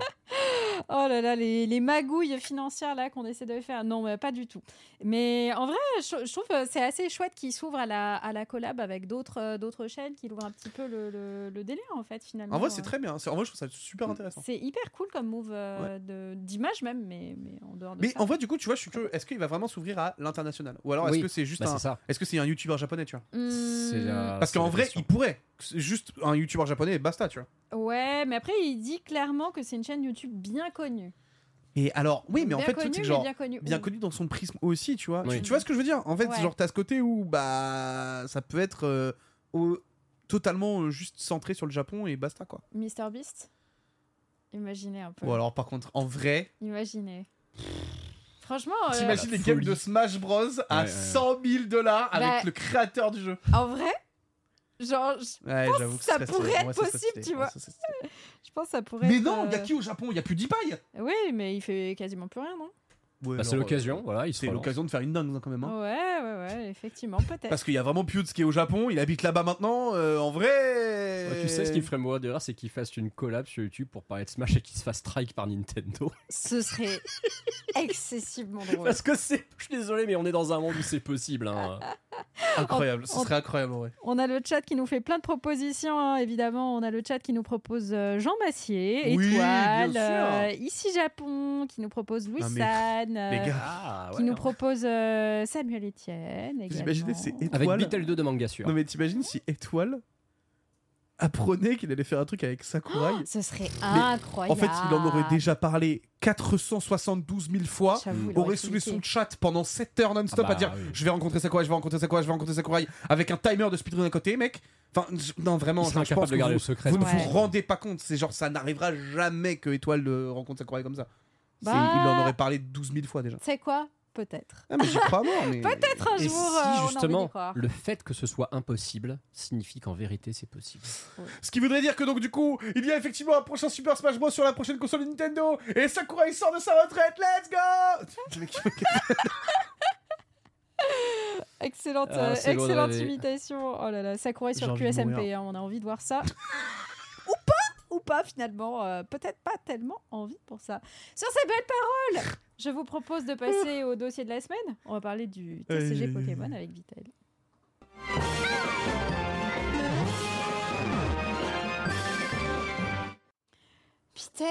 Oh là là, les, les magouilles financières là qu'on essaie de faire. Non, mais pas du tout. Mais en vrai, je, je trouve que c'est assez chouette qu'il s'ouvre à la, à la collab avec d'autres euh, d'autres chaînes, qu'il ouvre un petit peu le, le- le délire en fait finalement. En vrai, c'est très bien, c'est- en vrai, je trouve ça super intéressant. C'est hyper cool comme move euh, de- d'image même, mais, mais en dehors de Mais ça. en vrai, du coup, tu vois, je suis curieux, est-ce qu'il va vraiment s'ouvrir à l'international Ou alors est-ce Oui. que c'est juste Bah, un. c'est ça. Est-ce que c'est Ah, un youtubeur japonais, tu vois C'est Hmm. la- Parce c'est qu'en la vrai, question. il pourrait. C'est Juste un youtubeur japonais et basta, tu vois. Mmh, Ouais, mais après il dit clairement que c'est une chaîne YouTube bien connue. Et alors, oui, mais en Bien fait, le connue, truc, c'est mais genre. bien connue. bien où connu dans son prisme aussi, tu vois. Oui. Tu, tu vois ce que je veux dire En fait, Ouais. genre, t'as ce côté où bah ça peut être euh, au- totalement euh, juste centré sur le Japon et basta quoi. Mister Beast Imaginez un peu. Ou alors, par contre, en vrai, Imaginez. Franchement, euh, t'imagines la les games folie. de Smash Bros à Ouais, ouais, ouais. 100 000 dollars avec Bah. le créateur du jeu. en vrai, genre, je, Ouais, j'avoue que ça serait pourrait stylé. être Ouais, ça serait possible, stylé. tu Ouais, vois. je pense que ça pourrait. Mais être, non, y'a euh, qui au Japon Y'a plus d'e-paye Oui, mais il fait quasiment plus rien, non Bah, c'est l'occasion, voilà. Il se C'est relance. l'occasion de faire une dingue hein, quand même. hein. Ouais, ouais, ouais, effectivement, peut-être. Parce qu'il y a vraiment Pewds qui est au Japon, il habite là-bas maintenant. euh, en vrai. Ouais, tu sais, ce qui me ferait mourir de rire, c'est qu'il fasse une collab sur YouTube pour parler de Smash et qu'il se fasse strike par [laughs] Nintendo. [laughs] Ce serait excessivement drôle. Parce que c'est. Je suis désolé, mais on est dans un monde où c'est possible. hein. Incroyable, ce On- serait incroyable, ouais. On a le chat qui nous fait plein de propositions, hein, évidemment. On a le chat qui nous propose euh, Jean Massier, Oui, Étoile, bien sûr. euh, Ici Japon, qui nous propose Louis Non, mais- San, les euh, gars. Ah, hein. qui nous propose euh, Samuel Etienne. Vous imaginez, c'est également. Étoile. Avec Beetle 2 de manga sûr. Non, mais t'imagines si Étoile apprenait qu'il allait faire un truc avec Sakurai Ce serait Mais incroyable. En fait, il en aurait déjà parlé 472 000 fois, J'avoue, il aurait aurait saoulé flippé. son chat pendant 7 heures non-stop Ah à bah dire oui. Je vais rencontrer Sakurai, je vais rencontrer Sakurai, je vais rencontrer Sakurai, avec un timer de speedrun à côté, mec. Enfin, je- non, vraiment, Il je, serait je incapable pense de que garder vous, le secret, Vous ne ça. vous Ouais. rendez pas compte, c'est genre, ça n'arrivera jamais que Étoile de rencontre Sakurai comme ça. C'est- Bah. Il en aurait parlé 12 000 fois déjà. Tu sais quoi Peut-être. Ah, mais j'y [laughs] crois à mort, mais- Peut-être un Et jour. euh, on a envie si d'y justement croire. le fait que ce soit impossible signifie qu'en vérité c'est possible. Ce qui voudrait dire que donc du coup, il y a effectivement un prochain Super Smash Bros sur la prochaine console Nintendo et Sakurai sort de sa retraite. Let's go Excellente, Ah, euh, c'est lourd de excellente rêver. imitation. Oh là là, ça courait J'ai sur envie de QSMP. mourir. hein, on a envie de [laughs] voir ça. ou pas, ou pas finalement. euh, Peut-être pas tellement envie pour ça. Sur ces belles paroles, je vous propose de passer au dossier de la semaine. On va parler du Aïe, aïe, TCG aïe, Pokémon avec Vitel. Vitel,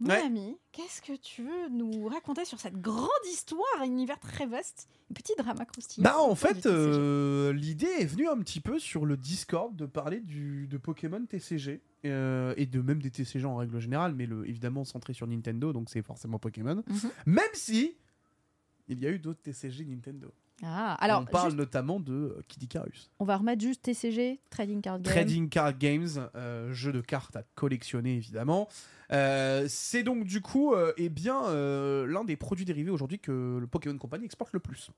mon Ouais. ami, qu'est-ce que tu veux nous raconter sur cette grande histoire, un univers très vaste, un petit drama croustillant Bah en autour du fait, TCG? euh, l'idée est venue un petit peu sur le Discord de parler du, de Pokémon TCG euh, et de même des TCG en règle générale, mais le, évidemment centré sur Nintendo, donc c'est forcément Pokémon. Mhm. Même si il y a eu d'autres TCG Nintendo. Ah, alors, on parle juste- notamment de euh, Kid Icarus. on va remettre juste TCG, Trading Card Game. Trading Card Games, euh, jeu de cartes à collectionner évidemment. Euh, c'est donc du coup euh, eh bien euh, l'un des produits dérivés aujourd'hui que le Pokémon Company exporte le plus.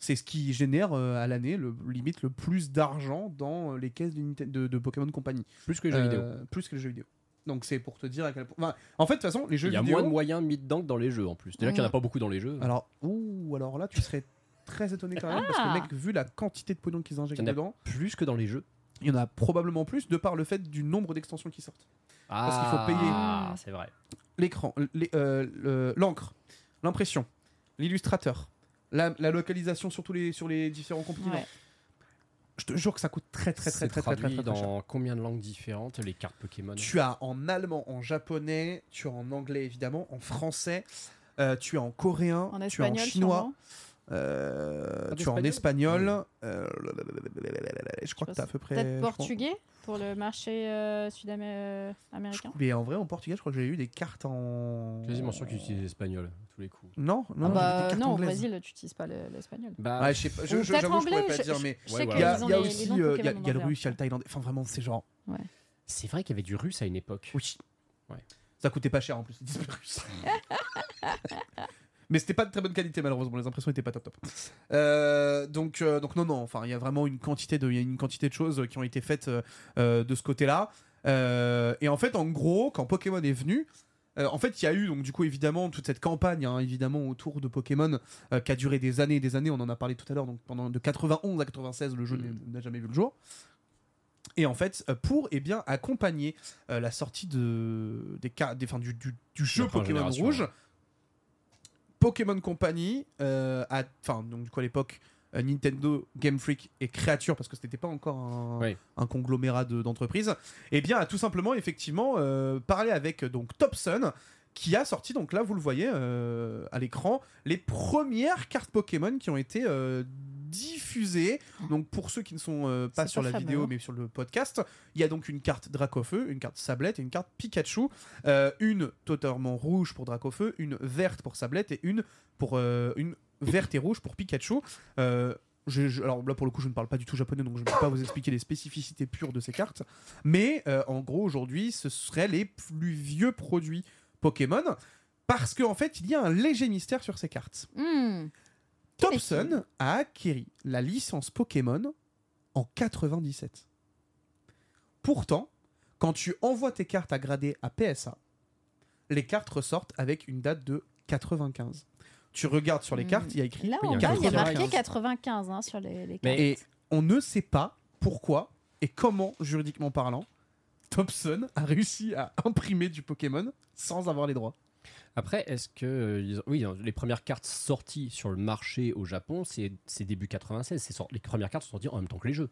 C'est ce qui génère euh, à l'année le, limite le plus d'argent dans euh, les caisses de, Ninte- de- de Pokémon Company. Plus que les jeux Euh, vidéo. Plus que les jeux vidéo. Donc c'est pour te dire à quel point. enfin, en fait, de toute façon, les jeux Il y a vidéo. moins de moyens mis dedans que dans les jeux en plus. Déjà qu'il n'y en a pas beaucoup dans les jeux. Alors, ouh, alors là, tu serais très étonné quand même, parce Ah. que, mec, vu la quantité de pognon qu'ils injectent Il y en a dedans. plus que dans les jeux. Il y en a probablement plus de par le fait du nombre d'extensions qui sortent. Parce qu'il faut payer. Ah, c'est vrai. l'écran, les- euh, le- l'encre, l'impression, l'illustrateur, la, la localisation sur tous les sur les différents continents. Ouais. Je te jure que ça coûte très très très C'est très très très, traduit très, très cher. dans combien de langues différentes les cartes Pokémon Tu as Ah, en allemand, en japonais, tu as en anglais évidemment, en français, euh, tu as en coréen, En tu as en espagnol, chinois. sûrement. euh, Pas tu as en d'espagnol espagnol, euh, je crois que tu as à peu près. je Peut-être crois- portugais pour le marché euh, sud-américain. Mais en vrai, en portugais, je crois que j'ai eu des cartes en. Quasiment sûr qu'ils utilisent l'espagnol tous les coups. Non, non, j'ai eu des cartes Ah bah, non, au anglaises. Brésil, tu n'utilises pas le- l'espagnol. Bah, Ouais, je sais pas, je, Ou je- peut-être j'avoue, je pourrais anglais, pas je- dire, je- mais je sais il que y a, ils ont il y a les- aussi les noms de euh, il y a, Pokémon il y a le anglais, russe, il y a le thaïlandais. Enfin, vraiment, c'est genre. C'est vrai qu'il y avait du russe à une époque. Oui. Ça coûtait pas cher en plus, les disques russes. Mais c'était pas de très bonne qualité, malheureusement. Les impressions étaient pas top top. Euh, donc, euh, donc, non, non. Enfin, il y a vraiment une quantité, de, il y a une quantité de choses euh, qui ont été faites euh, euh, de ce côté-là. Euh, et en fait, en gros, quand Pokémon est venu. euh, en fait, il y a eu donc du coup évidemment toute cette campagne hein, évidemment autour de Pokémon euh, qui a duré des années et des années. On en a parlé tout à l'heure. Donc pendant de 91 à 96, Mm. le jeu n'est- n'a jamais vu le jour. Et en fait, euh, pour eh bien, accompagner euh, la sortie de, des, car- des, enfin, du, du- du jeu La première Pokémon génération, Rouge, ouais. Pokémon Company, euh, a- enfin, donc du coup à l'époque, euh, Nintendo, Game Freak et Creature, parce que c'était pas encore un, Oui. un conglomérat de- d'entreprises, eh bien, a tout simplement, effectivement, euh, parlé avec euh, donc Topson, qui a sorti, donc là, vous le voyez euh, à l'écran, les premières cartes Pokémon qui ont été euh, diffusées. Donc, pour ceux qui ne sont euh, pas C'est sur pas la fameux. vidéo, mais sur le podcast, il y a donc une carte Dracofeu, une carte Sablette et une carte Pikachu. Euh, une totalement rouge pour Dracofeu, une verte pour Sablette et une pour euh, une verte et rouge pour Pikachu. Euh, je- je- alors là pour le coup je ne parle pas du tout japonais donc je ne peux pas vous expliquer les spécificités pures de ces cartes. Mais euh, en gros aujourd'hui ce seraient les plus vieux produits Pokémon parce qu'en fait il y a un léger mystère sur ces cartes. Hmm. Thompson a acquéri la licence Pokémon en 97. Pourtant, quand tu envoies tes cartes à grader à PSA, les cartes ressortent avec une date de 95. Tu regardes sur les cartes, il y a écrit hmm. Là, en bas, il y a marqué 95 hein, sur les, les cartes. Et on ne sait pas pourquoi et comment, juridiquement parlant, Thompson a réussi à imprimer du Pokémon sans avoir les droits. Après, est-ce que. euh, ils ont- Oui, hein, les premières cartes sorties sur le marché au Japon, c'est c'est début 96. c'est sor- Les premières cartes sont sorties en même temps que les jeux.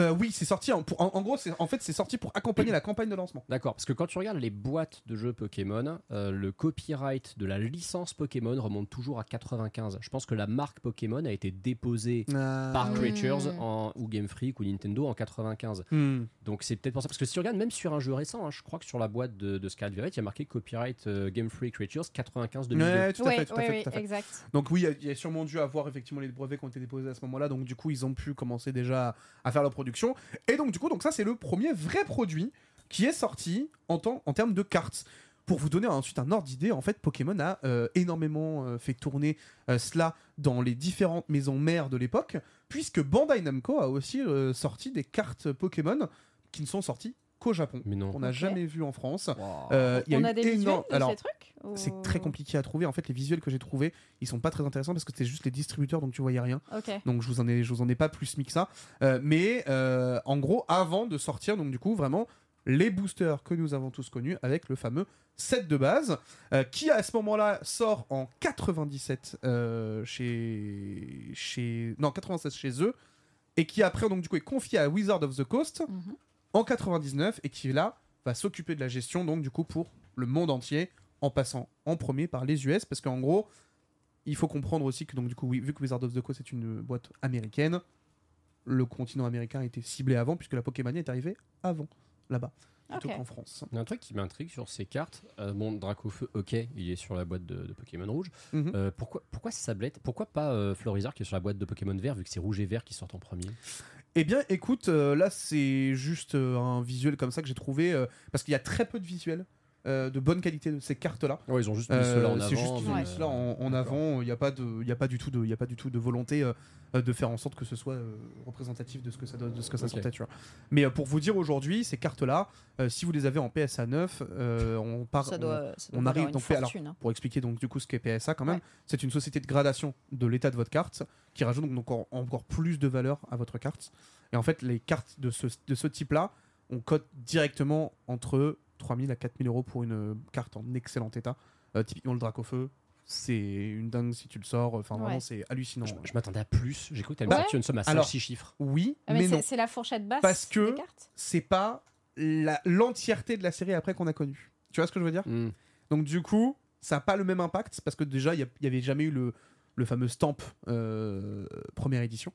Euh, oui, c'est sorti en, pour- en, en gros, c'est- en fait, c'est sorti pour accompagner la campagne de lancement. D'accord, parce que quand tu regardes les boîtes de jeux Pokémon, euh, le copyright de la licence Pokémon remonte toujours à 95. Je pense que la marque Pokémon a été déposée Ah. par Hmm. Creatures en- ou Game Freak ou Nintendo en 95. Hmm. Donc c'est peut-être pour ça. Parce que si tu regardes même sur un jeu récent, hein, je crois que sur la boîte de, de Scarlet Violet, il y a marqué copyright euh, Game Freak Creatures 95-2002. Ouais, tout à fait, tout à oui, fait, oui, tout à fait. exact. Donc oui, il y a- il y, a sûrement dû avoir effectivement les brevets qui ont été déposés à ce moment-là, donc du coup ils ont pu commencer déjà à- à faire leur production. Et donc du coup, donc ça c'est le premier vrai produit qui est sorti en, temps, en termes de cartes. Pour vous donner ensuite un ordre d'idée, en fait Pokémon a euh, énormément euh, fait tourner euh, cela dans les différentes maisons mères de l'époque, puisque Bandai Namco a aussi euh, sorti des cartes Pokémon qui ne sont sorties qu'au Japon. Mais non. On n'a Ok. jamais vu en France. Euh, il y On eu a des visuels énorme- de ces Alors, trucs ou- c'est très compliqué à trouver. En fait, les visuels que j'ai trouvés, ils sont pas très intéressants parce que c'était juste les distributeurs, donc tu voyais rien. Ok. Donc je vous en ai, je vous en ai pas plus mis que ça. Euh, mais euh, en gros, avant de sortir, donc du coup, vraiment les boosters que nous avons tous connus avec le fameux set de base euh, qui à ce moment-là sort en 97 euh, chez chez non 96 chez eux et qui après donc du coup est confié à Wizard of the Coast en 99 et qui là va s'occuper de la gestion donc du coup pour le monde entier en passant en premier par les US parce qu'en gros il faut comprendre aussi que donc du coup oui, vu que Wizard of the Coast est une boîte américaine le continent américain a été ciblé avant puisque la Pokémon est arrivée avant là-bas plutôt Ok. qu'en France Il y a un truc qui m'intrigue sur ces cartes. Euh, bon, Dracofeu, ok, il est sur la boîte de, de Pokémon rouge. Mhm. Euh, pourquoi, pourquoi Sablette Pourquoi pas euh, Florizarre qui est sur la boîte de Pokémon vert, vu que c'est rouge et vert qui sortent en premier Eh bien, écoute, euh, là, c'est juste euh, un visuel comme ça que j'ai trouvé, euh, parce qu'il y a très peu de visuels euh, de bonne qualité de ces cartes-là. Ouais, ils ont juste mis ceux-là en Euh, C'est avant, juste qu'ils ont mais, mis ceux-là en, en d'accord. avant. Il n'y a, pas de- il y a pas du tout de, il y a pas du tout de volonté euh, euh, de faire en sorte que ce soit euh, représentatif de ce que ça, donne- de ce que ça Ok. sentait, tu vois. Mais euh, pour vous dire aujourd'hui, ces cartes-là, euh, si vous les avez en PSA 9, euh, on part, Ça on- doit- ça doit on valoir arrive une donc fortune, hein. pour expliquer donc du coup ce qu'est PSA quand même, Ouais. c'est une société de gradation de l'état de votre carte qui rajoute donc encore, encore plus de valeur à votre carte. Et en fait, les cartes de ce, de ce type-là, on cote directement entre 3000 à 4000 euros pour une euh, carte en excellent état. Euh, typiquement le Dracofeu, c'est une dingue si tu le sors. euh, Enfin, Ouais. vraiment, c'est hallucinant. Je, m'attendais à plus. J'ai cru que t'allais me Ouais. sortir une somme à cinq, six chiffres. Oui, Ah, mais, mais c'est- non. c'est la fourchette basse Parce que des cartes. c'est pas la- l'entièreté de la série après qu'on a connue. Tu vois ce que je veux dire Hmm. Donc du coup, ça n'a pas le même impact parce que déjà, il n'y avait jamais eu le, le fameux stamp euh, première édition.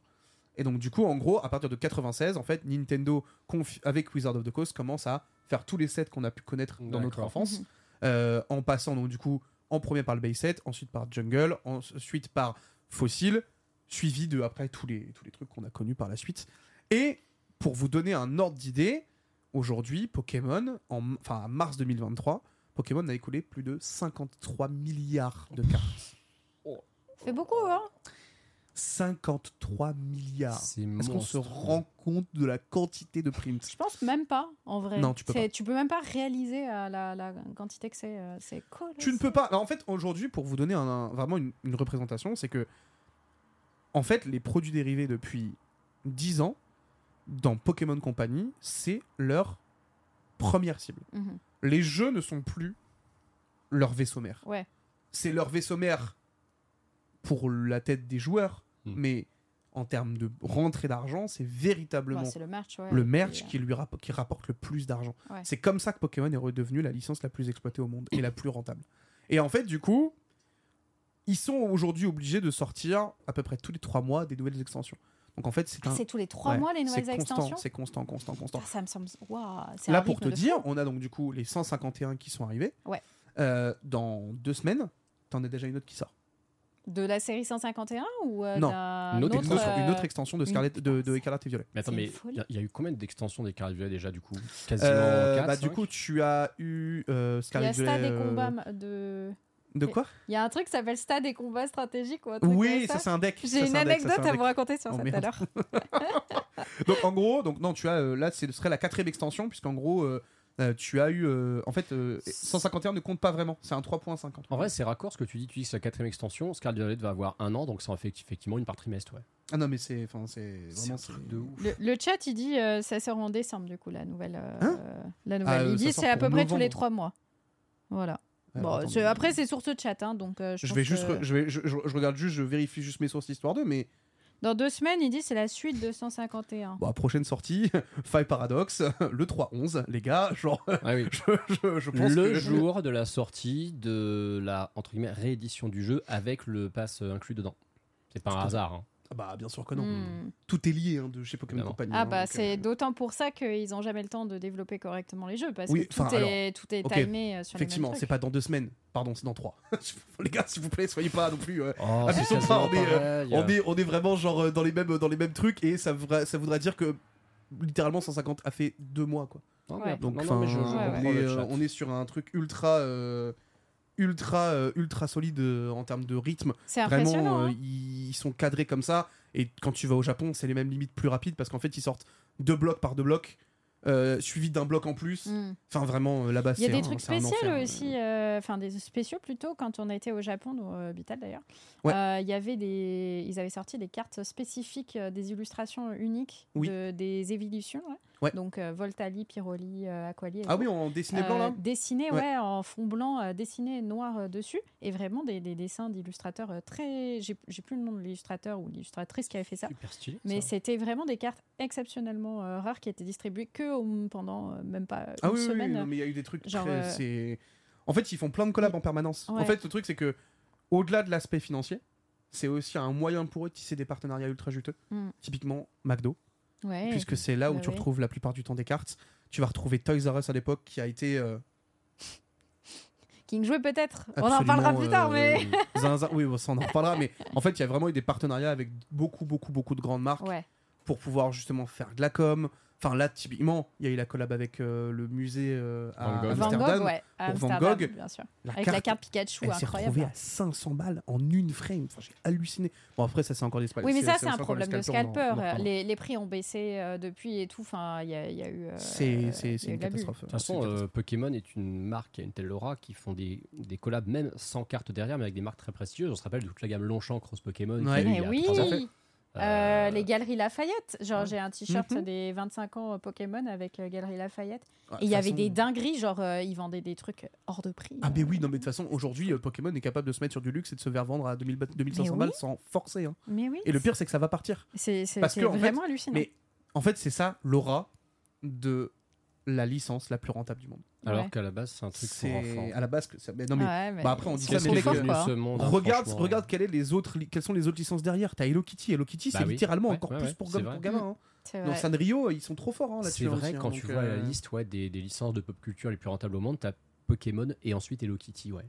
Et donc du coup, en gros, à partir de 96, en fait, Nintendo, confi- avec Wizard of the Coast, commence à faire tous les sets qu'on a pu connaître dans notre D'accord. enfance. Mhm. Euh, en passant donc du coup en premier par le base set, ensuite par jungle, ensuite par fossile, suivi de après tous les, tous les trucs qu'on a connus par la suite. Et pour vous donner un ordre d'idée, aujourd'hui Pokémon, en, enfin à mars 2023, Pokémon a écoulé plus de 53 milliards de cartes. Fait beaucoup, hein 53 milliards. C'est Est-ce qu'on se monstrueux. rend compte de la quantité de prints Je pense même pas, en vrai. Non, tu peux C'est- pas. Tu peux même pas réaliser euh, la, la quantité que c'est. euh, c'est cool. Tu ne peux pas. En fait, aujourd'hui, pour vous donner un- un- vraiment une, une représentation, c'est que, en fait, les produits dérivés depuis 10 ans, dans Pokémon Company, c'est leur première cible. Mhm. Les jeux ne sont plus leur vaisseau mère. Ouais. C'est leur vaisseau mère pour la tête des joueurs, mais en termes de rentrée d'argent, c'est véritablement Ouais, c'est le merch, ouais. le merch Et, euh, qui lui rapp- qui rapporte le plus d'argent. Ouais. C'est comme ça que Pokémon est redevenu la licence la plus exploitée au monde et la plus rentable. Et en fait, du coup, ils sont aujourd'hui obligés de sortir à peu près tous les trois mois des nouvelles extensions. Donc en fait, c'est Ah, un- c'est tous les trois mois, les nouvelles c'est constant, extensions C'est constant, constant, constant. Ah, ça me semble. Waouh, c'est Là, un pour te rythme de dire, fou. on a donc du coup les 151 qui sont arrivés. Ouais. Euh, dans deux semaines, t'en as déjà une autre qui sort. De la série 151 ou euh, non, d'un une autre, euh, une autre extension de, une- Scarlet, de, de Écarlate et Violet. Mais attends, C'est une mais folie. il y, a eu combien d'extensions des cartes violettes déjà, du coup Quasiment Euh, 4 bah, du coup, tu as eu euh, Il y Scarlet a Stade Violet, et euh, combats m- de. de quoi Il y a un truc qui s'appelle Stade et combats stratégiques ou un truc Oui, comme ça, c'est un deck. Ça, J'ai c'est une un deck, ça, anecdote c'est un à vous deck. raconter sur Oh, ça tout à merde. l'heure. Donc en gros, donc non, tu as euh, là, c'est- ce serait la quatrième extension puisqu'en gros, euh, euh, tu as eu euh, en fait euh, 151 ne compte pas vraiment, c'est un 3.50. En vrai, c'est raccord ce que tu dis. Tu dis que c'est la quatrième extension. Scarlet Violet va avoir un an, donc ça en fait effectivement une par trimestre, ouais. Ah non, mais c'est, enfin, c'est vraiment c'est- [laughs] Le, le chat, il dit euh, ça sort en décembre, du coup, la nouvelle. euh, la nouvelle. Ah, euh, il ça dit sort c'est à pour peu près tous les novembre. trois mois. Voilà. Bon, attendez. c'est- après, c'est source de chat, hein, donc euh, je, Je pense vais juste, que- re- je, vais, je, je- je regarde juste, je vérifie juste mes sources histoire 2, mais Dans deux semaines, il dit c'est la suite de 151. bon, prochaine sortie, Five Paradox, le 3-11, les gars, genre, [laughs] je, je- je pense Ah le que- jour de la sortie de la entre guillemets, réédition du jeu avec le pass euh, inclus dedans. C'est pas un hasard. hein. [laughs] Ah bah bien sûr que non. Hmm. Tout est lié hein, de chez Pokémon Company. Ah hein, bah donc, c'est euh, d'autant pour ça qu'ils n'ont jamais le temps de développer correctement les jeux parce oui, que tout enfin, est, alors, tout est ok, timé euh, sur Effectivement, les mêmes c'est trucs. pas dans deux semaines. Pardon, c'est dans trois. les gars, s'il vous plaît, soyez pas non plus. euh, Oh, abusons c'est pas, quasiment on, est, euh, pareil. on, est, on est vraiment genre euh, dans les mêmes, dans les mêmes trucs et ça, vra- ça voudrait dire que littéralement 150 a fait deux mois quoi. Non, mais- Donc non, non, enfin, mais je- je on, comprends est, le euh, chat. on est sur un truc ultra. euh, ultra euh, ultra solide euh, en termes de rythme C'est vraiment impressionnant, euh, hein. ils ils sont cadrés comme ça et quand tu vas au Japon c'est les mêmes limites plus rapides parce qu'en fait ils sortent deux blocs par deux blocs euh, suivi d'un bloc en plus Mm. enfin vraiment euh, là-bas Il y a c'est des un- trucs c'est un spéciaux enfer. aussi, euh, enfin des spéciaux plutôt quand on a été au Japon, dont euh, Bital d'ailleurs. Ouais. Euh, Il y avait des, ils avaient sorti des cartes spécifiques, euh, des illustrations uniques Oui. de- des évolutions. là. Ouais. Donc euh, Voltali, Piroli, euh, Aquali. et Ah tout. oui, en dessiné blanc, là Dessiné, ouais. Ouais. en fond blanc, euh, dessiné noir euh, dessus, et vraiment des, des dessins d'illustrateurs euh, très, j'ai j'ai plus le nom de l'illustrateur ou l'illustratrice qui avait fait ça. stylé, Mais ça. c'était vraiment des cartes exceptionnellement euh, rares qui étaient distribuées que au- pendant euh, même pas Ah oui, une oui, oui, semaine. non, mais il y a eu des trucs Genre, très- euh, c'est- En fait, ils font plein de collabs en permanence. Ouais. En fait, le truc, c'est que au-delà de l'aspect financier, c'est aussi un moyen pour eux de tisser des partenariats ultra juteux. Mm. Typiquement, McDo. Ouais. Puisque c'est là où Bah tu oui. retrouves la plupart du temps des cartes. Tu vas retrouver Toys R Us à l'époque qui a été. euh, King jouait peut-être. On en absolument, parlera plus tard, euh, mais. zinzin. Oui, bon, ça, on en reparlera. mais en fait, il y a vraiment eu des partenariats avec beaucoup, beaucoup, beaucoup de grandes marques. [laughs] Ouais. pour pouvoir justement faire de la com. Enfin là, typiquement, il y a eu la collab avec euh, le musée euh, Van à Gogh. Amsterdam Van Gogh, ouais, à pour Van Amsterdam, Gogh. bien sûr. Avec la carte Pikachu, elle incroyable. s'est retrouvée à 500 balles en une frame. Enfin, j'ai halluciné. Bon après, ça c'est encore des Oui, mais ça, c'est un aussi encore des problème de scalpers, on en- scalper. on en reparlera. les, les prix ont baissé euh, depuis et tout. Enfin, il y, a- il y a eu. euh, C'est- c'est- il y a c'est eu une de l'abus. catastrophe. De toute façon, euh, Pokémon est une marque qui a une telle aura qui font des, des collabs même sans carte derrière, mais avec des marques très prestigieuses. On se rappelle de toute la gamme Longchamp Cross Pokémon. qu'il y a Ouais. eu il y Mais a oui trois ans. Euh, Les Galeries Lafayette. Genre, j'ai un t-shirt Mhm. des 25 ans euh, Pokémon avec euh, Galeries Lafayette. Ouais, et il y de avait façon- des dingueries. Genre, euh, ils vendaient des trucs hors de prix. Ah mais oui, non mais de toute façon, aujourd'hui, euh, Pokémon est capable de se mettre sur du luxe et de se faire vendre à 2000 ba- 2500 Mais balles oui. sans forcer. hein. Mais oui. Et le pire, c'est que ça va partir. C'est c'est- Parce c'est que, en fait- vraiment hallucinant. Mais en fait, c'est ça l'aura de la licence la plus rentable du monde. Alors Ouais. qu'à la base, c'est un truc pour C'est enfants. à la base que ça. mais non mais, Ouais, mais bah après on ils dit sont ça mais trop les gars, forts, quoi. ce monde, hein, regarde franchement. regarde quelles est les autres li- quelles sont les autres licences derrière t'as Hello Kitty Hello Kitty Bah c'est oui. littéralement Ouais, encore ouais, plus ouais, pour, c'est gam- vrai. pour gamins hein. C'est donc vrai. Sanrio ils sont trop forts hein, là-dessus C'est vrai, aussi, hein, quand donc, tu vois euh, la liste ouais, des, des licences de pop culture les plus rentables au monde, t'as Pokémon et ensuite Hello Kitty. Ouais.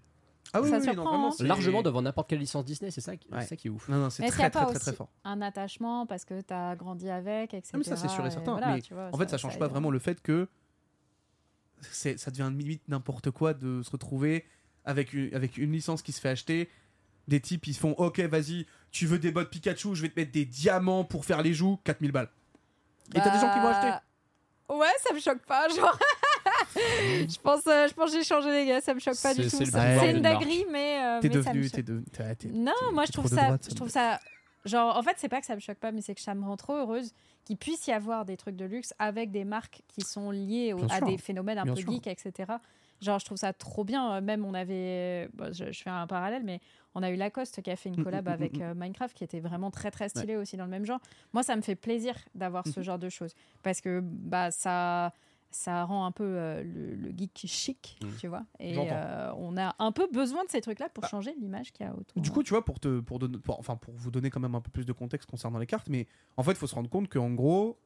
ah oui, Ça oui, oui, non, surprend, vraiment, hein. c'est- Largement devant n'importe quelle licence Disney, c'est ça, qui- Ouais. c'est ça qui est ouf. non non c'est Mais est-ce qu'il y très très a pas très aussi très fort un attachement parce que tu as grandi avec, etc. Non, mais ça, c'est sûr et certain. voilà, mais tu vois, en fait, ça change pas vraiment le fait que c'est- ça devient limite n'importe quoi de se retrouver avec une, avec une licence qui se fait acheter. Des types, ils se font Ok, vas-y, tu veux des bottes Pikachu, je vais te mettre des diamants pour faire les joues, 4000 balles. Et t'as des gens qui vont acheter. Bah, Ouais, ça me choque [laughs] pas. Genre, je pense, euh, je pense que j'ai changé les gars, ça me choque pas du C'est- tout. c'est le Ça- pouvoir C'est d'une une marque. dinguerie, mais, euh, T'es mais ça me devenu. choque. t'es devenu- t'as- t'es- Non, t'es- moi t'es je trop trouve de ça, droite, je trouve ça, genre, en fait, c'est pas que ça me choque pas, mais c'est que ça me rend trop heureuse qu'il puisse y avoir des trucs de luxe avec des marques qui sont liées au- Bien à sûr. des phénomènes un Bien peu sûr. geeks, etc. Genre, je trouve ça trop bien. Euh, Même, on avait, bon, je, je fais un parallèle, mais on a eu Lacoste qui a fait une Mm, collab mm, mm, avec mm. euh, Minecraft qui était vraiment très très stylée aussi dans le même genre. Moi, ça me fait plaisir d'avoir Mhm. ce genre de choses parce que bah ça. Ça rend un peu euh, le, le geek chic, tu vois. Et Mhm. J'entends. Bah. euh, on a un peu besoin de ces trucs-là pour changer l'image qu'il y a autour. Du coup, tu vois, pour, te, pour, donner- pour- enfin, pour vous donner quand même un peu plus de contexte concernant les cartes, mais en fait, il faut se rendre compte qu'en gros,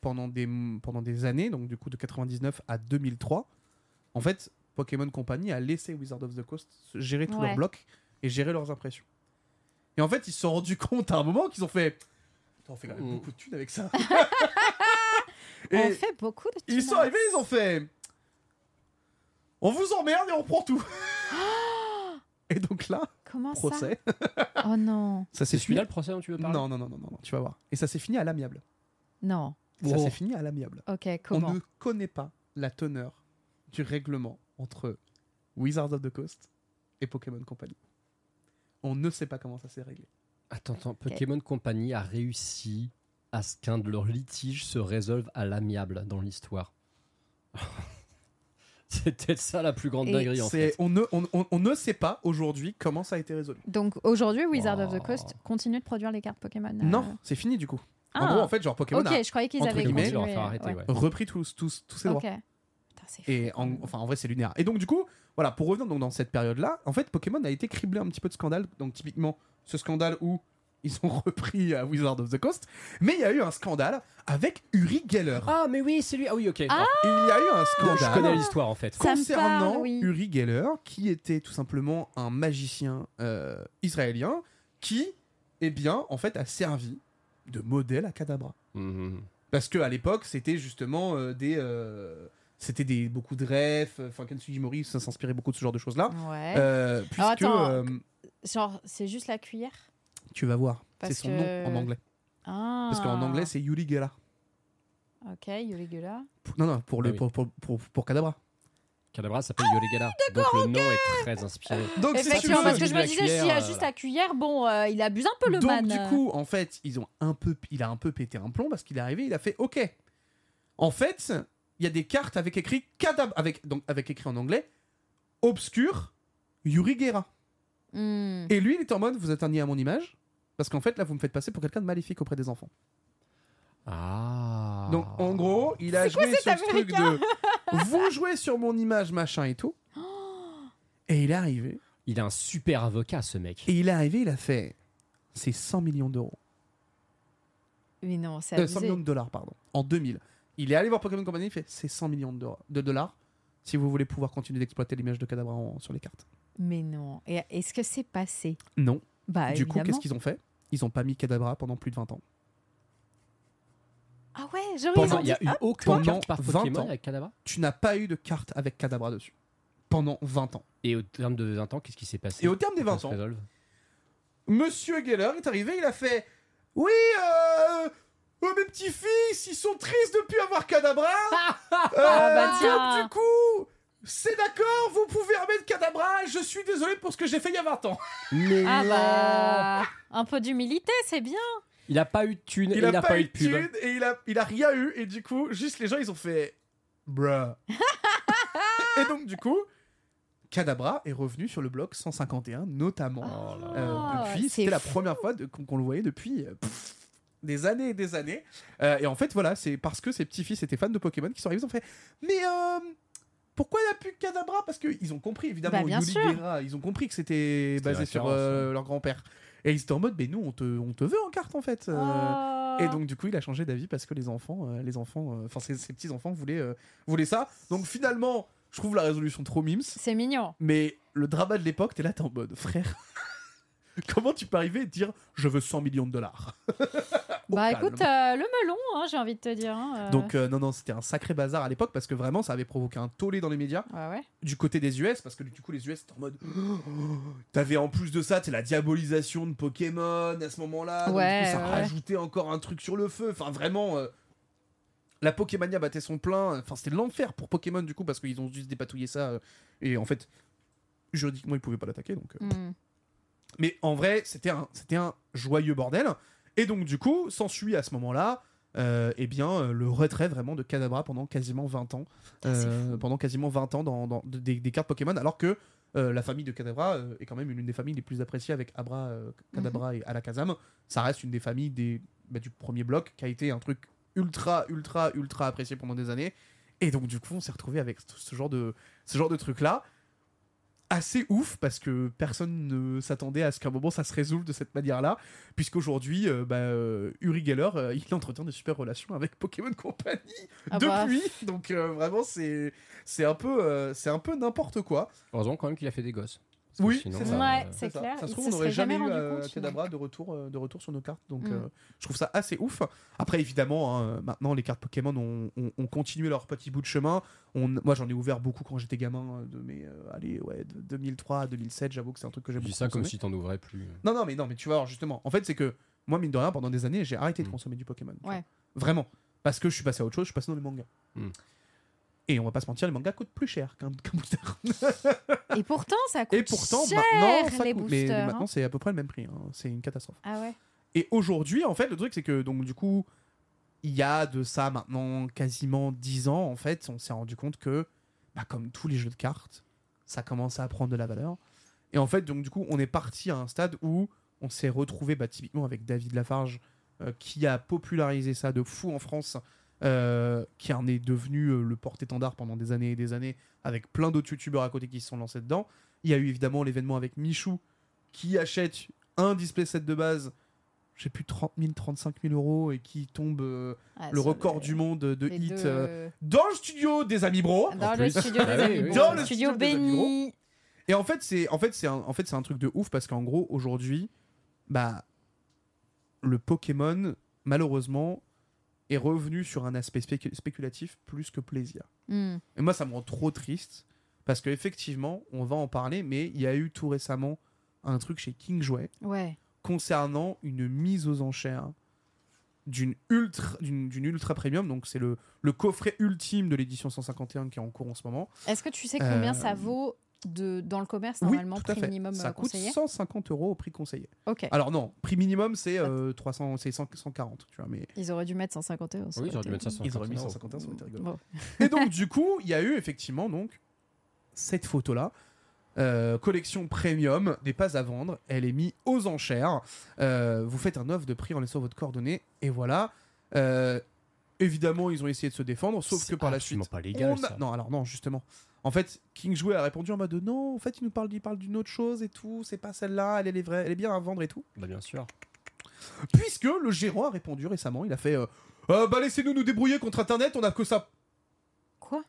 pendant des, pendant des années, donc du coup de 99 à 2003, en fait, Pokémon Company a laissé Wizard of the Coast gérer tous Ouais. leurs blocs et gérer leurs impressions. Et en fait, ils se sont rendus [laughs] compte à un moment qu'ils ont fait. Putain, on fait quand même Mm. beaucoup de thunes avec ça. On et fait beaucoup de ils sont tunas. arrivés, ils ont fait. On vous emmerde et on prend [gasps] tout. et donc là, Comment ça procès. Oh non. Ça C'est s'est fini celui-là le procès dont tu veux parler non, non, non, non, non, non, tu vas voir. Et ça s'est fini à l'amiable. Non. Ça Oh. s'est fini à l'amiable. Ok, On comment ne connaît pas la teneur du règlement entre Wizards of the Coast et Pokémon Company. On ne sait pas comment ça s'est réglé. Attends, attends, Pokémon Company a réussi à ce qu'un de leurs litiges se résolve à l'amiable dans l'histoire. [laughs] C'est peut-être ça la plus grande Et dinguerie en c'est- fait. on, ne, on- on- on ne sait pas aujourd'hui comment ça a été résolu. Donc aujourd'hui, Wizard of the Coast continue de produire les cartes Pokémon. euh, Non, c'est fini du coup. Ah. En gros, en fait, genre Pokémon Ok, a, je croyais qu'ils entre avaient guillemets, continué, Ils leur ont fait arrêter, ouais. ouais. repris tous, tous, tous ses Ok. droits. Et en, enfin, en vrai, c'est lunaire. Et donc, du coup, voilà, pour revenir donc dans cette période-là, en fait, Pokémon a été criblé un petit peu de scandales. Donc, typiquement, ce scandale où ils ont repris euh, Wizard of the Coast. Mais il y a eu un scandale avec Uri Geller. Ah, mais oui, c'est lui. Ah oui, ok. Ah Il y a eu un scandale. Je connais l'histoire en fait. Ça me concernant parle, oui. Uri Geller, qui était tout simplement un magicien euh, israélien qui, eh bien, en fait, a servi de modèle à Kadabra. Mhm. Parce que à l'époque, c'était justement euh, des. euh, c'était des, beaucoup de rêves, enfin Kensuji Mori ça s'inspirait beaucoup de ce genre de choses-là. Ouais. Euh, puisque Alors, attends. euh, Genre, c'est juste la cuillère tu vas voir, c'est Parce son que- nom en anglais. Ah. Parce qu'en anglais c'est Yuri Geller. Ok, Yuri Geller. P- Non non pour le Ah oui. pour, pour, pour, pour Kadabra. Kadabra s'appelle Yolegala. Donc le nom est très inspiré. Donc c'est Effectivement, sûr. parce que je me La disais, cuillère, s'il y a euh, juste voilà. la cuillère, bon, euh, il abuse un peu le Donc man. du coup en fait ils ont un peu il a un peu pété un plomb parce qu'il est arrivé il a fait ok. En fait il y a des cartes avec écrit Kadabra avec donc avec écrit en anglais obscur Yuri Geller. Hmm. Et lui, il était en mode, vous êtes un nid à mon image, parce qu'en fait, là, vous me faites passer pour quelqu'un de maléfique auprès des enfants. Ah. Donc, en gros, il a C'est quoi joué cet sur ce truc Américain de, vous jouez sur mon image, machin et tout. Et il est arrivé. Il a un super avocat ce mec. Et il est arrivé, il a fait, c'est 100 millions d'euros. Mais non, c'est Euh, 100 abusé. millions de dollars, pardon. En 2000. Il est allé voir Pokémon Company, il fait, c'est 100 millions de, dollars- de dollars si vous voulez pouvoir continuer d'exploiter l'image de Kadabra en- sur les cartes. Mais non. Et est-ce que c'est passé Non. Bah, du coup, évidemment. qu'est-ce qu'ils ont fait Ils ont pas mis Kadabra pendant plus de 20 ans. Ah ouais, genre, ils Pendant, ont il y a dit, eu hop, aucune Ah, pendant carte par 20 Pokémon ans. avec Kadabra. Tu n'as pas eu de carte avec Kadabra dessus. Pendant 20 ans. Et au terme de 20 ans, qu'est-ce qui s'est passé Et au terme des 20 Ça se ans, résolve Monsieur Geller est arrivé, il a fait Oui, euh, euh, mes petits-fils, ils sont tristes de plus avoir Cadabra. Ah bah tiens. donc, du coup, c'est d'accord, vous pouvez remettre Ah, Cadabra, je suis désolé pour ce que j'ai fait il y a 20 ans. Mais Ah non bah, un peu d'humilité, c'est bien. Il a pas eu de thune, Il a pas, eu de pub. thune et il a, il a rien eu, et du coup, juste les gens, ils ont fait Bruh. et donc, du coup, Cadabra est revenu sur le bloc 151, notamment. Euh, depuis, c'est c'était la fou. première fois de- qu'on qu'on le voyait depuis euh, pff, des années et des années. Euh, et en fait, voilà, c'est parce que ces petits-fils étaient fans de Pokémon qui sont arrivés, ils ont fait Mais euh, pourquoi il n'y a plus que Kadabra Parce qu'ils ont compris, évidemment, Bah, bien Yuli sûr. Guerra, ils ont compris que c'était basé sur référence, euh, leur grand-père. Et ils étaient en mode Mais nous, on te, on te veut en carte, en fait. Euh, Oh. et donc du coup, il a changé d'avis parce que les enfants, euh, les enfants, euh, enfin ses, ses petits enfants voulaient, euh, voulaient ça. Donc finalement, je trouve la résolution trop mimes. C'est mignon. Mais le drama de l'époque, t'es là, t'es en mode frère. Comment tu peux arriver et te dire je veux 100 millions de dollars bah calme. écoute, euh, le melon, hein, j'ai envie de te dire. hein, euh, Donc euh, non non c'était un sacré bazar à l'époque parce que vraiment ça avait provoqué un tollé dans les médias ouais, ouais. du côté des US parce que du coup les US étaient en mode [gasps] t'avais en plus de ça c'est la diabolisation de Pokémon à ce moment-là donc, du Ouais, coup, ça ouais, ouais. rajoutait encore un truc sur le feu enfin vraiment euh, la Pokémania battait son plein enfin c'était l'enfer pour Pokémon du coup parce qu'ils ont juste dépatouillé ça euh, et en fait juridiquement ils pouvaient pas l'attaquer donc euh, Hmm. Mais en vrai, c'était un, c'était un joyeux bordel. Et donc, du coup, s'ensuit à ce moment-là, euh, eh bien, euh, le retrait vraiment de Kadabra pendant quasiment 20 ans. Euh, pendant quasiment 20 ans dans, dans- de- des, des cartes Pokémon, alors que euh, la famille de Kadabra euh, est quand même une, des familles les plus appréciées avec Abra, euh, Kadabra et Alakazam. Ça reste une des familles des, bah, du premier bloc qui a été un truc ultra, ultra, ultra apprécié pendant des années. Et donc, du coup, on s'est retrouvé avec ce- ce genre de, ce genre de truc-là assez ouf parce que Euh, personne ne s'attendait à ce qu'à un moment ça se résolve de cette manière-là, puisqu'aujourd'hui, euh, bah, euh, Uri Geller, euh, il entretient des super relations avec Pokémon Company Ah bah. depuis. Donc euh, vraiment, c'est c'est un peu euh, c'est un peu n'importe quoi. Heureusement quand même qu'il a fait des gosses. Parce que Oui, sinon, c'est ça, ça. Ouais, euh, c'est ça. clair, Ça il se trouve, se on n'aurait serait jamais jamais eu rendu euh, compte, Kadabra de retour euh, de retour sur nos cartes. Donc Mm. euh, je trouve ça assez ouf. Après, évidemment, hein, maintenant les cartes Pokémon ont, ont- ont continué leur petit bout de chemin. On, moi, j'en ai ouvert beaucoup quand j'étais gamin, euh, de mes euh, allez ouais de 2003 à 2007. J'avoue que c'est un truc que j'ai Je beaucoup. dis ça comme consommé. si t'en ouvrais plus. Non, non, mais non, mais tu vois, alors justement, en fait, c'est que moi, mine de rien, pendant des années, j'ai arrêté de Mm. consommer du Pokémon. tu Ouais. vois. Vraiment. Parce que je suis passé à autre chose, je suis passé dans les mangas. Mm. Et on va pas se mentir, les mangas coûtent plus cher qu'un qu'un booster. Et pourtant, ça coûte Et pourtant, cher maintenant, ça les coûte. Mais, mais boosters. maintenant, hein. c'est à peu près le même prix. hein. C'est une catastrophe. Ah ouais. Et aujourd'hui, en fait, le truc, c'est que, donc, du coup, il y a de ça maintenant quasiment 10 ans, en fait, on s'est rendu compte que bah, comme tous les jeux de cartes, ça commence à prendre de la valeur. Et en fait, donc du coup, on est parti à un stade où on s'est retrouvé bah, typiquement avec David Lafarge, euh, qui a popularisé ça de fou en France, euh, qui en est devenu euh, le porte-étendard pendant des années et des années, avec plein d'autres youtubeurs à côté qui se sont lancés dedans. Il y a eu évidemment l'événement avec Michou, qui achète un display set de base, je sais plus, 30 000, 35 000 euros, et qui tombe euh, Ah, le sur record le- du monde de les hit deux- euh, Oh, dans le studio des Amis Bro. Dans le [laughs] studio Ah des Amis Bro. Dans Le le studio studio des Amis Mmh. Bro. béni. Et en fait, c'est en fait c'est un, en fait c'est un truc de ouf parce qu'en gros aujourd'hui, bah le Pokémon malheureusement est revenu sur un aspect spécu- spéculatif plus que plaisir. Hmm. Et moi, ça me rend trop triste parce que effectivement, on va en parler, mais il y a eu tout récemment un truc chez King Jouet Ouais. concernant une mise aux enchères d'une ultra d'une d'une ultra premium donc c'est le, le coffret ultime de l'édition 151 qui est en cours en ce moment Est-ce que tu sais combien Euh, ça vaut de, dans le commerce oui, normalement tout à prix fait. minimum ça euh, coûte conseillé 150 euros au prix conseillé. Ok. Alors non, prix minimum c'est euh, 300, c'est 100 140, tu vois, mais Ils auraient dû mettre 150 euros. ça Oui, aurait ils auraient dû été- mettre 150 Ils auraient mis euros. 150, ça aurait été rigolo. Bon. Et donc, du coup, il y a eu effectivement donc cette photo-là. euh, collection premium n'est pas à vendre, elle est mise aux enchères. Euh, vous faites un offre de prix en laissant votre coordonnée, et voilà. Euh, évidemment, ils ont essayé de se défendre, sauf que par la suite. pas légal, on a- ça. Non, alors non, justement. En fait, King Jouet a répondu en mode non, en fait, il nous parle, il parle d'une autre chose et tout, c'est pas celle-là, elle, elle est vraie, elle est bien à vendre et tout. Bah, bien sûr. Puisque le gérant a répondu récemment, il a fait euh, Euh, Bah laissez-nous nous débrouiller contre Internet, on a que ça. Quoi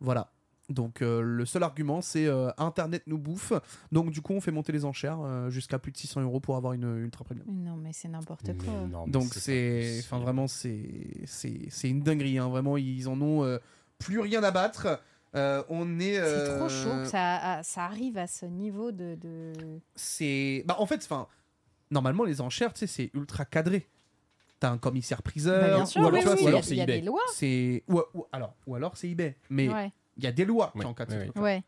Voilà. Donc euh, le seul argument c'est euh, Internet nous bouffe. Donc du coup on fait monter les enchères euh, jusqu'à plus de 600 euros pour avoir une une ultra premium. Non, mais c'est n'importe quoi. Donc c'est, enfin vraiment c'est c'est c'est une dinguerie. hein. Vraiment ils en ont euh, plus rien à battre. Euh, on est. C'est trop euh, chaud que ça, ah, ça arrive à ce niveau de. de- c'est bah en fait enfin normalement les enchères tu sais c'est ultra cadré t'as un commissaire priseur Bah, bien sûr, ou alors, oui, tu vois, oui, ou il y a- alors c'est il y a eBay des lois. c'est ou, ou- alors ou alors c'est eBay mais il Ouais. y a des lois qui encadrent ce truc-là. Ouais.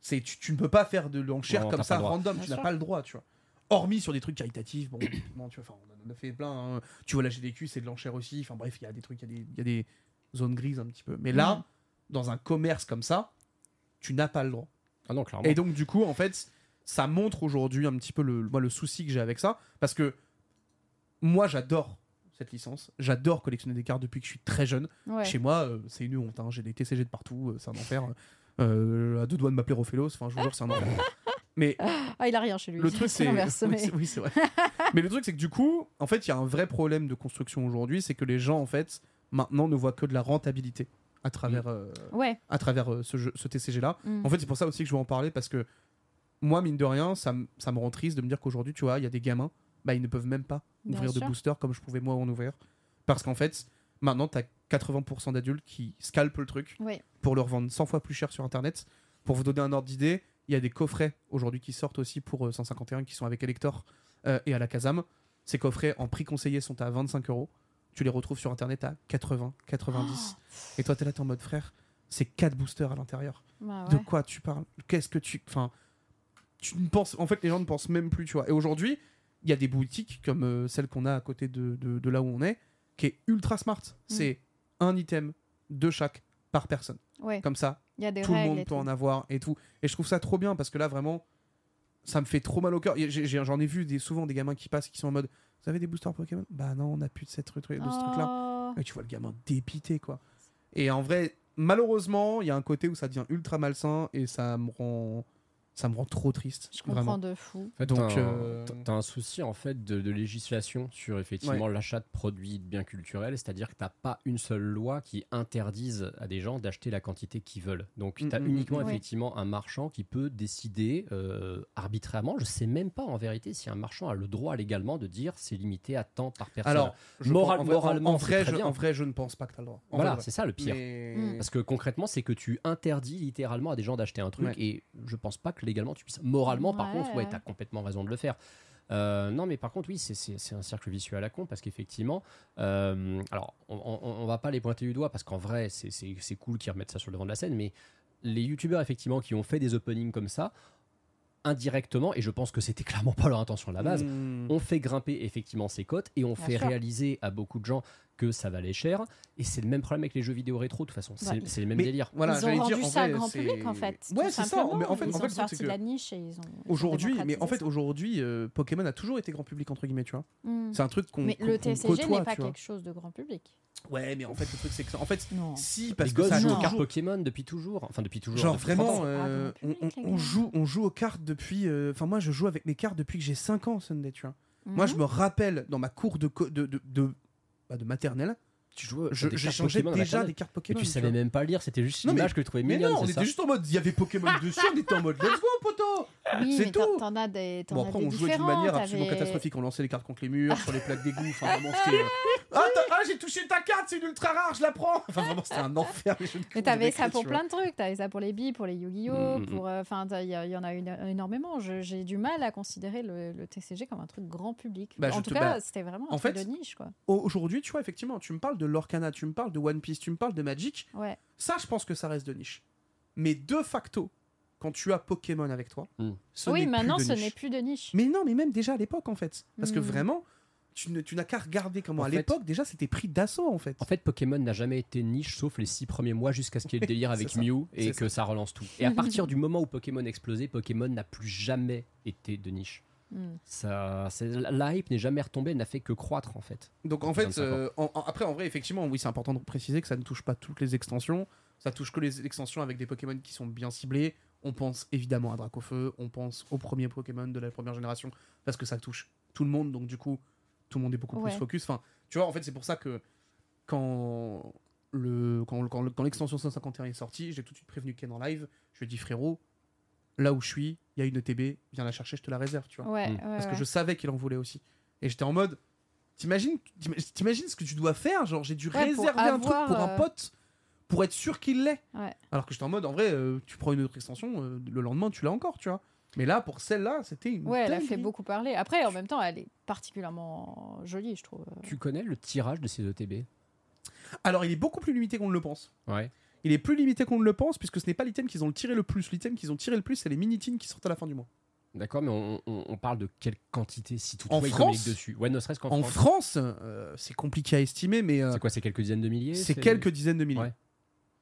c'est tu, tu ne peux pas faire de l'enchère Non, comme t'as pas ça le droit. random Bien tu n'as sûr. pas le droit tu vois hormis sur des trucs caritatifs bon [coughs] non, tu vois enfin, on en a fait plein hein. tu vois la GDQ c'est de l'enchère aussi enfin bref il y a des trucs il y a des- il y, a des zones grises un petit peu mais là Mhm. dans un commerce comme ça tu n'as pas le droit Ah non, clairement. et donc, du coup, en fait, ça montre aujourd'hui un petit peu le, moi, le souci que j'ai avec ça. Parce que moi, j'adore cette licence. J'adore collectionner des cartes depuis que je suis très jeune. Mm. Ouais. Chez moi, euh, c'est une honte. hein. J'ai des TCG de partout. euh, c'est un enfer. Euh, à deux doigts de m'appeler Rophélos. Enfin, je vous jure, c'est un enfer. Mais Ah, il a rien chez lui. [laughs] le truc, c'est. l'inverse, Oui, mais- c'est- oui, c'est vrai. mais le truc, c'est que du coup, en fait, il y a un vrai problème de construction aujourd'hui. C'est que les gens, en fait, maintenant, ne voient que de la rentabilité à travers, euh, Ouais. à travers euh, ce, jeu- ce TCG-là. Mm. En fait, c'est pour ça aussi que je veux en parler parce que moi, mine de rien, ça, me- ça me rend triste de me dire qu'aujourd'hui, tu vois, il y a des gamins, bah, ils ne peuvent même pas Bien ouvrir de sûr. booster comme je pouvais moi en ouvrir. Parce qu'en fait, maintenant, t'as 80% d'adultes qui scalpent le truc Ouais. pour le revendre 100 fois plus cher sur Internet. Pour vous donner un ordre d'idée, il y a des coffrets aujourd'hui qui sortent aussi pour euh, 151 qui sont avec Elector euh, et à la Kazam. Ces coffrets en prix conseillé sont à 25 euros. Tu les retrouves sur Internet à 80, Oh, 90. et toi, t'es là, t'es en mode frère, c'est 4 boosters à l'intérieur. Bah De ouais. quoi tu parles Qu'est-ce que tu. Enfin, tu ne penses. En fait, les gens ne pensent même plus, tu vois. Et aujourd'hui, il y a des boutiques comme euh, celle qu'on a à côté de, de- de là où on est, qui est ultra smart. Mm. C'est un item de chaque par personne. Ouais. Comme ça, Il y a des tout le règles monde et peut tout. en avoir et tout. Et je trouve ça trop bien parce que là, vraiment, ça me fait trop mal au cœur. Et j'ai- j'ai- J'en ai vu des, souvent des gamins qui passent et qui sont en mode Vous avez des boosters Pokémon Bah non, on n'a plus de, cette, truc- de ce Oh, truc-là. Et tu vois le gamin dépité, quoi. Et en vrai, malheureusement, il y a un côté où ça devient ultra malsain et ça me rend, ça me rend trop triste. Je comprends de fou. En fait, Donc, t'as, un- euh, t'as- t'as un souci en fait de, de législation sur effectivement l'achat de produits de biens culturels, c'est-à-dire que t'as pas une seule loi qui interdise à des gens d'acheter la quantité qu'ils veulent. Donc Mm, t'as mm, uniquement mm, mm. effectivement un marchand qui peut décider euh, arbitrairement. Je sais même pas en vérité si un marchand a le droit légalement de dire c'est limité à temps par personne. Alors, je Moral- pense- en vrai- en- moralement, en c'est vrai, très je, bien. en vrai, je ne pense pas que t'as le droit. En Voilà, vrai, c'est ça le pire. Mais- Parce que concrètement, c'est que tu interdis littéralement à des gens d'acheter un truc Ouais. et je pense pas que légalement tu puisses. Moralement, par Ouais. contre, ouais, t'as complètement raison de le faire. Euh, non, mais par contre, oui, c'est- c'est c'est un cercle vicieux à la con parce qu'effectivement, euh, alors on, on- on va pas les pointer du doigt parce qu'en vrai, c'est- c'est c'est cool qu'ils remettent ça sur le devant de la scène, mais les youtubeurs effectivement qui ont fait des openings comme ça, indirectement, et je pense que c'était [laughs] clairement pas leur intention à la base, Mm. on fait grimper effectivement ces cotes et on Bien fait sûr. réaliser à beaucoup de gens que ça valait cher. Et c'est le même problème avec les jeux vidéo rétro, de toute façon. Bah, C'est Ouais. c'est les mêmes Mais délires. ils ont rendu ça grand public en fait. tout Ouais, c'est ça, simplement. mais en fait- ils en fait, le ont truc, sorti c'est de que la niche et ils ont. ils ont Aujourd'hui, mais en démocratisé fait, ça. aujourd'hui, euh, Pokémon a toujours été grand public, entre guillemets, tu vois. Mm. C'est un truc qu'on. Mais qu'on- le qu'on TCG côtoie, n'est pas tu vois. quelque chose de grand public. Ouais, mais en fait, le truc, c'est que. ça- En fait, si, bah, parce Les que gosses ça a jouent aux toujours- cartes Pokémon depuis toujours. Enfin, depuis toujours. Genre depuis 30 vraiment, ans. euh, on, on- on joue, on joue aux cartes depuis. euh, Enfin, moi, je joue avec mes cartes depuis que j'ai 5 ans, Sunday, tu vois. Mmh. Moi, je Mhm. me rappelle dans ma cour de co- de, de, de- bah, de maternelle. Tu jouais. Je, des je cartes changeais Pokémon à la déjà table. des cartes Mais Pokémon. tu savais même pas lire, c'était juste Non, mais- l'image que je trouvais mais mignonne. non, on c'est était ça juste en mode, il y avait [laughs] Pokémon dessus, on était en mode, let's go, poto Oui, C'est mais t'en- tout. T'en as des. t'en Bon, as après, des on jouait d'une manière différentes, absolument t'avais- catastrophique. On lançait les cartes contre les murs, sur les plaques d'égout. Enfin, vraiment, c'était. euh, [laughs] Ah, t'as- ah, j'ai touché ta carte, c'est une ultra rare, je la prends Enfin, vraiment, c'était un enfer, les jeux de Mais cours t'avais avec ça les- pour tu vois. plein de trucs. T'avais ça pour les billes, pour les Yu-Gi-Oh! Mm, mm, pour, euh, Enfin, t'as- il y, a- il y en a une- énormément. Je- J'ai du mal à considérer le, le TCG comme un truc grand public. Bah, en je tout te- cas, bah, c'était vraiment un en truc fait, de niche, quoi. Au- Aujourd'hui, tu vois, effectivement, tu me parles de l'Orcana, tu me parles de One Piece, tu me parles de Magic. Ouais. Ça, je pense que ça reste de niche. Mais de facto, quand tu as Pokémon avec toi, ce n'est oui, plus maintenant, de ce niche. n'est plus de niche. Mais non, mais même déjà à l'époque, en fait. Parce que Mm. vraiment, tu ne- tu n'as qu'à regarder comment à l'époque. déjà, c'était pris d'assaut en fait. En fait, Pokémon n'a jamais été niche sauf les six premiers mois jusqu'à ce qu'il y ait [laughs] le délire avec C'est ça. Mew et C'est que ça. ça relance tout. Et à partir du moment où Pokémon a explosé, Pokémon n'a plus jamais été de niche. Mm. Ça, c'est- la- la hype n'est jamais retombée, elle n'a fait que croître en fait. Donc en Depuis fait, 25 ans. euh, en- en- après, en vrai, effectivement, oui, c'est important de préciser que ça ne touche pas toutes les extensions. Ça touche que les extensions avec des Pokémon qui sont bien ciblés. On pense évidemment à Dracofeu, on pense aux premiers Pokémon de la première génération, parce que ça touche tout le monde, donc du coup, tout le monde est beaucoup Ouais. plus focus. Enfin, tu vois, en fait, c'est pour ça que quand le quand, quand, quand l'extension 151 est sortie, j'ai tout de suite prévenu Ken en live. Je lui ai dit frérot, là où je suis, il y a une ETB, viens la chercher, je te la réserve, tu vois. Ouais, Mm. ouais, Parce que ouais. je savais qu'il en voulait aussi. Et j'étais en mode, t'imagines, t'im- t'imagines ce que tu dois faire, genre j'ai dû Ouais, pour réserver un truc avoir, pour un euh, pote pour être sûr qu'il l'est. Ouais. Alors que j'étais en mode, en vrai, euh, tu prends une autre extension, euh, le lendemain tu l'as encore, tu vois. Mais là, pour celle-là, c'était une. Ouais, elle a dinguerie. fait beaucoup parler. Après, en même temps, elle est particulièrement jolie, je trouve. Tu connais le tirage de ces E ETB Alors il est beaucoup plus limité qu'on ne le pense. Ouais. Il est plus limité qu'on ne le pense puisque ce n'est pas l'item qu'ils ont tiré le plus. L'item qu'ils ont tiré le plus, c'est les mini-tins qui sortent à la fin du mois. D'accord, mais on, on- on parle de quelle quantité si tout En ils France communiquent dessus Ouais, ne serait-ce qu'en En France. France, euh, c'est compliqué à estimer, mais. euh, C'est quoi, c'est quelques dizaines de milliers C'est quelques dizaines de milliers.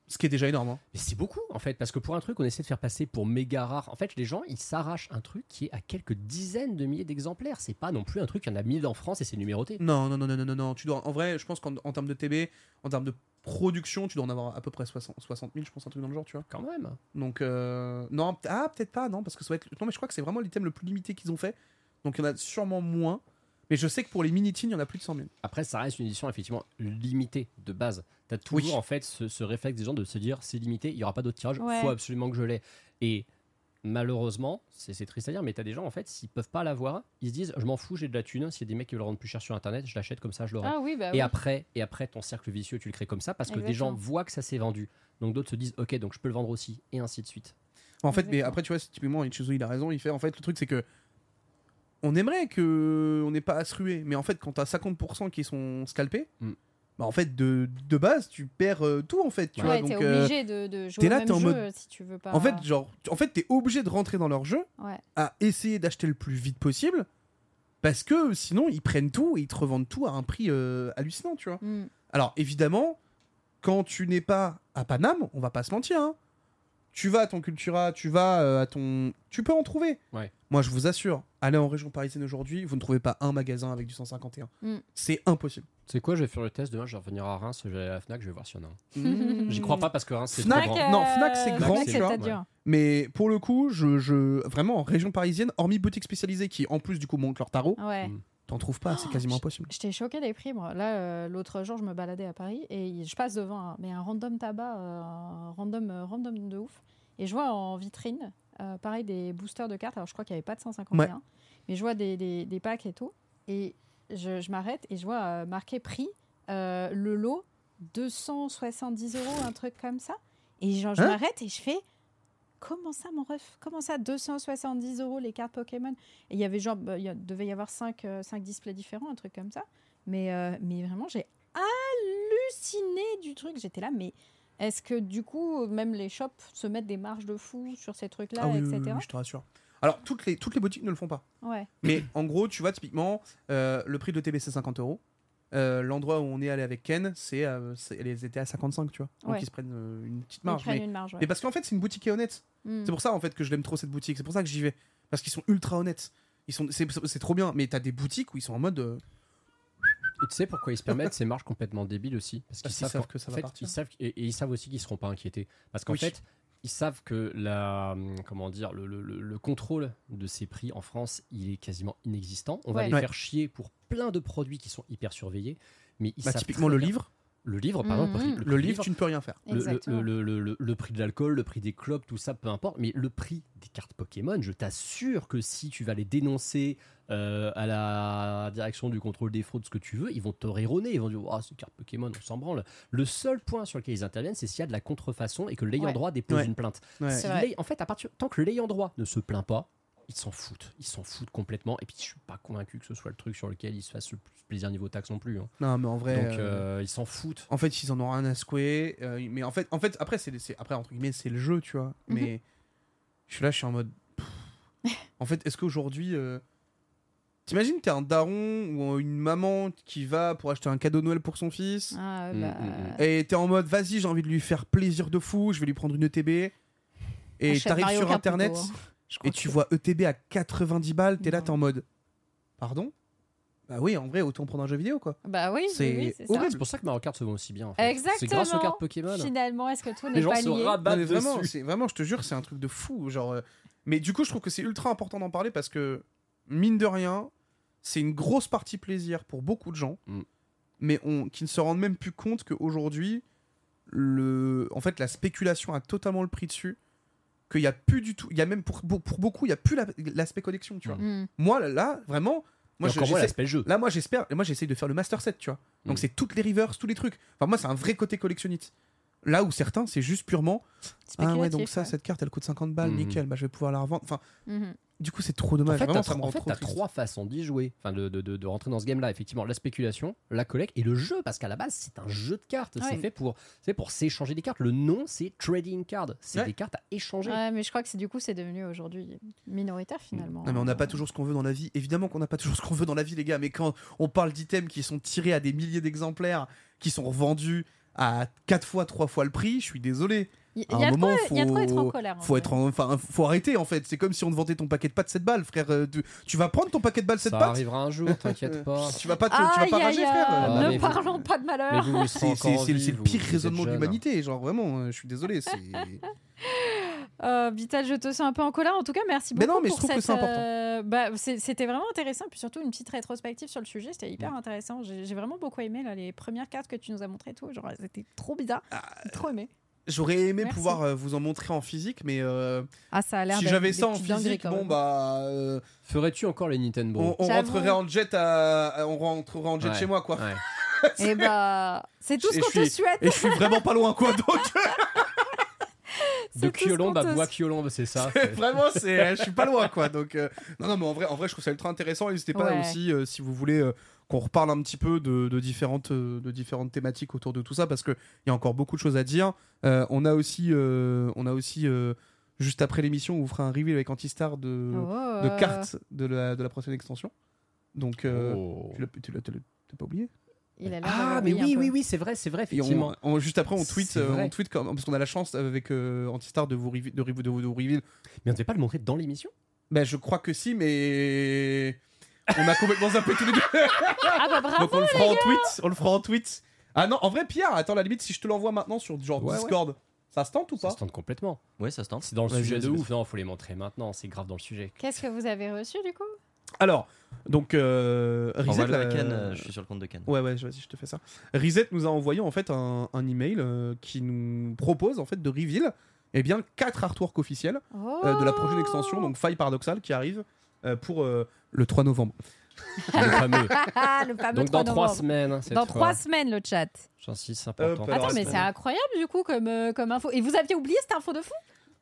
Ce qui est déjà énorme. hein. Mais c'est beaucoup en fait, parce que pour un truc, on essaie de faire passer pour méga rare. En fait, les gens, ils s'arrachent un truc qui est à quelques dizaines de milliers d'exemplaires. C'est pas non plus un truc, il y en a 1000 en France et c'est numéroté. Non, non, non, non, non, non, non. Tu dois, en vrai, je pense qu'en en termes de TB, en termes de production, tu dois en avoir à peu près 60, 60 000, je pense, un truc dans le genre, tu vois. Quand même. Donc, euh, non, peut- ah, peut-être pas, non, parce que ça va être. Non, mais je crois que c'est vraiment l'item le plus limité qu'ils ont fait. Donc, il y en a sûrement moins. Mais je sais que pour les mini-tins, il y en a plus de 100 000. Après, ça reste une édition effectivement limitée de base. T'as toujours Oui. en fait ce, ce réflexe des gens de se dire c'est limité, il y aura pas d'autre tirage, Ouais. faut absolument que je l'ai. Et malheureusement, c'est c'est triste à dire, mais t'as des gens en fait, s'ils peuvent pas l'avoir, ils se disent je m'en fous, j'ai de la thune. S'il y a des mecs qui veulent le rendre plus cher sur internet, je l'achète comme ça, je l'aurai. Ah oui, bah et oui. après, et après ton cercle vicieux, tu le crées comme ça parce que des gens Exactement. voient que ça s'est vendu. Donc d'autres se disent ok, donc je peux le vendre aussi, et ainsi de suite. En fait, mais après, tu vois, c'est typiquement, Ichizo, il a raison. Il fait, en fait, le truc, c'est que. On aimerait que on n'ait pas à se ruer, mais en fait, quand t'as 50% qui sont scalpés, bah en fait, de, de base, tu perds euh, tout, en fait. Tu Ouais, vois, t'es donc, euh, obligé de, de jouer t'es au là, même t'es en jeu mode- si tu veux pas. En [laughs] fait, genre, tu- en fait, t'es obligé de rentrer dans leur jeu, Ouais. à essayer d'acheter le plus vite possible, parce que sinon ils prennent tout et ils te revendent tout à un prix euh, hallucinant, tu vois. Mm. Alors évidemment, quand tu n'es pas à Paname, on va pas se mentir, hein, tu vas à ton Cultura, tu vas euh, à ton, tu peux en trouver. Ouais. Moi, je vous assure, allez en région parisienne aujourd'hui, vous ne trouvez pas un magasin avec du 151. Mm. C'est impossible. C'est quoi Je vais faire le test demain. Je vais revenir à Reims. Je vais aller à la Fnac. Je vais voir s'il y en a un. Mm. J'y crois pas parce que Reims c'est Fnac, euh, trop grand. non, Fnac c'est grand, Fnac, tu c'est vois. peut-être dur. Mais pour le coup, je, je- vraiment en région parisienne, hormis boutique spécialisée qui en plus du coup monte leur tarot, Ouais. Mm. Hmm. t'en trouves pas, c'est quasiment impossible. J'étais choquée des prix, moi. Là, euh, l'autre jour, je me baladais à Paris et il- je passe devant un, mais un random tabac, euh, un random, euh, random de ouf. Et je vois en vitrine, euh, pareil, des boosters de cartes. Alors, je crois qu'il n'y avait pas de 151, Ouais. mais je vois des, des- des packs et tout. Et je, je m'arrête et je vois euh, marqué prix, euh, le lot, 270 euros, un truc comme ça. Et genre, je Hein m'arrête et je fais. Comment ça, mon ref Comment ça, 270 euros les cartes Pokémon Et il y avait genre, bah, il y a- devait y avoir 5, displays différents, un truc comme ça. Mais, euh, mais vraiment, j'ai halluciné du truc. J'étais là, mais est-ce que du coup, même les shops se mettent des marges de fou sur ces trucs-là, ah oui, oui, etc. oui, oui, je te rassure. Alors, toutes les, toutes les boutiques ne le font pas. Ouais. Mais en gros, tu vois, typiquement, euh, le prix de l'ETB, c'est 50 euros. Euh, L'endroit où on est allé avec Ken, c'est, euh, c'est- elles étaient à 55, tu vois. Donc Ouais. ils se prennent euh, une petite Ils marge. prennent mais, une marge, ouais. mais parce qu'en fait, c'est une boutique qui est honnête. Mm. Hmm. C'est pour ça en fait que je l'aime trop cette boutique. C'est pour ça que j'y vais parce qu'ils sont ultra honnêtes. Ils sont, c'est, c'est trop bien. Mais t'as des boutiques où ils sont en mode. euh, Et tu sais pourquoi ils se permettent ces marges complètement débiles aussi Parce qu'ils Parce qu'ils savent que ça en va fait, partir. Ils savent, et, et ils savent aussi qu'ils seront pas inquiétés. Parce qu'en Oui. fait, ils savent que la, hum, comment dire, le, le- le- le contrôle de ces prix en France, il est quasiment inexistant. On va Ouais. les Ouais. faire chier pour plein de produits qui sont hyper surveillés. Mais ils Bah, savent typiquement, très le bien- livre. Le livre, par exemple, Mhm. prix- Le prix du livre, tu ne peux rien faire. Le- le- Exactement. le- le, le- le prix de l'alcool, le prix des clopes, tout ça, peu importe. Mais le prix des cartes Pokémon, je t'assure que si tu vas les dénoncer euh, à la direction du contrôle des fraudes, ce que tu veux, ils vont te rironner. Ils vont dire Ah, ces cartes Pokémon, on s'en branle. Le seul point sur lequel ils interviennent, c'est s'il y a de la contrefaçon et que l'ayant Ouais. droit dépose Ouais. une plainte. Ouais. Si C'est vrai. l'ay- en fait, à partir, tant que l'ayant droit ne se plaint pas, ils s'en foutent. Ils s'en foutent complètement. Et puis, je suis pas convaincu que ce soit le truc sur lequel ils se fassent le plus plaisir niveau taxe non plus. hein. Non, mais en vrai. Donc, euh, euh, ils s'en foutent. En fait, ils en ont rien à secouer. euh, mais en fait, en fait, après, c'est, c'est- après entre guillemets, c'est le jeu, tu vois. Mhm. Mais je suis là, je suis en mode. pff. en fait, est-ce qu'aujourd'hui, euh, t'imagines, t'es un daron ou une maman qui va pour acheter un cadeau de Noël pour son fils, Ah, Mm, bah, mm, mm. euh, et t'es en mode, vas-y, j'ai envie de lui faire plaisir de fou, je vais lui prendre une E ETB, et Achète t'arrives Mario sur Kart internet plutôt, [laughs] hein. Je crois et que tu c'est- vois ETB E à 90 balles, t'es là, t'es en mode, pardon. Bah oui, en vrai, autant prendre un jeu vidéo, quoi. Bah oui, oui, c'est oui, c'est ça. horrible. C'est pour ça que Mario Kart se vend aussi bien. Exactement. C'est grâce aux cartes Pokémon. Finalement, est-ce que tout Les n'est gens pas se lié rabattent mais vraiment, dessus. [laughs] c'est vraiment, je te jure, c'est un truc de fou. Genre, euh, mais du coup, je trouve que c'est ultra important d'en parler parce que mine de rien, c'est une grosse partie plaisir pour beaucoup de gens, Mm. mais on, qui ne se rendent même plus compte qu'aujourd'hui, le, en fait, la spéculation a totalement le prix dessus. Qu'il n'y a plus du tout, il y a même pour, pour, pour beaucoup, il n'y a plus la- l'aspect collection, tu vois. Hmm. Mm. Moi, là, là, vraiment, moi, Et je- encore moins j'essaie- l'aspect jeu. Là, moi, j'espère, moi, j'essaye de faire le master set, tu vois. Donc, c'est toutes les rivers, tous les trucs. Enfin, moi, c'est un vrai côté collectionniste. Là où certains, c'est juste purement. Ah ouais, donc Spéculatif, ça, ouais. cette carte, elle coûte 50 balles, Mhm. nickel, bah, je vais pouvoir la revendre. Enfin, Mhm. du coup, c'est trop dommage. En fait, Vraiment, t'as ça me trois, en rend fait, trop t'as triste. trois façons d'y jouer, enfin de, de- de- de rentrer dans ce game-là. Effectivement, la spéculation, la collecte et le jeu, parce qu'à la base, c'est un jeu de cartes. Ouais. C'est fait pour, c'est fait pour s'échanger des cartes. Le nom, c'est trading card. C'est Ouais. des cartes à échanger. Ouais, mais je crois que c'est du coup, c'est devenu aujourd'hui minoritaire finalement. Non, mais on n'a pas toujours ce qu'on veut dans la vie. Évidemment qu'on n'a pas toujours ce qu'on veut dans la vie, les gars. Mais quand on parle d'items qui sont tirés à des milliers d'exemplaires, qui sont revendus à 4 fois, 3 fois le prix, je suis désolé. Y- y À a un de quoi- moment, y a de quoi faut- être en colère, en Faut, vrai. être en- enfin, faut arrêter en fait. C'est comme si on te vendait ton paquet de pâtes 7 balles, frère. Euh, Tu, tu vas prendre ton paquet de balles 7 Ça balles arrivera un jour, [laughs] t'inquiète pas. Tu vas pas, te- tu vas pas Aïe, rager, aïe, frère. aïe, Ah, ne mais vous- parlons pas de malheur. mais vous, vous serez C'est c'est- encore en c'est- c'est vie, le vous- pire vous êtes raisonnement de jeune. l'humanité, genre vraiment, euh, je suis désolé. c'est- Euh, Vital, je te sens un peu en colère. En tout cas, merci Mais beaucoup. non, mais je pour trouve que cette, c'est important. euh, bah, c'est- C'était vraiment intéressant. Puis surtout, une petite rétrospective sur le sujet. C'était hyper Mm. intéressant. J'ai j'ai vraiment beaucoup aimé là, les premières cartes que tu nous as montrées. et Tout. Genre, elles étaient trop bizarres. J'ai trop aimé. J'aurais aimé Merci. Ah, pouvoir euh, vous en montrer en physique, mais euh, Ah, ça a l'air si d'être j'avais des ça en petites dingueries, physique, quand bon même. bah. euh, Ferais-tu encore les Nintendo On, on J'avoue. rentrerait en jet à, à- on rentrerait en jet Ouais, chez moi quoi. ouais. Et bah, c'est tout ce Et qu'on je te suis- souhaite. Et je suis vraiment pas loin quoi donc. De tout ce Kyolombe qu'on à te- Bois Kyolombe, c'est ça. vraiment c'est je suis pas loin quoi donc euh, non non mais en vrai en vrai je trouve ça ultra intéressant n'hésitez pas Ouais. aussi euh, si vous voulez euh, qu'on reparle un petit peu de, de différentes euh, de différentes thématiques autour de tout ça parce que il y a encore beaucoup de choses à dire Euh, on a aussi euh, on a aussi euh, juste après l'émission on vous fera un review avec Antistar de Oh. euh, Euh, de cartes de la de la prochaine extension donc euh, tu l'as- tu l'as tu l'as- t'as pas oublié Il a l'air Ah, bah d'avoir mais ri un oui, peu. oui, oui, c'est vrai, c'est vrai, Et on- effectivement. on- juste après, on tweet, C'est euh, vrai. on tweet quand- parce qu'on a la chance avec euh, Antistar de vous reveal- de, rev- de vous- de vous reveal. Mais on devait pas le montrer dans l'émission Ben je crois que si, mais on a complètement zappé tous les deux. Ah bah bravo Donc on le fera les en gars. tweet, on le fera en tweet. Ah non, en vrai Pierre, attends la limite si je te l'envoie maintenant sur genre Ouais, ouais. Discord, ça se tente ou pas Ça se tente complètement. Ouais, ça se tente. C'est dans le Vas-y, sujet de vas-y, ouf. Non, faut les montrer maintenant. C'est grave dans le sujet. [laughs] Qu'est-ce que vous avez reçu du coup Alors, donc euh, Reset, Envoie-le à euh, Ken, euh, je suis sur le compte de Ken. Ouais, ouais, je- vas-y, je te fais ça. Reset nous a envoyé en fait un, un email euh, qui nous propose en fait de reveal eh bien quatre artworks officiels euh, de la prochaine extension, donc Faille Paradoxale qui arrive euh, pour euh, le 3 novembre. Le fameux. Oh. Ah, Le fameux Donc, dans 3 trois novembre. semaines, cette Dans fois. trois semaines, le chat. J'insiste, c'est important. Attends, mais c'est incroyable du coup comme, euh, comme info. Et vous aviez oublié cette info de fou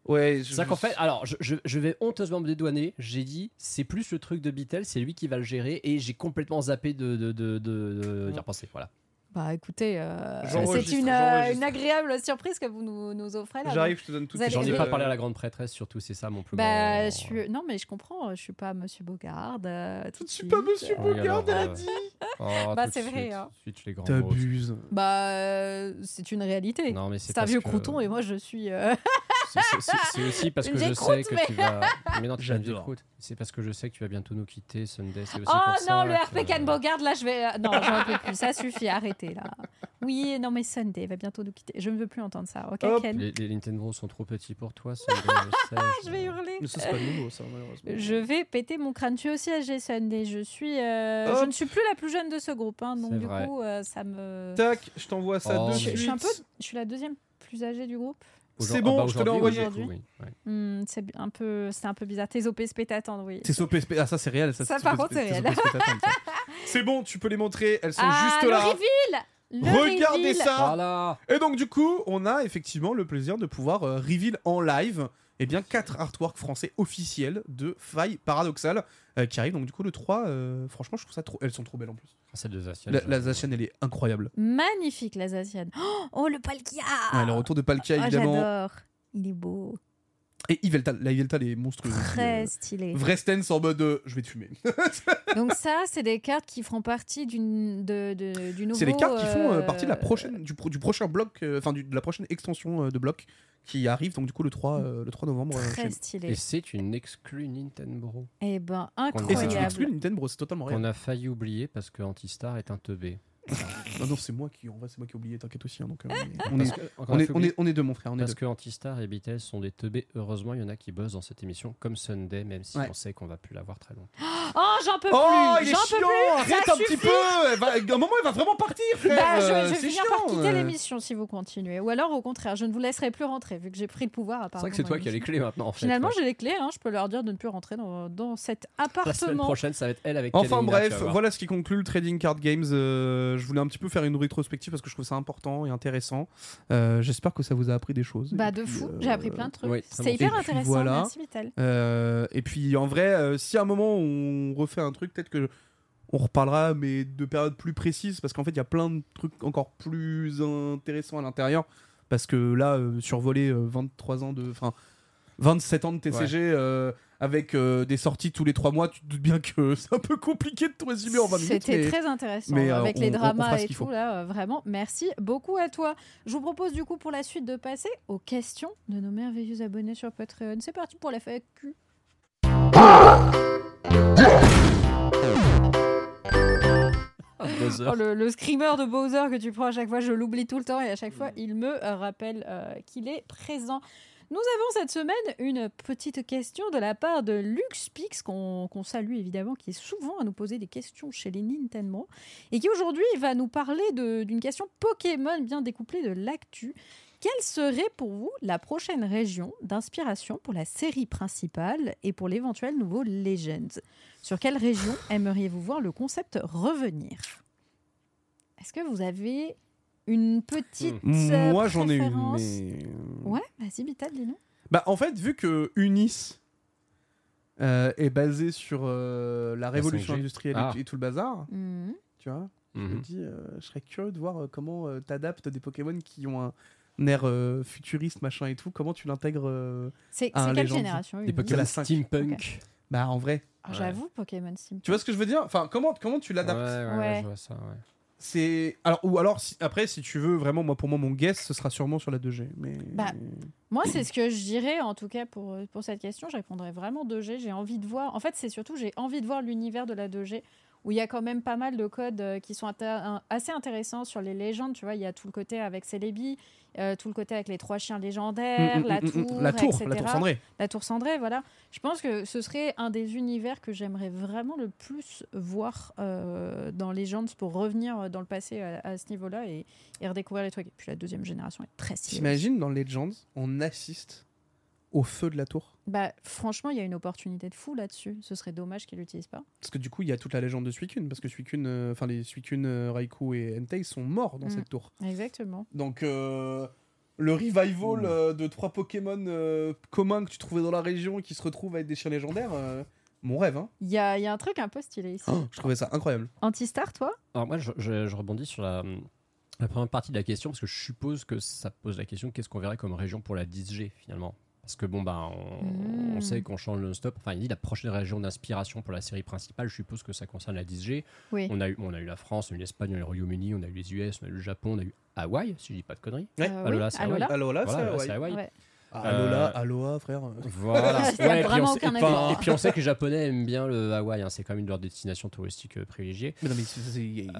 Ouais, C'est qu'en fait, ah, alors je, je- je vais honteusement me dédouaner. J'ai dit, c'est plus le truc de Beatle, c'est lui qui va le gérer, et j'ai complètement zappé de, de, de, de, de- d'y repenser. Voilà. Bah écoutez, euh, J'enregistre, c'est une, euh, j'enregistre. une agréable surprise que vous nous, nous offrez là. J'arrive, Donc, je te donne tout vous allez- euh, J'en ai pas vous- parlé à la grande prêtresse, surtout, c'est ça mon plus Bah, je suis... Non, mais je comprends, je suis pas Monsieur Bogard. euh, tout de suite. pas Monsieur grand. Oui, alors, euh, oh, Bah, tout de c'est vrai, suite, hein. tout de Suite, les grands mots. T'abuses. Bah, euh, c'est une réalité. Non, mais c'est un parce vieux que- crouton et moi je suis. euh, C'est- c'est- C'est c'est aussi parce Une que je vieille sais croûte, que mais- [laughs] tu vas. Mais non, tu vas me dire J'adore. croûte. C'est parce que je sais que tu vas bientôt nous quitter, Sunday. C'est aussi Oh pour ça non, le que- RP Can Bogard, là je vais. euh, Non, j'en peux plus, ça suffit, arrêtez là. Oui, non, mais Sunday va bientôt nous quitter. Je ne veux plus entendre ça, ok, Hop. Ken Les, les Nintendo sont trop petits pour toi, Sunday. je sais, [laughs] Je vais hurler. Mais ça, c'est pas nouveau, ça, malheureusement. Je vais péter mon crâne. Tu es aussi âgé, Sunday. Je, suis, euh, je Hop. ne suis plus la plus jeune de ce groupe. hein, donc, C'est du vrai. coup, euh, ça me. Tac, je t'envoie ça Oh, de mais- Je, je suite. suis un peu, je suis la deuxième plus âgée du groupe. C'est Ah bon, bah, je te l'ai aujourd'hui, envoyé. oui, du coup, oui, ouais. Hmm, c'est bi- un peu, c'était un peu bizarre. Tes OP t'attendent, oui. C'est SOPSP. Ah, ça, c'est réel. Ça, Ça, c'est par SOPSP, contre, c'est réel. SOPSP, t'attends, ça. [laughs] C'est bon, tu peux les montrer. Elles sont ah, juste là. Le reveal Le Regardez reveal ça Voilà. Et donc du coup, on a effectivement le plaisir de pouvoir euh, reveal en live eh bien quatre artworks français officiels de Faille Paradoxale euh, qui arrivent donc du coup le 3 euh, franchement je trouve ça trop elles sont trop belles en plus. Ah, Celle de Zaciel. La, je- la Zacienne, elle est incroyable. Magnifique, l'Alsacienne. Oh, oh, le palkia Ouais, le retour de Palkia Oh, évidemment J'adore. Il est beau. et Yveltal, la Yveltal est monstrueuse. aussi, Très euh, stylé. Vrai stance en mode euh, je vais te fumer. Donc, ça, c'est des cartes qui feront partie d'une, de, de- du nouveau. C'est les cartes qui font euh, euh, partie de la prochaine du, pro- du prochain bloc euh, enfin du- de la prochaine extension euh, de bloc qui arrive donc du coup le 3 euh, le 3 novembre euh, chez Très nous. stylé. Et c'est une exclue Nintendo. Eh ben, Et c'est une incroyable. exclue Nintendo Bros, c'est totalement réel. Qu'on a failli oublier parce que Antistar est un teubé. Ah Non, non, c'est moi qui, en vrai, c'est moi qui ai oublié, t'inquiète aussi. hein, donc, euh, on, est, Parce que- on, encore une est, fois, on, oublie- est, on est deux, mon frère, on est Parce deux. que Antistar et Beatles sont des teubés. Heureusement, il y en a qui buzzent dans cette émission, comme Sunday, même si Ouais. on sait qu'on va plus l'avoir très longtemps. Oh, j'en peux Oh, plus il est J'en peux chiant, plus arrête Ça un petit suffit. peu elle va- À un moment, il va vraiment partir, frère Bah, euh, je, je vais c'est finir chiant, par quitter euh. l'émission si vous continuez. Ou alors, au contraire, je ne vous laisserai plus rentrer vu que j'ai pris le pouvoir à C'est part. vrai que c'est toi qui as les clés maintenant. En fait, Finalement, ouais. j'ai les clés. hein, je peux leur dire de ne plus rentrer dans, dans cet la semaine appartement. prochaine, ça va être elle avec Enfin Kalenina, tu bref, vas voir. voilà ce qui conclut le Trading Card Games. Euh, je voulais un petit peu faire une rétrospective parce que je trouve ça important et intéressant. Euh, J'espère que ça vous a appris des choses. Bah, Et de puis, fou. euh, J'ai appris plein de trucs. oui, très C'était hyper bon. Et puis, intéressant. voilà. Merci, Vital. Euh, et puis en vrai, euh, si à un moment on refait un truc, peut-être que on reparlera, mais de périodes plus précises, parce qu'en fait il y a plein de trucs encore plus intéressants à l'intérieur. Parce que là, euh, survoler euh, 23 ans de. Enfin, 27 ans de TCG euh, avec euh, des sorties tous les 3 mois, tu te doutes bien que [laughs] c'est un peu compliqué de tout résumer en 20 minutes. C'était mais- très intéressant hein, mais, euh, avec les on- on- on dramas fera ce et qu'il tout faut. là euh, vraiment merci beaucoup à toi. Je vous propose du coup pour la suite de passer aux questions de nos merveilleux abonnés sur Patreon. C'est parti pour la FAQ. Ah, Bowser. Oh, le, le screamer de Bowser que tu prends à chaque fois, je l'oublie tout le temps et à chaque fois, Mm. il me euh, rappelle euh, qu'il est présent. Nous avons cette semaine une petite question de la part de LuxPix, qu'on qu'on salue évidemment, qui est souvent à nous poser des questions chez les Nintendo, et qui aujourd'hui va nous parler de- d'une question Pokémon bien découplée de l'actu. Quelle serait pour vous la prochaine région d'inspiration pour la série principale et pour l'éventuel nouveau Legends Sur quelle région aimeriez-vous voir le concept revenir Est-ce que vous avez une petite. euh, Hmm. Moi j'en ai une. préférence mais- euh, Ouais, vas-y, Bital, dis-nous. Bah, en fait, vu que Unis euh, est basé sur euh, la révolution 5G. industrielle Ah. et, et tout le bazar, Mhm. tu vois, je me Mhm. dis, euh, je serais curieux de voir euh, comment euh, t'adaptes des Pokémon qui ont un, un air euh, futuriste, machin et tout, comment tu l'intègres. euh, C'est c'est Ah, quelle légende. génération Des Unis C'est Pokémon la cinq. steampunk. Bah, en vrai. Ah, J'avoue, Pokémon Sim. Tu vois ce que je veux dire Enfin, comment, comment tu Ouais, ouais, l'adaptes ouais, Ouais. je vois ça. ouais. C'est alors ou alors si- après si tu veux vraiment moi pour moi mon guess ce sera sûrement sur la 2G mais Mm, Bah, Moi, c'est ce que je dirais, en tout cas, pour, euh, pour cette question. Je répondrais vraiment 2G. J'ai envie de voir. En fait, c'est surtout, j'ai envie de voir l'univers de la 2G, où il y a quand même pas mal de codes euh, qui sont inté- un- assez intéressants sur les légendes. Tu vois, il y a tout le côté avec Celebi, euh, tout le côté avec les trois chiens légendaires, Mm, mm, la, mm, mm, tour, la tour etc. la tour cendrée La tour cendrée, voilà. Je pense que ce serait un des univers que j'aimerais vraiment le plus voir euh, dans Legends pour revenir euh, dans le passé à, à ce niveau-là et, et redécouvrir les trucs. Et puis la deuxième génération est très stylée. T'imagines dans Legends on assiste au feu de la tour Bah, franchement, il y a une opportunité de fou là-dessus. Ce serait dommage qu'ils l'utilisent pas. Parce que du coup, il y a toute la légende de Suicune, parce que Suicune, euh, enfin les Suicune, euh, Raikou et Entei sont morts dans Mm. cette tour. Exactement. Donc euh, le revival Mm. euh, de trois Pokémon euh, communs que tu trouvais dans la région et qui se retrouvent avec des chiens légendaires, euh, mon rêve. Hein. Il y a, Hein Ah. il y a un truc un peu stylé ici. je trouvais ça incroyable. Antistar, toi Alors moi, je, je- je rebondis sur la, la première partie de la question, parce que je suppose que ça pose la question qu'est-ce qu'on verrait comme région pour la 10G finalement Parce que bon, bah, on, Hmm. on sait qu'on change non-stop. Enfin, il dit la prochaine région d'inspiration pour la série principale, je suppose que ça concerne la 10G. Oui. On, a eu, on a eu la France, on a eu l'Espagne, on a eu le Royaume-Uni, on a eu les US, on a eu le Japon, on a eu Hawaï, si je dis pas de conneries. Ouais. Euh, Alola, oui, Ah c'est Euh. Hawaï. Alola. Alola, Voilà, c'est Alola, Hawaï. Ouais. Ah, Alola, Aloha, frère. Voilà. [laughs] Il y a et, puis on vraiment sait, aucun et puis- effort. et puis on sait que les Japonais aiment bien le Hawaï, hein, c'est quand même une de leurs destinations touristiques euh, privilégiées. Mais non, mais c'est- c'est- ils,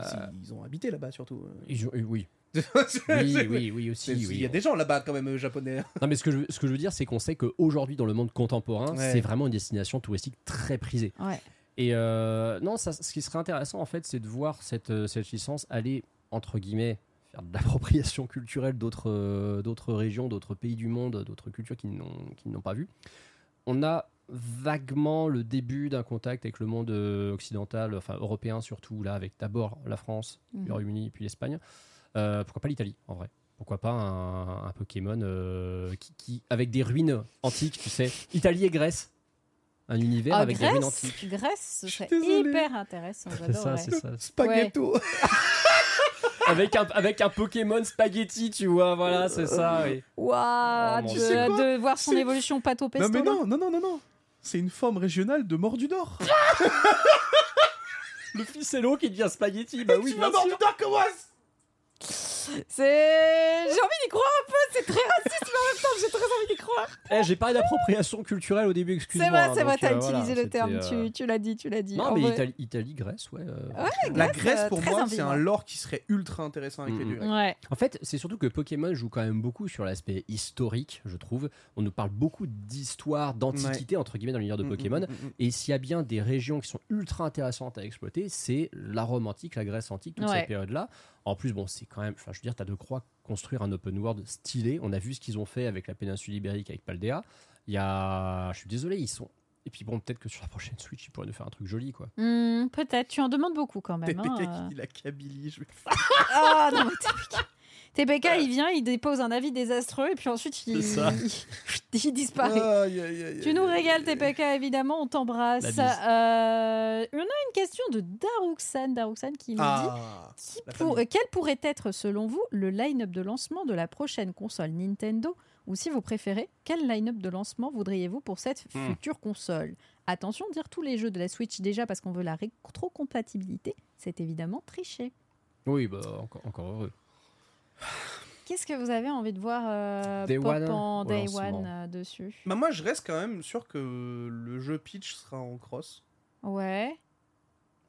ils ont habité là-bas surtout. Ils ont- euh, [laughs] oui. oui, Oui, oui, oui, aussi. Il oui. y a des gens là-bas quand même euh, japonais. Non, mais ce que je, ce que je veux dire, c'est qu'on sait qu'aujourd'hui, dans le monde contemporain, Ouais. c'est vraiment une destination touristique très prisée. Ouais. Et euh, non, ça- ce qui serait intéressant, en fait, c'est de voir cette, euh, cette licence aller, entre guillemets, faire de l'appropriation culturelle d'autres euh, d'autres régions, d'autres pays du monde, d'autres cultures qui n'ont qui n'ont pas vu. On a vaguement le début d'un contact avec le monde euh, occidental, enfin européen surtout, là, avec d'abord la France, Mmh. Mhm. le Royaume-Uni, puis l'Espagne. Euh, pourquoi pas l'Italie, en vrai pourquoi pas un, un Pokémon euh, qui, qui- avec des ruines antiques, tu sais, Italie et Grèce, un univers Ah, avec des ruines antiques. Grèce, Grèce, ce serait désolé. hyper intéressant. C'est ça, j'adorerais. c'est ça. Spaghetto. avec un, avec un Pokémon spaghetti, tu vois, voilà, c'est ça. oui. Waouh, Oh, de, mon Dieu. Tu sais quoi de voir son C'est- évolution pâte au pesto. Non, mais là. non, non, non, non, non. C'est une forme régionale de mort du [laughs] Nord. Le ficello qui devient spaghetti, bah oui, Tu bien vas mort du sûr. Nord comment C'est. J'ai envie d'y croire un peu, c'est très raciste, mais en même temps, j'ai très envie d'y croire. Eh, J'ai parlé d'appropriation culturelle au début, excuse-moi. C'est vrai, hein, c'est vrai, donc, t'as euh, voilà, utilisé le c'était, terme, euh, tu, tu l'as dit, tu l'as dit. Non, En mais vrai. Italie, Italie, Grèce, ouais. euh, La Grèce, Grèce, euh, pour très moi, envie, c'est moi. un lore qui serait ultra intéressant avec les Mm, durées. Ouais. En fait, c'est surtout que Pokémon joue quand même beaucoup sur l'aspect historique, je trouve. On nous parle beaucoup d'histoire, d'antiquité, entre guillemets, dans l'univers de Mm, Pokémon. mm, mm, mm. Et s'il y a bien des régions qui sont ultra intéressantes à exploiter, c'est la Rome antique, la Grèce antique, toute Ouais. cette période-là. En plus, bon, c'est quand même, enfin, je veux dire, t'as de croix construire un open world stylé. On a vu ce qu'ils ont fait avec la péninsule ibérique, avec Paldea. Il y a, je suis désolé, ils sont. Et puis bon, peut-être que sur la prochaine Switch, ils pourraient nous faire un truc joli, quoi. Hmm, Peut-être, tu en demandes beaucoup quand même. TPK hein, euh. qui dit la Kabylie, je vais Ah non, mais TPK. TPK, il vient, il dépose un avis désastreux et puis ensuite il, C'est ça. [laughs] il- il disparaît. Aïe, aïe, aïe, tu aïe, nous aïe, régales, aïe. TPK, évidemment, on t'embrasse. La bise. Euh, on a une question de Daruxan, Daruxan qui nous dit Ah, qui la pour- famille. euh, quel pourrait être, selon vous, le line-up de lancement de la prochaine console Nintendo Ou si vous préférez, quel line-up de lancement voudriez-vous pour cette Hmm. future console Attention, dire tous les jeux de la Switch déjà parce qu'on veut la rétrocompatibilité, c'est évidemment tricher. Oui, bah encore, encore heureux. Qu'est-ce que vous avez envie de voir euh, Day pop One, hein en au Day lancement. One euh, dessus Bah, moi, je reste quand même sûr que le jeu Peach sera en cross. Ouais.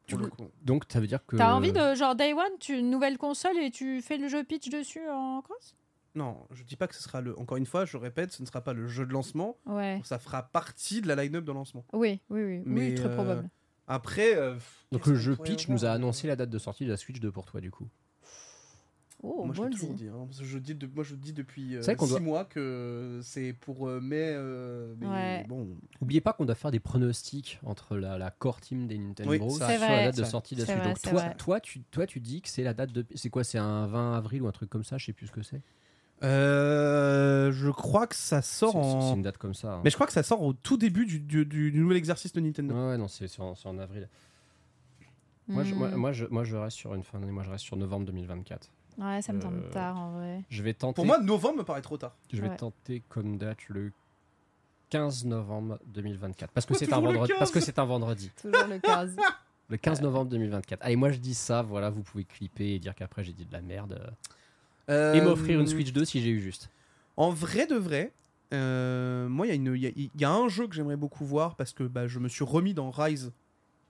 Pour le coup. Donc, ça veut dire Euh, que. T'as envie de genre Day One, tu une nouvelle console et tu fais le jeu pitch dessus en cross Non, je dis pas que ce sera le. Encore une fois, je répète, ce ne sera pas le jeu de lancement. Ouais. Ça fera partie de la line-up de lancement. Oui, oui, oui, oui, Mais, très euh, probable. Après. euh, pff, Donc qu'est-ce le qu'on jeu pourrait Pitch avoir nous a annoncé la date de sortie de la Switch 2 pour toi du coup. Oh, moi, je l'ai ballsy. toujours dit, hein, parce que je dis de- moi, je dis depuis C'est vrai qu'on 6 doit- mois que c'est pour euh, mai. euh, mais Ouais. bon. Oubliez pas qu'on doit faire des pronostics entre la, la core team des Nintendo Oui, sur ça, la C'est vrai, date de ça. sortie de la C'est Switch. vrai, Donc c'est toi, vrai. toi, tu, toi tu dis que c'est la date de... C'est quoi C'est un 20 avril ou un truc comme ça Je sais plus ce que c'est. Euh, je crois que ça C'est sort c'est- c'est en. une date comme ça. hein. Mais je crois que ça sort au tout début du, du- du- du nouvel exercice de Nintendo. Ouais, ouais, non, c'est c'est en, c'est en avril. Moi, je, moi, Mm. Hmm. moi, je, moi, je reste sur une fin d'année, moi je reste sur novembre 2024. Ouais, ça me semble Euh, tard en vrai. Je vais tenter, Pour moi, novembre me paraît trop tard. je vais ouais. tenter comme date le 15 novembre 2024. Parce que Oh, c'est un, toujours le Euh. vendredi- parce 15. que c'est un vendredi. Toujours le 15. Le 15 novembre 2024. Allez, moi je dis ça, voilà, vous pouvez clipper et dire qu'après j'ai dit de la merde. euh, Euh, Et m'offrir une Switch 2 si j'ai eu juste. En vrai de vrai, euh, moi, il y, a une- il y a- il y a un jeu que j'aimerais beaucoup voir parce que bah, je me suis remis dans Rise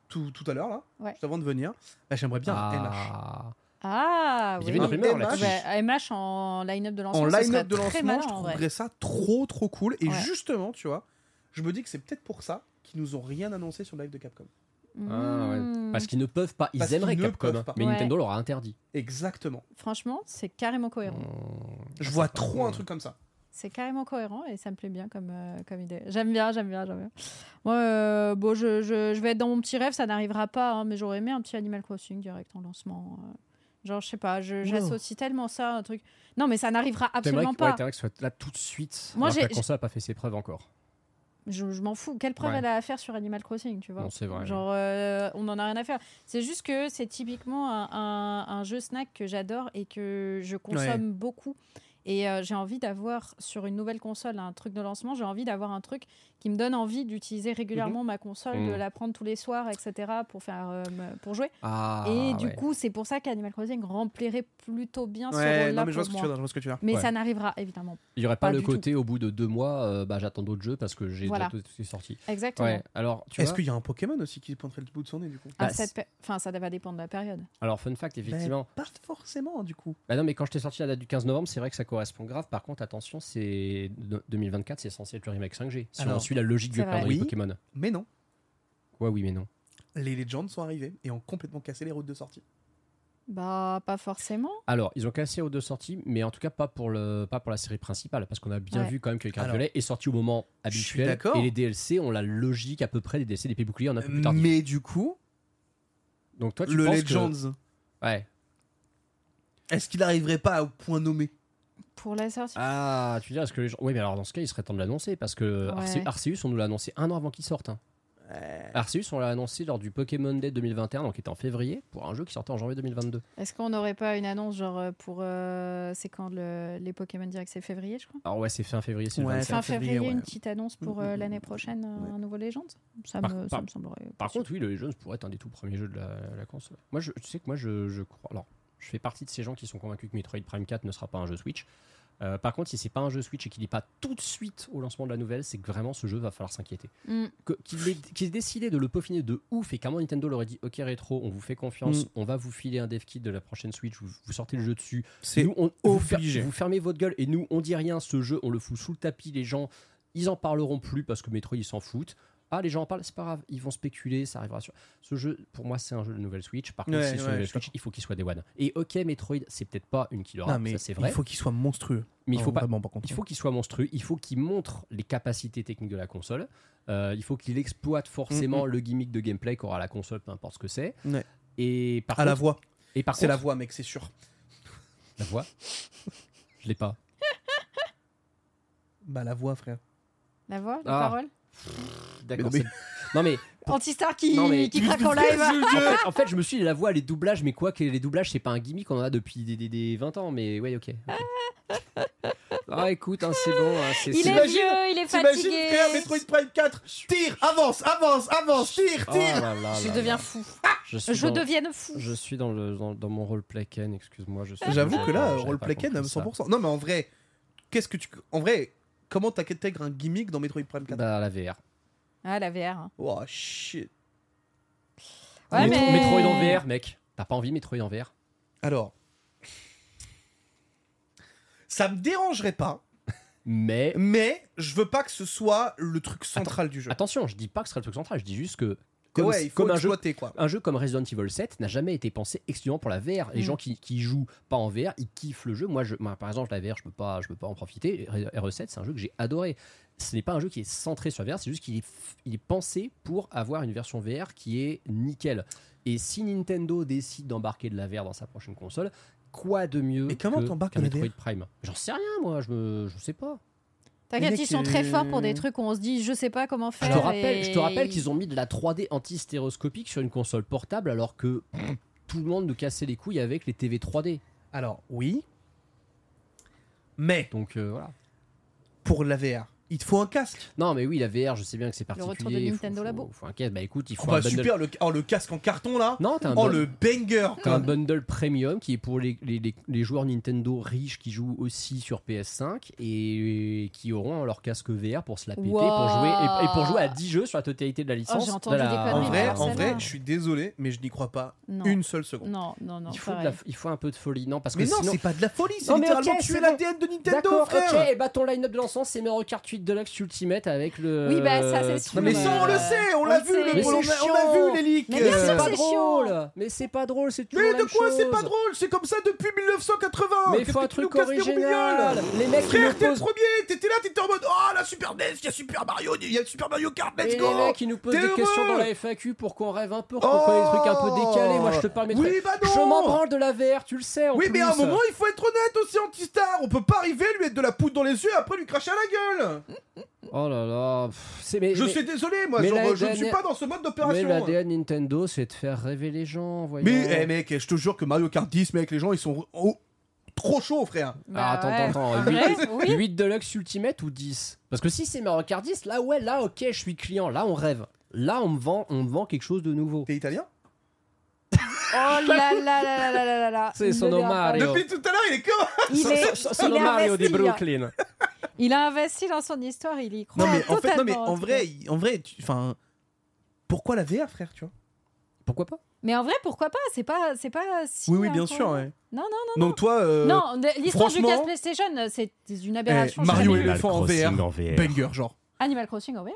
tout, tout à l'heure, là, Ouais. juste avant de venir. Bah, j'aimerais bien un NH. [laughs] Ah, Ah. Il y oui. avait une Un rumeur MH. là-dessus. Ouais, MH en line-up de lancement. en ce serait line-up de très lancement, malin, je en vrai. trouverais ça trop, trop cool. Et Ouais. justement, tu vois, je me dis que c'est peut-être pour ça qu'ils nous ont rien annoncé sur le live de Capcom. Ah, ouais. Hmm. Parce qu'ils ne peuvent pas, ils Parce qu'ils aimeraient ne Capcom, peuvent hein, pas. mais Ouais. Nintendo leur a interdit. Exactement. Franchement, c'est carrément cohérent. Euh, Ah, Je vois hein. trop un truc comme ça. C'est carrément cohérent et ça me plaît bien comme, euh, comme idée. J'aime bien, j'aime bien, j'aime bien. Moi, euh, bon, je, je- je vais être dans mon petit rêve, ça n'arrivera pas, hein, mais j'aurais aimé un petit Animal Crossing direct en lancement. euh. Genre, je sais pas, je- j'associe tellement ça, à un truc. Non, mais ça n'arrivera T'aimerais absolument que, ouais, pas. t'aimerais que ce soit là tout de suite. Moi, Moi, j'ai- la console n'a pas fait ses preuves encore. Je, je m'en fous. Quelle preuve Ouais. elle a à faire sur Animal Crossing, tu vois Non, c'est vrai. Genre, euh, on n'en a rien à faire. C'est juste que c'est typiquement un, un- un jeu snack que j'adore et que je consomme Ouais. beaucoup. Et euh, j'ai envie d'avoir, sur une nouvelle console, un truc de lancement, j'ai envie d'avoir un truc qui me donne envie d'utiliser régulièrement ma console, de Mhm. la prendre tous les soirs, etc., pour, faire, euh, me- pour jouer. Ah, et du ouais. coup, c'est pour ça qu'Animal Crossing remplirait plutôt bien ce Ouais, rôle-là. non, mais je vois pour ce que tu moi. veux dire, je vois ce que tu veux dire. Mais Ouais. ça n'arrivera évidemment Il n'y aurait pas, Pas le du tout. côté au bout de deux mois, euh, bah, j'attends d'autres jeux parce que j'ai Voilà. déjà tout ce qui est sorti. Exactement. Ouais, alors, tu Est-ce vois- qu'il y a un Pokémon aussi qui pointerait le bout de son nez du coup À cette pé- Enfin, ça va dépendre de la période. Alors, fun fact, Ben. effectivement. Pas forcément du coup. Bah non, mais quand je t'ai sorti la date du 15 novembre, c'est vrai que ça correspond grave. Par contre, attention, c'est de- 2024, c'est censé être le remake 5G. Si on Alors, suit la logique du c'est vrai. calendrier Oui. Pokémon. Mais non, Ouais, oui, mais non. les légendes sont arrivées et ont complètement cassé les routes de sortie. Bah, pas forcément. Alors, ils ont cassé aux deux sorties, mais en tout cas pas pour, le, pas pour la série principale, parce qu'on a bien Ouais. vu quand même que les cartes Alors, violettes est sorti au moment habituel. d'accord. Et les DLC ont la logique à peu près des DLC d'épée bouclier en un peu plus tard. Mais du coup, Donc toi, tu le penses Legends, que... Ouais. est-ce qu'il arriverait pas au point nommé Pour la sortie. Ah, tu veux dire, est-ce que les gens... Oui, mais alors dans ce cas, il serait temps de l'annoncer, parce que Ouais. Arce- Arceus, on nous l'a annoncé un an avant qu'il sorte. hein. Arceus, on l'a annoncé lors du Pokémon Day 2021, donc qui était en février, pour un jeu qui sortait en janvier 2022. Est-ce qu'on n'aurait pas une annonce, genre, euh, pour. euh, c'est quand le- les Pokémon Direct C'est février, je crois Alors ouais, c'est fin février, Mm, c'est le Ouais, 27. Fin février, février, ouais. une petite annonce pour euh, l'année prochaine, euh, un nouveau Legend Ça, Par- me, ça par- me semblerait. Par contre, oui, le Legends pourrait être un des tout premiers jeux de la, la console. Moi, je, tu sais que moi, je, je crois. Alors, je fais partie de ces gens qui sont convaincus que Metroid Prime 4 ne sera pas un jeu Switch. Euh, par contre, si c'est pas un jeu Switch et qu'il n'est pas tout de suite au lancement de la nouvelle, c'est que vraiment ce jeu va falloir s'inquiéter. Mm. Que- Qu'il ait, qu'il ait décidé de le peaufiner de ouf et qu'à un moment, Nintendo leur ait dit Ok, rétro, on vous fait confiance, Mm. on va vous filer un dev kit de la prochaine Switch, vous, vous sortez le jeu dessus. C'est Nous, on, vous fer- obligé. Vous fermez votre gueule et nous, on dit rien. Ce jeu, on le fout sous le tapis. Les gens, ils en parleront plus parce que Metroid, ils s'en foutent. Ah, les gens en parlent, c'est pas grave, ils vont spéculer, ça arrivera sur. Ce jeu, pour moi, c'est un jeu de nouvelle Switch. Par contre, Ouais, si c'est ouais, une nouvelle je Switch, il faut qu'il soit des One. Et ok, Metroid, c'est peut-être pas une killer app, ça c'est vrai. il faut qu'il soit monstrueux. Mais il faut Non, pas. vraiment, par contre. il faut qu'il soit monstrueux. Il faut qu'il montre les capacités techniques de la console. euh, il faut qu'il exploite forcément Mhm. le gimmick de gameplay qu'aura la console, peu importe ce que c'est. Ouais. Et par à la contre- voix. Et par c'est la contre- voix, mec, c'est sûr. La voix. Je l'ai pas. Bah la voix, frère. La voix, les Ah. paroles D'accord. Mais non, c'est- Non mais. Antistar qui, Non, mais- qui craque en live en, fait, en fait, je me suis dit, la voix, les doublages, mais quoi que les doublages, c'est pas un gimmick qu'on en a depuis des, des- des 20 ans, mais ouais, ok. ok. ah, écoute, hein, c'est bon. hein, c'est- Il c'est- est vieux, il est T'imagines, fatigué. frère, Metroid Prime 4, tire, avance, avance, avance, tire, tire. Oh là là Je là deviens là. fou. Je, suis Je dans- devienne fou. Je suis dans, le, dans, dans mon roleplay Ken, excuse-moi. je suis- J'avoue que là, j'avais pas roleplay Ken à compris ça. 100%. Non, mais en vrai, qu'est-ce que tu. En vrai, comment t'intègres un gimmick dans Metroid Prime 4 Bah, la VR. Ah, la VR. hein. Oh shit. Ouais, Métro- mais- Metroid en VR, mec. T'as pas envie Metroid en VR Alors. Ça me dérangerait pas, Mais mais je veux pas que ce soit le truc central du jeu. attention, je dis pas que ce serait le truc central, je dis juste que. Que Comme, ouais, il faut comme un, jeu, Ah. exploiter, quoi. un jeu comme Resident Evil 7 n'a jamais été pensé exclusivement pour la VR. Les Mm. gens qui, qui jouent pas en VR, ils kiffent le jeu. Moi, je, moi, par exemple, la VR, je peux pas, je peux pas en profiter. RE7, c'est un jeu que j'ai adoré. Ce n'est pas un jeu qui est centré sur la VR, c'est juste qu'il est, f- il est pensé pour avoir une version VR qui est nickel. Et si Nintendo décide d'embarquer de la VR dans sa prochaine console, quoi de mieux Et comment que- t'embarques qu'un de la VR? Metroid Prime J'en sais rien, moi, je, me, je sais pas. T'inquiète, mec, ils sont euh, très forts pour des trucs où on se dit, je sais pas comment Je faire. te rappelle, et- je te rappelle qu'ils ont mis de la 3D anti-stéroscopique sur une console portable alors que tout le monde nous cassait les couilles avec les TV 3D. Alors, oui. Mais Donc euh, voilà. pour la VR, il te faut un casque. Non mais oui, la VR, je sais bien que c'est retour de particulier. Nintendo faut, Labo. Faut, faut un casque. Bah écoute, il Oh, faut bah, un bundle. super, le, oh, le casque en carton là. Non, t'as un, oh, bun- le banger. t'as un bundle premium qui est pour les, les- les- les joueurs Nintendo riches qui jouent aussi sur PS5 et qui auront leur casque VR pour se la péter pour Waouh. jouer et, et pour jouer à 10 jeux sur la totalité de la licence. Oh, entendu de la- des conneries, En mais vrai, alors, en celle-là. vrai, je suis désolé, mais je n'y crois pas Non. une seule seconde. Non, non, non. il, faut de pareil. la- il faut un peu de folie. Non, parce Mais que non, sinon, c'est pas de la folie, c'est Non, mais littéralement ok, tuer c'est l'ADN de Nintendo, D'accord, frère. ok, et bah ton line-up de lancement c'est Mario Kart 8 Deluxe Ultimate avec le. Oui, bah, ça, c'est sûr. Non, mais ça, on le Euh, sait, on on l'a le vu, sait. le- Mais on, c'est a, on a chiant. vu les leaks. Euh, Mais Mais bien c'est sûr, pas c'est drôle chiant. Mais c'est pas drôle, c'est toujours Mais la de même quoi c'est pas chose. drôle C'est comme ça depuis 1980 Mais il Qu'est-ce faut que un tu truc nous casses les original. roubignoles Les mecs, ils nous Frère, t'es le posent- premier T'étais là, t'étais en mode Oh la Super NES, il y a Super Mario, il y a Super Mario Kart, let's Et go les mecs qui nous posent T'es des questions dans heureux la FAQ pour qu'on rêve un peu, qu'on connaisse des trucs un peu décalés. Moi je te parle, mais Oh. Oui, bah non je m'en branle de la VR, tu le sais. En Oui, mais à un plus. moment, il faut être honnête aussi, anti-star On peut pas arriver, lui mettre de la poudre dans les yeux et après lui cracher à la gueule Oh là là. pff, c'est- mais- Je mais- suis désolé, moi, mais genre, la je ne suis dernière- pas dans ce mode Mais d'opération. l'ADN Nintendo, c'est de faire rêver les gens, voyons. Mais, eh, mec, je te jure que Mario Kart 10, mec, les gens, ils sont oh, trop chauds, frère. Ah, attends, attends, attends. 8, Deluxe Ultimate ou 10 Parce que si c'est Mario Kart 10, là, ouais, là, ok, je suis client. Là, on rêve. Là, on me vend, on me vend quelque chose de nouveau. T'es italien Oh là là là là là là là là. C'est Il sono ne l'a pas. Mario. Depuis tout à l'heure, il est comment Il est- il est Mario investi, des hein. Brooklyn. Il a investi dans son histoire, il y croit. Non, mais en fait, non, mais totalement, en tout vrai, cas. il- en vrai, tu- enfin, pourquoi la VR, frère, tu vois Pourquoi pas Mais en vrai, pourquoi pas C'est pas, c'est pas. si Oui, oui, bien incroyable. sûr, ouais. Non, non, non. Donc toi, euh, non, de- l'histoire du franchement, cast PlayStation, euh, c'est une eh, aberration. j'ai Mario jamais vu. Elephant en Crossing VR, en VR. banger, genre. Animal Crossing en VR.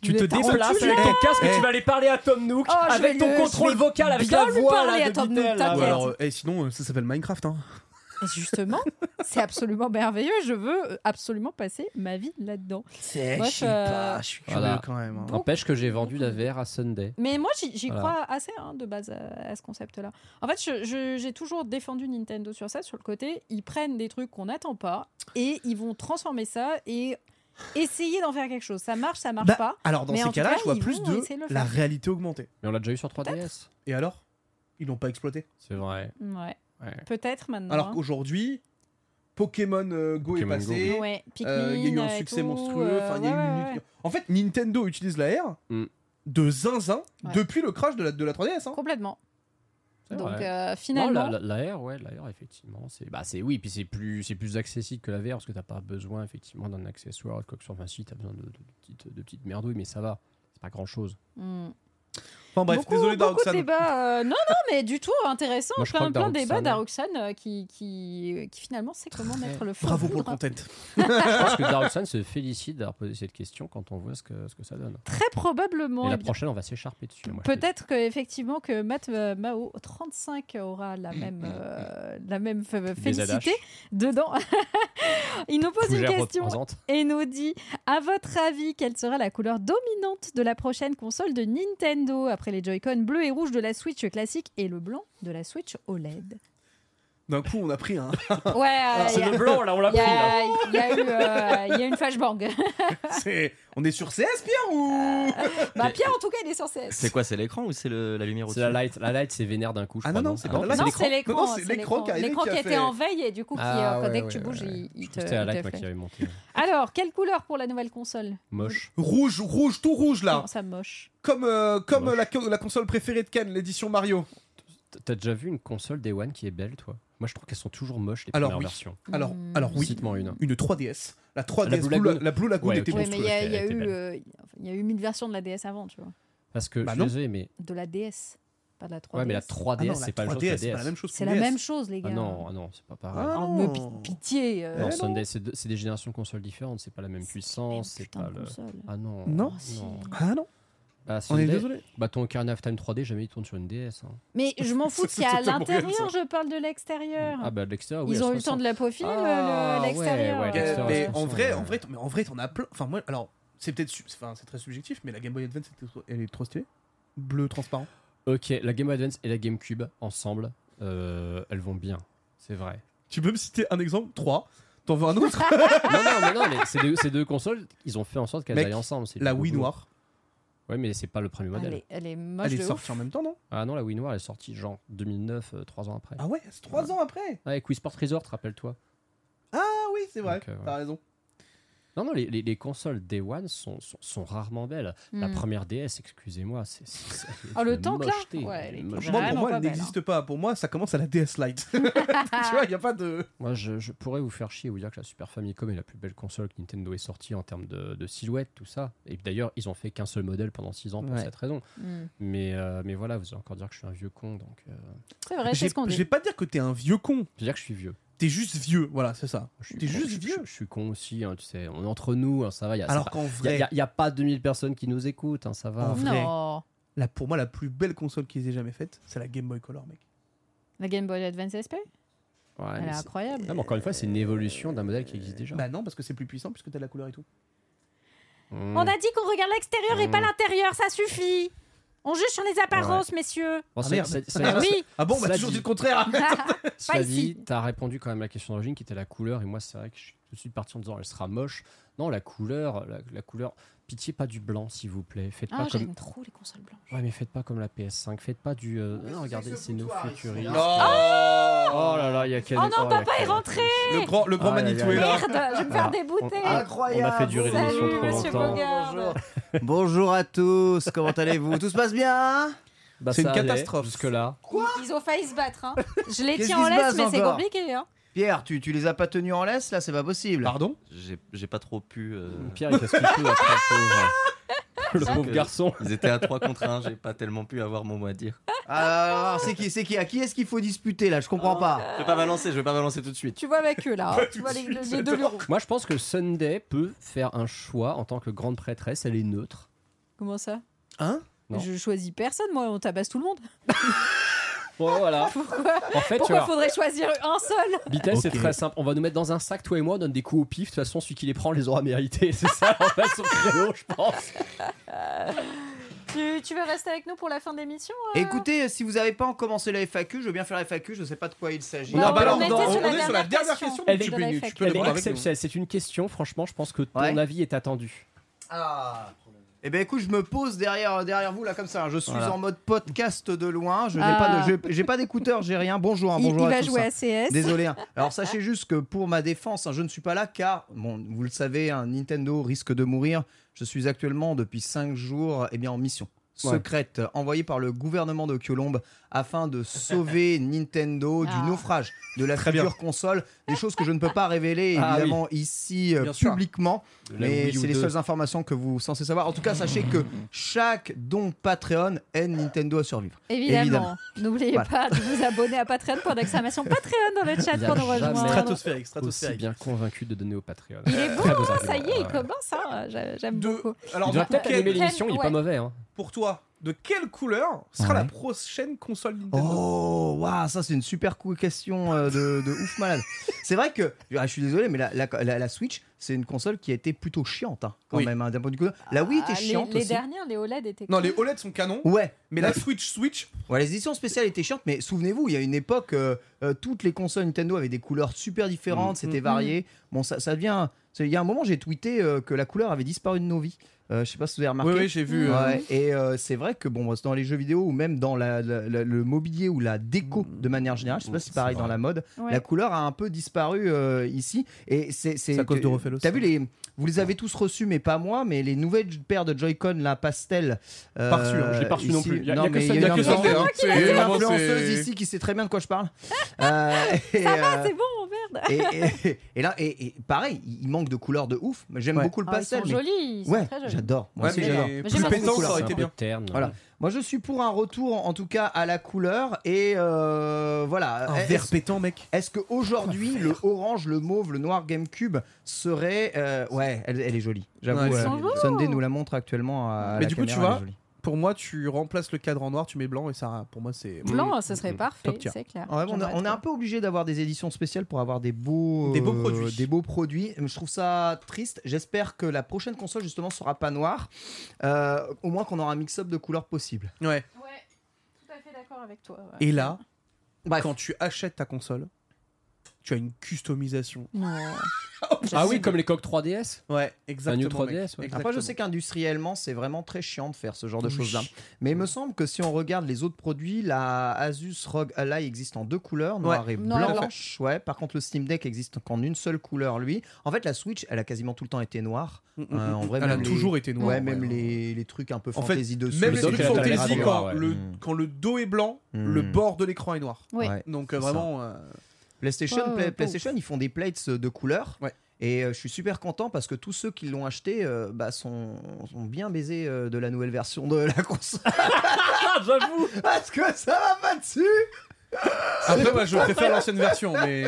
Tu Mais te t'as déplaces entendu, avec ton là casque et Eh. tu vas aller parler à Tom Nook Oh, je avec vais ton le- contrôle je vais vocal, avec bien la lui voix parler là, à de Tom Nook, Beatle, là. Ou t'inquiète. alors, euh, eh, sinon, euh, ça s'appelle Minecraft, hein. Et justement, c'est absolument merveilleux. Je veux absolument passer ma vie là-dedans. Moi, je- je suis Voilà. curieux quand même. hein. Bon. N'empêche que j'ai vendu la VR à Sunday. Mais moi, j'y j'y Voilà. crois assez hein, de base à, à ce concept-là. En fait, je- je- j'ai toujours défendu Nintendo sur ça, sur le côté, ils prennent des trucs qu'on n'attend pas et ils vont transformer ça et essayer d'en faire quelque chose. Ça marche, ça marche Bah, pas. Alors, dans Mais ces en tout cas-là, cas, je vois ils plus vont essayer de le de la faire. réalité augmentée. Mais on l'a déjà eu sur 3DS. Et alors Ils l'ont pas exploité. C'est vrai. Ouais. Ouais. Peut-être maintenant. Alors hein. qu'aujourd'hui, Pokémon euh, Go est Pokémon Go. passé. Ouais, Pikmin, Euh, Il y a eu un euh, et succès tout, monstrueux. euh, Enfin, il y a eu ouais, une- ouais, ouais. En fait, Nintendo utilise la R Mm. de zinzin Ouais. depuis le crash de la, de la 3DS. hein. Complètement. C'est Donc vrai. euh, Non, finalement, la, la- la R, ouais, la R, effectivement, c'est bah c'est oui, puis c'est plus c'est plus accessible que la VR parce que t'as pas besoin effectivement d'un accessoire ou quoi que ce soit. Enfin si, t'as besoin de, de- de petites de petites merdouilles, mais ça va, c'est pas grand chose. hmm. Enfin bref, beaucoup, désolé beaucoup de Daroxane. débats. euh, non, non, mais du tout intéressant. Moi, je crois plein que plein de Daroxane- débats hein. d'Aroxane euh, qui, qui, qui finalement sait comment mettre le feu. Bravo aux pour le poudres. content. Ah, Je pense que Daruxan se félicite d'avoir posé cette question quand on voit ce que ce que ça donne. Très probablement. Et la eh bien, prochaine, on va s'écharper dessus. moi, je te dis. Peut-être que effectivement que Matt euh, Mao 35 aura la même euh, la même f- Adaches. félicité dedans. [laughs] Il nous pose une Fougère question représente. et nous dit à votre avis quelle sera la couleur dominante de la prochaine console de Nintendo après les Joy-Con bleu et rouge de la Switch classique et le blanc de la Switch OLED. D'un coup, on a pris un. [laughs] Ouais, euh, il y Ah, C'est a- le blanc là, on l'a il y, pris. là. a- il y a eu, euh, il y a une flashbang. [laughs] C'est- On est sur CS, Pierre ou bah, Pierre, en tout cas, il est censé être. C'est quoi C'est l'écran ou c'est le- la lumière au-dessus C'est la light, la light, c'est vénère d'un coup. je Ah crois, non, non, c'est Ah pas la light. Non, c'est c'est l'écran. l'écran. Non, non, c'est c'est l'écran qui a- L'écran qui qui, a était fait- en veille et du coup, qui, Ah, euh, ouais, dès que ouais, tu ouais, bouges, ouais. il, il Je te. trouve que c'était la il te light moi, flash. qui [laughs] avait monté. Alors, quelle couleur pour la nouvelle console Moche. Rouge, rouge, tout rouge là. Non, ça moche. Comme, euh, comme Moche. la, co- la console préférée de Ken, l'édition Mario. T- T'as déjà vu une console Day One qui est belle, toi Moi, je trouve qu'elles sont toujours moches les Alors, premières oui. versions. Alors, Hmm. alors oui, Cite-moi une. une 3DS. La 3DS, La Blue Blue La- Lagoon. la Blue Lagoon Ouais, était ok. Ouais, Je mais trouve il y, a- qu'elle il y a était eu, belle. euh, enfin, il y a eu mille versions de la DS avant, tu vois. Parce que Bah je non. suis désolé, mais De la DS, pas de la 3DS. ouais, mais la Ah 3DS, non, la c'est pas, 3DS, la même chose que c'est la pas la DS. même chose. C'est la même chose, les Ah gars. non, ah non, c'est pas pareil. Ah Oh, non. me pi- pitié. euh, Non, Eh Sunday, c'est deux- c'est des générations de consoles différentes, c'est pas la même puissance, c'est putain pas de le. console. Ah non. Non. Ah non, Bah, on est Sunday- désolé. Bah, ton Ocarina of Time 3D, jamais il tourne sur une DS. hein. [laughs] Mais je m'en fous de C'est ce qu'il y a à totalement rien, l'intérieur, je parle de l'extérieur. Ah, bah, de l'extérieur, oui. Ils elle ont se eu le temps ressent. de la peaufiner, le- Ah, le- ouais, l'extérieur. ouais, Euh, l'extérieur, mais c'est en ça, vrai, ouais. en vrai, t- mais en vrai, t'en as plein. Enfin moi, alors c'est peut-être, su- enfin c'est très subjectif, mais la Game Boy Advance, elle est trop- elle est trop stylée, bleu transparent. Ok, la Game Boy Advance et la GameCube ensemble, euh, elles vont bien. C'est vrai. [laughs] Tu peux me citer un exemple, trois. T'en veux un autre non, non, mais non, mais ces deux, ces deux consoles, ils ont fait en sorte qu'elles Mec, aillent ensemble. c'est La du Wii boulot. noire, Ouais, mais c'est pas le premier modèle. Elle est, elle est moche elle est de Ah, ouf. sortie en même temps, non Ah non, la Wii noire, elle est sortie genre 2009, 3 euh, ans après. Ah ouais, c'est trois ans après. Avec Wii Sport Resort, rappelle-toi. Ah oui, c'est vrai. Donc, euh, ouais. T'as raison. Non, non, les, les- les consoles Day One sont, sont, sont rarement belles. La Hmm. première DS, excusez-moi, c'est. c'est- c'est- Ah, le une tank, là mocheté, Ouais, elle une est mocheté. Moi, pour Vraiment moi, pas elle belle, n'existe pas. Pour moi, ça commence à la DS Lite. [laughs] tu vois, il n'y a pas [laughs] de. Moi, je, je pourrais vous faire chier et vous dire que la Super Famicom est la plus belle console que Nintendo ait sortie en termes de, de silhouette, tout ça. Et d'ailleurs, ils ont fait qu'un seul modèle pendant 6 ans pour Ouais. cette raison. Hmm. Mais, euh, mais voilà, vous allez encore dire que je suis un vieux con, donc. euh, C'est vrai, J'ai- c'est ce qu'on Je dit. vais pas dire que t'es un vieux con. Je veux dire que je suis vieux. T'es juste vieux. Voilà, c'est ça. Je suis T'es con, juste je- vieux. Je, je suis con aussi, hein, tu sais. On est entre nous, hein, ça va. y a- c'est Alors pas- qu'en Il vrai, n'y a, pas 2000 personnes qui nous écoutent, hein, ça va. En vrai. Non, la- pour moi, la plus belle console qu'ils aient jamais faite, c'est la Game Boy Color, mec. la Game Boy Advance Ah. SP, Ouais, elle est Ah, mais c'est- incroyable. Non, mais encore une fois, c'est une évolution d'un modèle qui existe déjà. Bah non, parce que c'est plus puissant, puisque t'as de la couleur et tout. Mmh. On a dit qu'on regarde l'extérieur et pas Mm. l'intérieur, ça suffit. On juge sur les apparences, messieurs. Bon, Ah, c'est- merde. c'est- c'est- Eh Ah oui, Ah bah bon, on m'a Cela toujours [laughs] Ah, dit- dit le contraire. Cela ici. dit, t'as répondu quand même à la question d'origine qui était la couleur, et moi, c'est vrai que je suis tout de suite partir en disant elle sera moche. Non, la couleur, la, la couleur. Pitié, pas du blanc, s'il vous plaît. Faites Ah, pas j'aime comme. trop les consoles blanches. Ouais, mais faites pas comme la PS5. Faites pas du. euh, non, regardez, c'est nos futuristes. Non. Oh là là, il y a quel. Oh non, il y a papa est quel- rentré Le grand- le grand Ah là Manitou là. est là. Merde, je vais me Voilà, faire des bouteilles Ah, on- on- Incroyable. on a fait durer l'émission Salut, trop monsieur longtemps. Bogard. Bonjour à tous, comment allez-vous Tout se passe bien Bah, C'est ça une allait, catastrophe. Jusque-là. Ils ils ont failli se battre, hein. Je les Qu'est-ce tiens qui en se laisse, passe mais c'est encore compliqué, hein. Pierre, tu, tu les as pas tenus en laisse là, c'est pas possible. Pardon J'ai j'ai pas trop pu. euh, Pierre, il fait ce qu'il peut, après, le pauvre. [laughs] Le Disons pauvre que garçon. Ils étaient à 3 contre 1, j'ai pas tellement pu avoir mon mot à dire. Ah, Alors, c'est qui, c'est qui À qui est-ce qu'il faut disputer là Je comprends pas. Je vais pas balancer, je vais pas balancer tout de suite. Tu vois avec eux, là. hein. Tu vois les, les deux bureaux. Moi, je pense que Sunday peut faire un choix en tant que grande prêtresse. Elle est neutre. Comment ça Hein Non. Je choisis personne, moi, on tabasse tout le monde. Bon, voilà. En fait, [laughs] tu Pourquoi vois. faudrait choisir un seul Beatles, c'est très simple. On va nous mettre dans un sac, toi et moi, on donne des coups au pif. De toute façon, celui qui les prend les aura mérités. [laughs] C'est ça, en fait, son créneau, je pense. Tu, tu veux rester avec nous pour la fin de l'émission euh Écoutez, si vous avez pas encore commencé la FAQ, je veux bien faire la FAQ, je sais pas de quoi il s'agit. On est en balance était dans- sur la on est sur la dernière question. Elle Tu peux- est, tu peux elle est l'aborder avec exceptionnelle. C'est une question, franchement, je pense que ton Ouais. avis est attendu. Ah. Eh ben écoute, je me pose derrière, derrière vous là comme ça. Je suis Voilà. en mode podcast de loin. Je n'ai Ah. pas, de- j'ai- j'ai pas d'écouteurs, j'ai rien. Bonjour, hein, Il- bonjour il à va tous, jouer hein. à [laughs] CS. Désolé. hein. Alors sachez juste que pour ma défense, hein, je ne suis pas là car, bon, vous le savez, hein, Nintendo risque de mourir. Je suis actuellement depuis 5 jours, eh bien en mission Ouais. secrète euh, envoyée par le gouvernement de Colombe afin [laughs] de sauver Nintendo du naufrage de la Très bien. future console. Des choses que je ne peux pas révéler Ah oui. évidemment ici euh, Bien sûr. publiquement, De la mais Wii U c'est les 2. seules informations que vous censez savoir. En tout cas, sachez que chaque don Patreon aide Nintendo à survivre. Évidemment. N'oubliez Voilà. pas de vous abonner à Patreon pour d'exclamation Patreon dans le chat pour nous rejoindre. Aussi bien convaincu de donner au Patreon. Il est beau, Très beaux hein, ça arguments. y est, il Ouais. commence. hein. J'a- J'aime beaucoup. Alors, il doit du coup, peut-être quel- animer l'émission, il est pas ouais. mauvais. Hein. Pour toi, de quelle couleur sera Ouais. la prochaine console Nintendo Oh, waouh, ça c'est une super cool question euh, de, de ouf malade. C'est vrai que, ah, je suis désolé, mais la, la- la- la Switch, c'est une console qui a été plutôt chiante hein, quand Oui. même, hein, d'un point de vue. La Wii était Ah, les, chiante les aussi. dernières, les OLED étaient. Non, cool. les OLED sont canons. Ouais, Mais la Switch, Switch. Ouais, les éditions spéciales étaient chiantes, mais souvenez-vous, il y a une époque, euh, euh, toutes les consoles Nintendo avaient des couleurs super différentes, Mm. c'était Mm. varié. Bon, ça, ça devient. c'est- Il y a un moment, j'ai tweeté euh, que la couleur avait disparu de nos vies. Euh, je sais pas si vous avez remarqué. Oui, oui, j'ai vu, Ouais, hein. euh. Et euh, c'est vrai que bon, dans les jeux vidéo ou même dans la- la- la- le mobilier ou la déco Mm. de manière générale, je sais pas si c'est pareil dans la mode, Ouais. la couleur a un peu disparu euh, ici. Et c'est c'est- C'est à cause que- de Refelos, T'as ça. vu les, vous les avez tous reçus, mais pas moi, mais les nouvelles paires de Joy-Con la pastel. euh, Pas reçu, hein, je l'ai pas reçu non ici- plus. Y a- y a Non, que mais ça- il y y a a une que ça, influence- c'est moi qui il y a l'ai une fait. influenceuse C'est- ici qui sait très bien de quoi [laughs] je parle. Euh, et, Ça va, euh, c'est bon, Ah, merde. et, et- et là, et, et pareil, il manque de couleurs de ouf. mais J'aime beaucoup le Ah, ils pastel. sont mais- jolis, ils sont ouais, très jolis. j'adore. Moi Ouais, aussi, mais j'adore. plus J'aime pétant, beaucoup. ça aurait été bien. Terne. Voilà. Moi, je suis pour un retour, en tout cas, à la couleur. Et euh, voilà. Un Est-ce- vert pétant, mec. Est-ce que aujourd'hui le orange, le mauve, le noir GameCube serait. euh, ouais, elle, elle est jolie. Ouais, J'avoue, elles euh, sont jolies. Sunday nous la montre actuellement. À mais la du coup, tu caméra, elle est vois, jolie. pour moi, tu remplaces le cadre en noir, tu mets blanc et ça, pour moi, c'est. Blanc, ce Mm, serait parfait, Top tier. c'est clair. Ouais, on, a- J'aimerais on est trop. un peu obligé d'avoir des éditions spéciales pour avoir des beaux, Des beaux euh, produits. des beaux produits. Je trouve ça triste. J'espère que la prochaine console justement sera pas noire. Euh, au moins qu'on aura un mix-up de couleurs possible. Ouais. Ouais, tout à fait d'accord avec toi. ouais. Et là, quand tu achètes ta console, tu as une customisation. Non. Ah oui, comme les coques 3DS Ouais, exactement. Un New 3DS, mec. ouais. Après, je sais qu'industriellement, c'est vraiment très chiant de faire ce genre de Oui. choses-là. Mais il me semble que si on regarde les autres produits, la Asus ROG Ally existe en deux couleurs, noir Ouais. et Noir et blanche. Ouais. Par contre, le Steam Deck existe qu'en une seule couleur, lui. En fait, la Switch, elle a quasiment tout le temps été noire. Mm, Euh, mm, en mm. vrai, Elle a même les- toujours hein. été noire, Ouais, ouais, même ouais. les, les trucs un peu En fait, fantasy dessus. même les ça, trucs elle a fantasy, l'air quand, noire, ouais. le, quand le dos est blanc, Mm. le bord de l'écran est noir. Oui. Ouais, Donc euh, c'est ça. vraiment. euh, PlayStation, Ouais, euh, ouais, Play- pas ouf. PlayStation, ils font des plates euh, de couleurs. Et euh, je suis super content parce que tous ceux qui l'ont acheté euh, bah, sont, sont bien baisés euh, de la nouvelle version de la console. J'avoue. [laughs] Parce que ça va pas dessus. Après, moi, je préfère l'ancienne version, mais.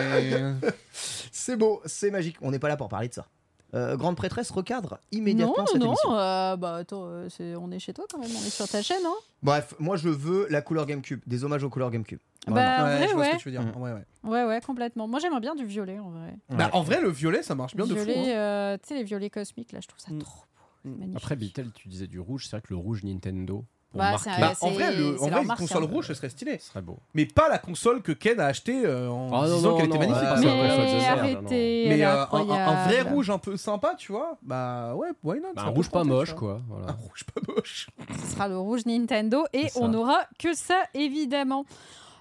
C'est beau, c'est magique. On n'est pas là pour parler de ça. Euh, Grande prêtresse recadre immédiatement oh, non, cette non, émission. euh, bah attends, euh, c'est- on est chez toi quand même, on est sur ta chaîne, hein Bref, moi je veux la couleur GameCube. Des hommages aux couleurs GameCube. Bah, en Ouais, vrai, je vois ce que ouais. tu veux dire. Hmm. Ouais, ouais. Ouais, ouais, complètement. Moi j'aimerais bien du violet en vrai. Bah, en vrai, le violet, ça marche bien violet, de fou. hein. Mm. euh, tu sais, les violets cosmiques là, je trouve ça trop beau. c'est magnifique. Ah, Après, Beatle, tu disais du rouge. C'est vrai que le rouge Nintendo, pour Bah, marquer. c'est- Bah, en c'est- vrai, le- en c'est vrai leur une marque, console hein. rouge, ce serait stylé. Ce serait beau. Mais pas la console que Ken a achetée euh, en Ah, non, disant non, qu'elle non, était magnifique. ouais, quoi. ouais, ouais, hein, ouais, ouais, ouais, non. Mais Mais, euh, euh, un, un- un vrai incroyable. rouge un peu sympa, tu vois. Bah ouais, why not Bah, ça un peut rouge se pas tenter, moche, tu vois. quoi. Voilà. Un rouge pas [laughs] moche. Ce sera le rouge Nintendo et C'est ça. on n'aura que ça, évidemment.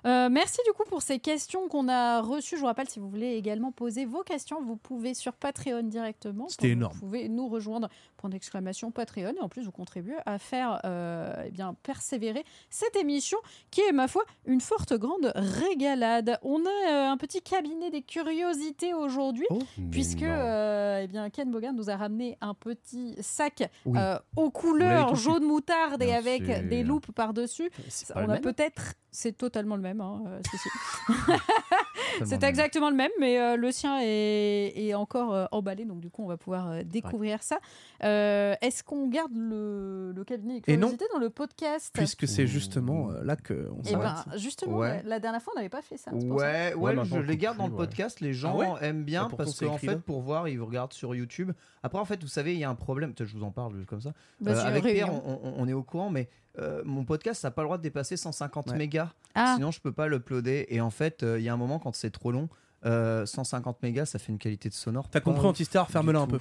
Euh, merci du coup pour ces questions qu'on a reçues. Je vous rappelle, si vous voulez également poser vos questions, vous pouvez sur Patreon directement. C'était Donc, énorme. Vous pouvez nous rejoindre pour une exclamation Patreon et en plus vous contribuez à faire euh, eh bien, persévérer cette émission qui est, ma foi, une forte grande régalade. On a euh, un petit cabinet des curiosités aujourd'hui puisque mais non. euh, eh bien, Ken Bogan nous a ramené un petit sac Oui. euh, aux Vous l'avez couleurs tous jaune moutarde et Bien avec sûr. des loupes par-dessus. C'est pas On le a même. peut-être. C'est totalement le même. hein, euh, si, [laughs] [laughs] si. Totalement le C'est même. exactement le même, mais euh, le sien est, est encore euh, emballé, donc du coup, on va pouvoir euh, découvrir ça. Euh, Est-ce qu'on garde le, le cabinet Et non. curiosité dans le podcast Puisque c'est justement euh, là que on Eh ben, s'arrête. justement, Ouais. la- la dernière fois, on n'avait pas fait ça. c'est pour ça. Eh, Ouais, ouais, Ouais, maintenant, je on les coupe garde dans plus, le ouais. podcast. Les Ah gens ouais aiment Bah, bien pourtant, parce c'est qu'en écrit fait, là. pour voir, ils regardent sur YouTube. Après, en fait, vous savez, il y a un problème. Peut-être je vous en parle juste comme ça. Vas-y, Euh, avec Bah, réunion. Pierre, on, on- on est au courant, mais euh, mon podcast, ça n'a pas le droit de dépasser 150 Ouais. mégas. Ah. Sinon, je peux pas l'uploader. Et en fait, euh, il y a un moment quand c'est trop long. euh, 150 mégas, ça fait une qualité de sonore. T'as pas compris, ouf Antistar, du ferme-la un tout. peu.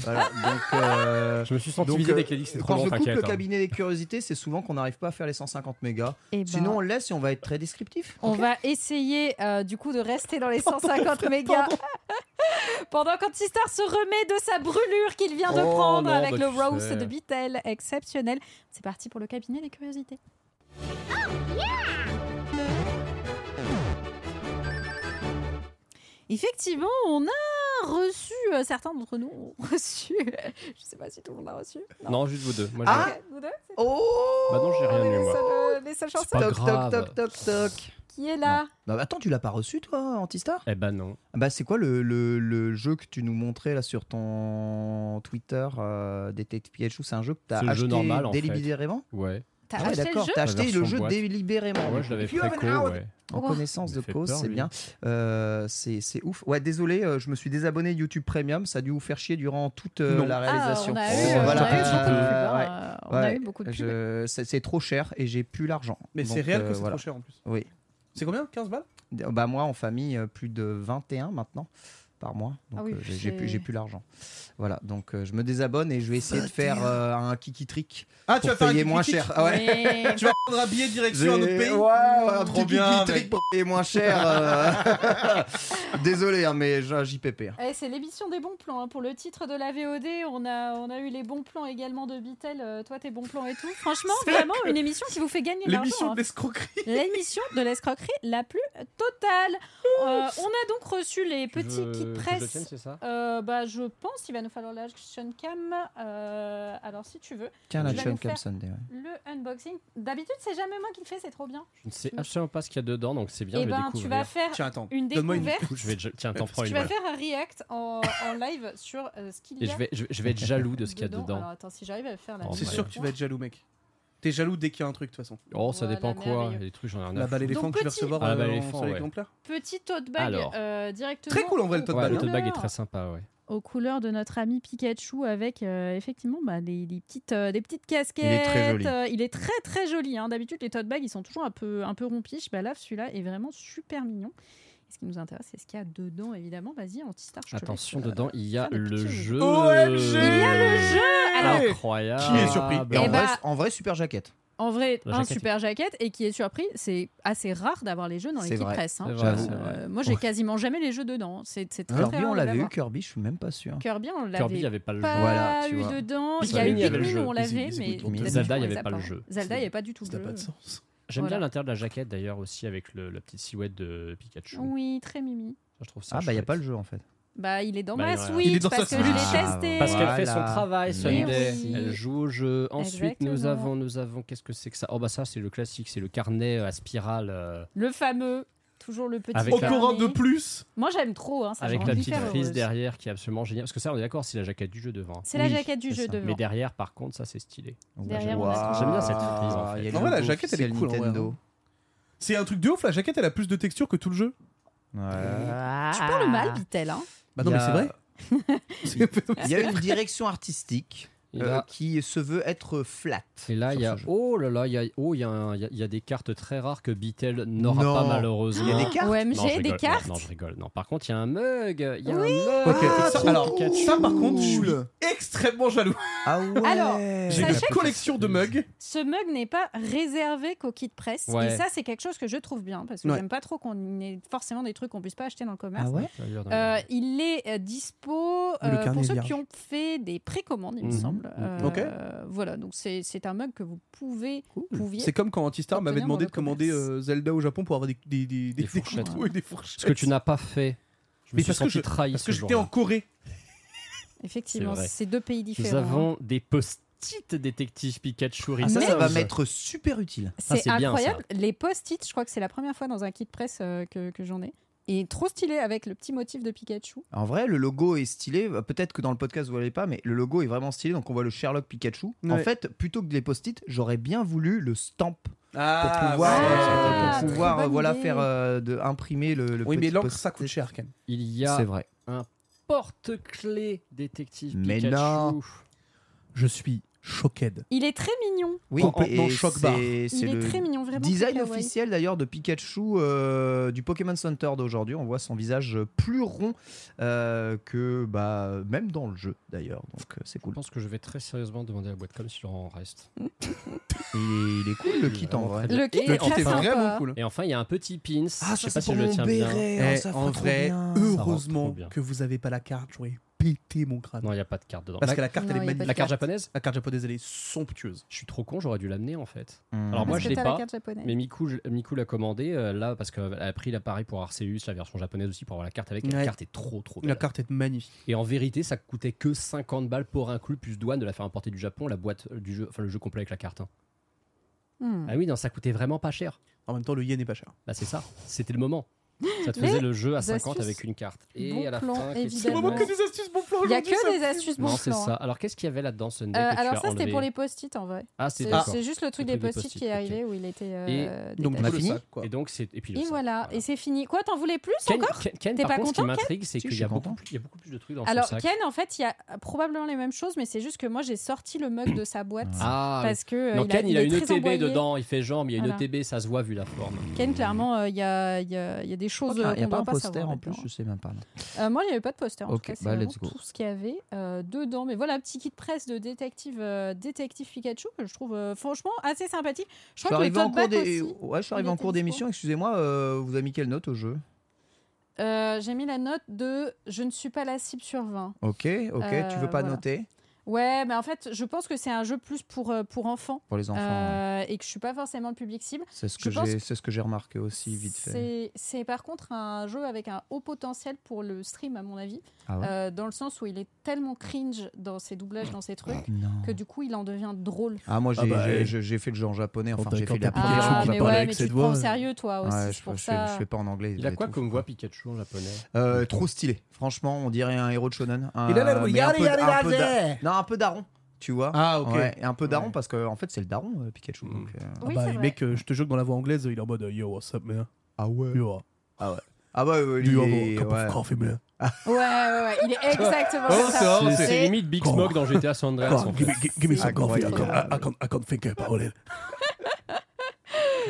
Voilà, donc, euh, Je me suis senti donc, visé euh, dès qu'elle dit que c'était trop Quand long, je coupe t'inquiète, le hein. cabinet des curiosités, c'est souvent qu'on n'arrive pas à faire les 150 mégas. Eh ben. Sinon, on le laisse et on va être très descriptif. On ok va essayer euh, du coup de rester dans les 150 mégas [laughs] pendant qu'Antistar se remet de sa brûlure qu'il vient de Oh prendre non, avec bah le tu roast sais. de Vitel exceptionnel. C'est parti pour le cabinet des curiosités. Oh, Effectivement, on a reçu, euh, certains d'entre nous ont [laughs] reçu, je sais pas si tout le monde l'a reçu. Non. juste vous deux. Moi, j'ai- Ah Vous deux, c'est- euh, bah non, j'ai rien eu, moi. le message en pas Toc, grave. Oh toc, toc, toc, toc. qui est là Non, mais attends, tu l'as pas reçu, toi, Antistar Eh ben non. Bah, c'est quoi le, le- le jeu que tu nous montrais là sur ton Twitter, euh, Detective Pikachu C'est un jeu que t'as C'est le jeu acheté normal, en fait. délibérément Ouais. T'as Ah ouais, acheté le d'accord, jeu t'as La acheté le version jeu boîte. Ah délibérément. Ouais, je l'avais If you have an préco, out, ouais. En Oh. connaissance Il de fait cause, peur, c'est lui. bien. Euh, c'est c'est ouf. Ouais, désolé, euh, je me suis désabonné de YouTube Premium. Ça a dû vous faire chier durant toute euh, Non. la réalisation. Ah, on a Oh, eu, euh, voilà. on a eu beaucoup de Euh, pubs, ouais. hein. On a Ouais, eu beaucoup de pubs. je- C'est c'est trop cher et j'ai plus l'argent. Mais Donc, c'est réel euh, que c'est voilà. trop cher en plus. Oui. C'est combien 15 balles Bah moi en famille euh, plus de 21 maintenant par mois donc Ah oui, euh, j'ai- j'ai c'est- plus j'ai plus l'argent voilà donc euh, je me désabonne et je vais essayer de faire euh, un kiki trick Ah, tu pour vas faire un payer kiki moins trick cher Ah ouais Mais- [laughs] [laughs] Tu vas prendre un billet J'ai- direction un autre ouais, pays ouais, un Trop petit bien, kiki mec. trick pour payer moins cher euh. [laughs] désolé hein, mais j'ai un JPP hein. Eh, c'est l'émission des bons plans. hein. Pour le titre de la VOD, on a, on a eu les bons plans également de Bitel, euh, toi tes bons plans et tout. Franchement, C'est vrai vraiment que une émission qui vous fait gagner de L'émission l'argent. de hein. l'escroquerie. [laughs] L'émission de l'escroquerie la plus totale. Euh, on a donc reçu les petits kits presse. c'est ça Euh, bah, je pense qu'il va nous falloir l'action cam. Euh, alors, si tu veux, tiens Tu la vas chaîne nous comme faire- Sunday ouais. le unboxing. D'habitude, c'est jamais moi qui le fais, c'est trop bien. Je ne sais absolument pas ce qu'il y a dedans, donc c'est bien Eh de ben, tu découvrir. vas faire Tiens, attends. une Donne-moi une. découverte. Du coup, je vais déjà- Tiens, t'en prends Tu une. vas voilà. faire un react en, en live sur euh, ce qu'il y Et a. je vais, je, vais- je vais être jaloux de ce qu'il y a dedans. Alors dedans. attends, si j'arrive à le faire la Oh, C'est ouais. sûr que tu vas être jaloux, mec. T'es jaloux dès qu'il y a un truc, de toute façon. Oh, ça Voilà, dépend quoi. Il y a merveilleux. des trucs, j'en ai rien à La balle foutre. éléphant que tu vas petit- recevoir Ah, la euh, balle en- éléphant, sur ouais. l'exemplaire. Petit tote bag Alors. euh, directement. Très cool en vrai le aux tote Ouais, bag. le hein. tote bag est couleurs- très sympa, ouais. Aux couleurs de notre ami Pikachu avec euh, effectivement bah, les, les petites, euh, des petites casquettes. est très joli. Euh, il est très très joli. hein. D'habitude les tote bags ils sont toujours un peu, un peu rompiches. Bah, là celui-là est vraiment super mignon. Et ce qui nous intéresse c'est ce qu'il y a dedans évidemment. Vas-y anti-star. je te Attention, laisse, euh, dedans, il y a faire des le petits jeu. Oh, OMG Il y a le jeu. Alors Incroyable. Eh Qui est surpris Et en, bah- vrai, en vrai, super jaquette En vrai, La un jaquette. super jaquette et qui est surpris, c'est assez rare d'avoir les jeux dans C'est l'équipe vrai. presse. hein. C'est vrai, J'avoue. c'est vrai. Euh, moi, j'ai quasiment jamais les jeux dedans. C'est c'est très, très Kirby rare on de l'avait eu l'avoir. Kirby je suis même pas sûr Kirby, on l'avait Kirby, il n'y avait ben, pas le jeu. pas Voilà, tu eu vois. dedans. Il y a eu Pikmin, il y avait le Pikmin, jeu. on l'avait, Ils- ils- mais ils- mais Zelda, il y on les avait a pas le hein. jeu. Zelda, il n'y avait pas du tout Ça le n'a pas de jeu. sens. J'aime Voilà. bien l'intérieur de la jaquette d'ailleurs aussi avec le, la petite silhouette de Pikachu. Oui, très mimi. Ça, je trouve ça ah bah y a chouette. pas le jeu en fait Bah, il est dans Bah, ma il est dans la- Switch Il est dans sa parce que Switch. je l'ai testé. Parce qu'elle Ah, Voilà. fait son travail, Sunday. Merci. Elle joue au jeu. Ensuite, nous Exactement. avons, nous avons, qu'est-ce que c'est que ça Oh bah ça, c'est le classique, c'est le carnet euh, à spirale euh, Le fameux, toujours le petit. Avec Au la- carnet. courant de plus. Moi, j'aime trop. hein, ça me avec rend la petite hyper frise heureuse. derrière qui est absolument géniale. Parce que ça, on est d'accord, c'est la jaquette du jeu devant. hein. C'est la Oui, jaquette du c'est jeu ça. devant. Mais derrière, par contre, ça c'est stylé. Derrière, on Waouh. a- J'aime bien cette frise, en fait. Il Ah, y a le En vrai, la logo jaquette, elle est officiel cool, en vrai, hein. Nintendo. C'est un truc de ouf, la jaquette elle a plus de texture que tout le jeu. Tu Ah. parles mal, Bitel. Hein. Bah non, Il y mais c'est a- vrai. [laughs] C'est- Il y a une direction artistique. Et euh, là- qui se veut être flat. Et là, il y a. Oh là là, il y a, oh, il y a, un- il y a- il y a des cartes très rares que Beatle n'aura Non. pas malheureusement. Il y a des cartes Non, OMG, je rigole, des non, cartes Non, je rigole. Non, par contre, il y a un mug. Il y a Oui. un mug. Ok, Ah, ça, Pikachu. alors, ça, par contre, je suis extrêmement jaloux. Ah ouais Alors, J'ai une sachez que- collection de mugs. Ce mug n'est pas réservé qu'aux kits presse. Ouais. Et ça, c'est quelque chose que je trouve bien, parce que Ouais. j'aime pas trop qu'on ait forcément des trucs qu'on puisse pas acheter dans le commerce. Ah ouais D'ailleurs, dans Euh, il est euh, dispo le euh, carnet pour ceux vierge. qui ont fait des précommandes, il me Mhm. semble. Mhm. Euh, Ok. Voilà, donc c'est c'est un mug que vous pouvez. pouviez C'est comme quand Antistar m'avait obtenir dans demandé le de commander euh, Zelda au Japon pour avoir des, des, des, des fourchettes. couteaux et des fourchettes. Ce que tu n'as pas fait. Je me Mais suis parce que senti je- trahi parce ce que j'étais jour-là. en Corée. Effectivement, C'est vrai. c'est deux pays différents. Nous avons des post-it détective Pikachu Ah, ça, ça Returns. va m'être super utile. Ça, C'est c'est bien, incroyable. les post-it, je crois que c'est la première fois dans un kit presse euh, que, que j'en ai. Et trop stylé avec le petit motif de Pikachu. En vrai, le logo est stylé. Euh, Peut-être que dans le podcast, vous ne l'avez pas, mais le logo est vraiment stylé. Donc, on voit le Sherlock Pikachu. En Ouais. fait, plutôt que des post-it, j'aurais bien voulu le stamp. Ah, pour pouvoir, ouais, Ah, euh, très pour pouvoir, bonne euh, voilà, idée. faire euh, de, imprimer le, le Oui, petit mais l'encre, post-it. ça coûte cher, quand même. Il y a C'est vrai. un porte-clé détective Mais Pikachu. non. Je suis choqué. Il est très mignon. Oui, Complètement et choc c'est- barre. c'est Il est le très mignon, vraiment Design très kawaii. officiel d'ailleurs de Pikachu euh, du Pokémon Center d'aujourd'hui. On voit son visage plus rond euh, que bah, même dans le jeu d'ailleurs. Donc euh, c'est cool. Je pense que je vais très sérieusement demander à la boîte comme s'il en reste. Il est, il est cool le kit en vrai. très bien. Et enfin- Et enfin, il y a un petit pins. Ah, ça, je sais pas c'est si pour je le mon tiens béret. bien. Ah, ça fera trop bien. Heureusement que vous avez pas la carte. J'aurais pété mon crâne. Ah Non, il n'y a pas de carte dedans. Parce que la carte, elle est magnifique. La carte japonaise La carte japonaise, elle est somptueuse. Je suis trop con, j'aurais dû l'amener en fait. Hmm. Alors moi Parce je que l'ai t'as la pas. carte japonaise. Mais Miku, je- Miku l'a commandé euh, là parce qu'elle a pris l'appareil pour Arceus, la version japonaise aussi pour avoir la carte avec. et La Ouais. carte est trop trop belle. La carte est magnifique. Et en vérité, ça coûtait que 50 balles pour inclus plus douane de la faire importer du Japon, la boîte euh, du jeu, enfin le jeu complet avec la carte. hein. Hmm. Ah oui, non, ça coûtait vraiment pas cher. En même temps, le yen est pas cher. Bah c'est ça, c'était le moment. Ça te Les faisait le jeu à 50 astuces. avec une carte. Et Bon à la plan, fin, qu'est-ce évidemment. C'est vraiment que des astuces bon plan Il y a aujourd'hui, que ça des me astuces bon Non, plan. c'est hein. ça. Alors qu'est-ce qu'il y avait là-dedans, Sunday Euh, que tu alors as ça c'était enlevé pour les post-it en vrai. Ah, c'est C'est- d'accord. c'est juste le truc Le des truc des post-it qui post-it, est ok. arrivé où il était. euh, Et détaché. Et donc c'est et puis le Et sac. voilà, et c'est fini. Quoi, t'en voulais plus Ken, encore Ken- Ken, T'es par pas contre, ce content Ken qui m'intrigue, c'est Si, qu'il je y, a suis beaucoup plus- il y a beaucoup plus de trucs dans son Alors sac. Ken, en fait, il y a probablement les mêmes choses, mais c'est juste que moi j'ai sorti le mug de sa boîte Ah, parce que euh, non, il a, Ken, il a, est une très ETB emboyé. dedans, il fait genre, mais il y a une Voilà. ETB, ça se voit vu la forme. Ken, clairement, euh, il y, a, il y a- il y a des choses Oh, Il y a- euh, il y a qu'on pas doit un pas poster savoir. en plus, je sais même pas. là. Euh, moi, il n'y avait pas de poster. En Ok, tout cas, c'est bah, vraiment let's go. tout ce qu'il y avait euh, dedans. Mais voilà, petit kit presse de détective, euh, détective Pikachu que je trouve euh, franchement assez sympathique. Je Je suis crois que le arrivé en tote cours bag des- aussi, ouais, je suis arrivé il en était dispo. cours d'émission. Excusez-moi, euh, vous avez mis quelle note au jeu Euh, J'ai mis la note de je ne suis pas la cible sur 20. Ok, ok. Euh, tu veux pas voilà. noter Ouais, mais en fait, je pense que c'est un jeu plus pour, euh, pour enfants. Pour les enfants, Euh, Et que je suis pas forcément le public cible. C'est ce Je que pense j'ai, c'est ce que j'ai remarqué aussi vite fait. C'est- C'est par contre un jeu avec un haut potentiel pour le stream, à mon avis. Ah ouais Euh, dans le sens où il est tellement cringe dans ses doublages, dans ses trucs, Ah, Non. que du coup, il en devient drôle. Ah moi j'ai, Ah bah, j'ai- et- j'ai- j'ai fait le jeu en japonais. Enfin bah, j'ai quand fait la t'apprends première des fois trucs qu'on en parle japonais avec avec cette cette voix, voix. euh. sérieux, toi aussi, Ouais, c'est je, pour je fais- ça. je fais pas en anglais. Il a et quoi tout. comme voix Pikachu en japonais Euh, trop stylé. Franchement, on dirait un héros de shonen. Un, Il a l'air- mais yari, un peu- yari, un peu yari. da- Non, un peu daron. Tu vois Ah, ok. Ouais, et un peu daron parce que en fait c'est le daron euh, Pikachu. donc, euh, Ah bah, le mec, euh, je te jure que dans la voix anglaise, il est en mode euh, Yo, what's up, man Ah ouais Yo, ah ouais. Ah bah, euh, Do you lui, have a il est- cup ouais. of coffee, man Ouais, ouais, ouais, [laughs] il est exactement comme ça. c'est- c'est limite Big Smoke dans GTA San Andreas, Come on, en give, me- fait. give me some Ah, C'est coffee, I incroyable. can't, I can't- I can't think about it.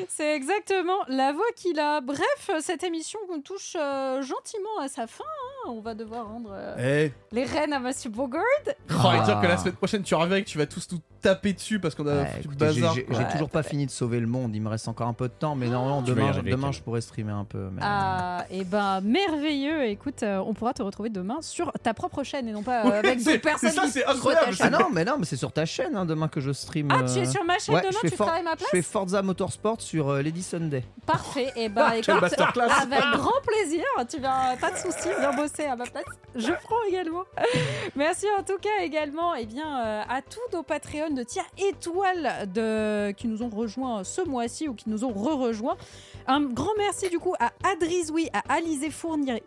C'est exactement la voix qu'il a. Bref, cette émission qu'on touche euh, gentiment à sa fin. hein. On va devoir rendre euh, Eh. les rênes à Monsieur Bogard. Ah. Oh, et dire que la semaine prochaine, tu reviens et que tu vas tous nous taper dessus parce qu'on a Ouais, euh, foutu le écoutez, bazar. Ah, j'ai- j'ai j'ai toujours pas fini de sauver le monde. Il me reste encore un peu de temps, mais normalement Tu vas y demain, arriver, demain Kevin. je pourrais streamer un peu. mais- Ah, et ben merveilleux. Écoute, euh, on pourra te retrouver demain sur ta propre chaîne et non pas euh, avec c'est- d'autres personnes. qui- qui se Ah cachent. non, mais non, mais c'est sur ta chaîne hein, demain que je stream. Ah, tu es euh, sur ma chaîne ouais, demain, je fais tu travailles à ma place Je fais Forza Motorsport sur euh, Lady Sunday. Parfait. Et ben Ah, Quelle écoute, masterclass. avec grand plaisir. Tu viens, pas de souci, viens bosser à ma place. Je prends également. Merci en tout cas également et bien, euh, à tous nos Patreons de tiers étoile de, qui nous ont rejoints ce mois-ci ou qui nous ont re-rejoints. Un grand merci du coup à Adrizoui, à Alizé Fournier,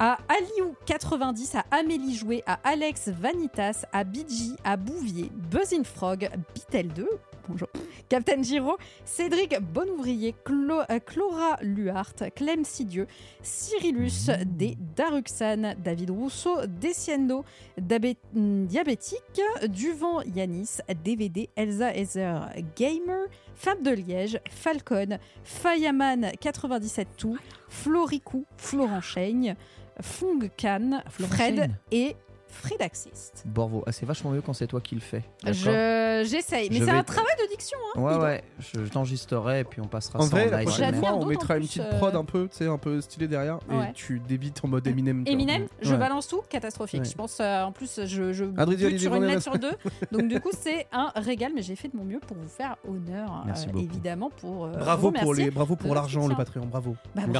à Aliou90, à Amélie Jouet, à Alex Vanitas, à Bidji, à Bouvier, Buzzin Frog, Bitel2, bonjour. Captain Giraud, Cédric Bonouvrier, Clo- euh, Clora Luart, Clem Sidieux, Cyrillus Mmh. des Daruxan, David Rousseau, Desciendo, Dabé- mm, Diabétique, Duvent Yanis, DVD, Elsa Heather Gamer, Fab de Liège, Falcon, Fayaman 97 Tout, Floricou, Florent Chaigne, Fung Khan, Florent Fred Chaigne. et Fred Axist. Borvo. Ah, c'est vachement mieux quand c'est toi qui le fais. Je- J'essaye, mais Je c'est vais- un travail de diction. Hein, Ouais, dis donc. ouais, je, je t'enregistrerai et puis on passera En ça vrai, en la live. prochaine jamais. fois, J'adore Bah, on d'autant mettra une plus, petite euh, prod un peu, tu sais, un peu stylée derrière, Ouais. Euh, et tu débites en mode Eminem. tu vois. Eminem, je Ouais. balance tout, catastrophique. Ouais. Je pense, euh, en plus, je, je Adrien bute Olivier sur une Bonnet, lettre [laughs] sur deux. Donc, du coup, c'est un régal, mais j'ai fait de mon mieux pour vous faire honneur, euh, Merci beaucoup. évidemment, pour. euh, vous Bravo pour remercier les, bravo de pour votre l'argent, le soutien. Patreon, bravo. Bah, bravo,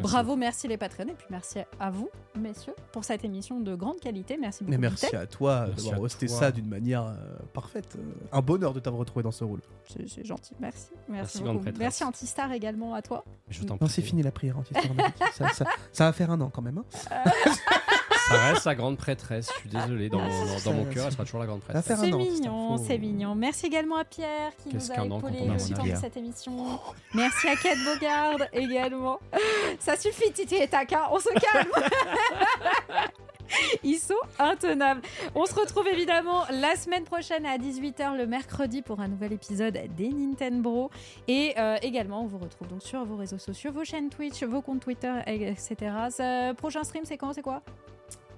Bravo, merci les patrons, et puis merci à vous, messieurs, pour cette émission de grande qualité. Merci beaucoup. Mais merci Tech. à toi Merci d'avoir à hosté toi. ça d'une manière euh, parfaite. Euh, Un bonheur de t'avoir retrouvé dans ce rôle. C'est c'est gentil, merci. Merci, Merci, grande beaucoup. prêtresse. Merci Antistar également à toi. Non, c'est fini la prière anti-star, on a dit. ça, ça- ça va faire un an quand même. hein. Ça reste la grande prêtresse, je suis désolé, dans, mon, dans- dans mon cœur, elle sera toujours la grande prêtresse. C'est mignon, c'est mignon. Merci également à Pierre qui Qu'est-ce nous a qu'un an épaulé quand on est le temps de Pierre. cette émission. Merci à Kate Bogard [laughs] également. Ça suffit, Titi et Taka, on se calme. [laughs] Ils sont intenables. On se retrouve évidemment la semaine prochaine à 18h le mercredi pour un nouvel épisode des Nintendo. Et euh, également, on vous retrouve donc sur vos réseaux sociaux, vos chaînes Twitch, vos comptes Twitter, etc. Euh, prochain stream, c'est quand C'est quoi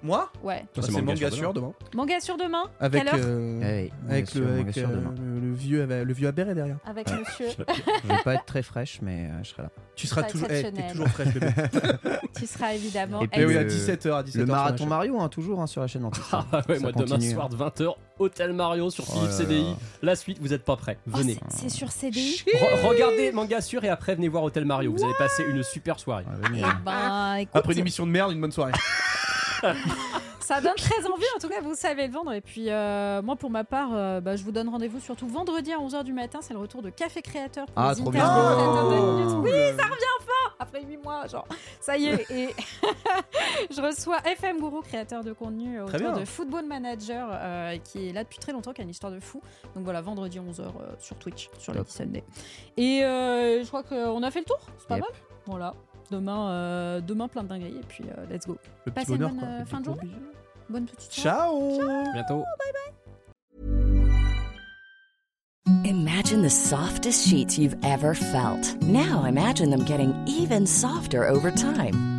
Moi Ouais. Bah, C'est manga sur demain. Manga sur demain Avec, Quelle heure euh, Hey, bien avec, sûr, le, bien avec, sûr, euh, demain. le- le vieux, avec- le vieux à béret derrière. Avec monsieur. Je vais pas être très fraîche, mais euh, je serai là. Tu seras Pas toujours, eh, t'es exceptionnel. toujours fraîche, [laughs] bébé. [laughs] tu seras évidemment. puis Eh oui, Eh le- à 17h, à 17h, Le sur la marathon chaîne. Mario, hein, toujours hein, sur la chaîne Antistar. Ah ouais, Ça moi demain continue, soir hein. de 20h, Hôtel Mario sur Oh Philippe là CDI. là. La suite, vous n'êtes pas prêts. Oh, Venez. c'est- c'est sur CDI. Re- regardez Manga Sûr et après venez voir Hôtel Mario. Vous allez passer une super soirée. Ben, écoute, Après une émission de merde, une bonne soirée. ça donne très envie, en tout cas, vous savez le vendre. Et puis, euh, moi, pour ma part, euh, bah, je vous donne rendez-vous surtout vendredi à 11h du matin. C'est le retour de Café Créateur pour Ah, les trop interviews bien. de Nintendo Oh. Minute. Oui, ça revient enfin Après 8 mois, genre, ça y est. Et [laughs] je reçois FM Guru, créateur de contenu euh, Très autour bien. de Football Manager, euh, qui est là depuis très longtemps, qui a une histoire de fou. Donc voilà, vendredi 11h euh, sur Twitch, sur le Top. Sunday. Et euh, je crois qu'on a fait le tour, c'est pas Yep. mal. Voilà. Demain, euh, demain plein de dingueries et puis euh, let's go. Le petit Passez bonheur, une bonne quoi. euh, Le fin de petit journée. Bonne petite soirée. Ciao Bientôt. Imagine the softest sheets you've ever felt. Now imagine them getting even softer over time.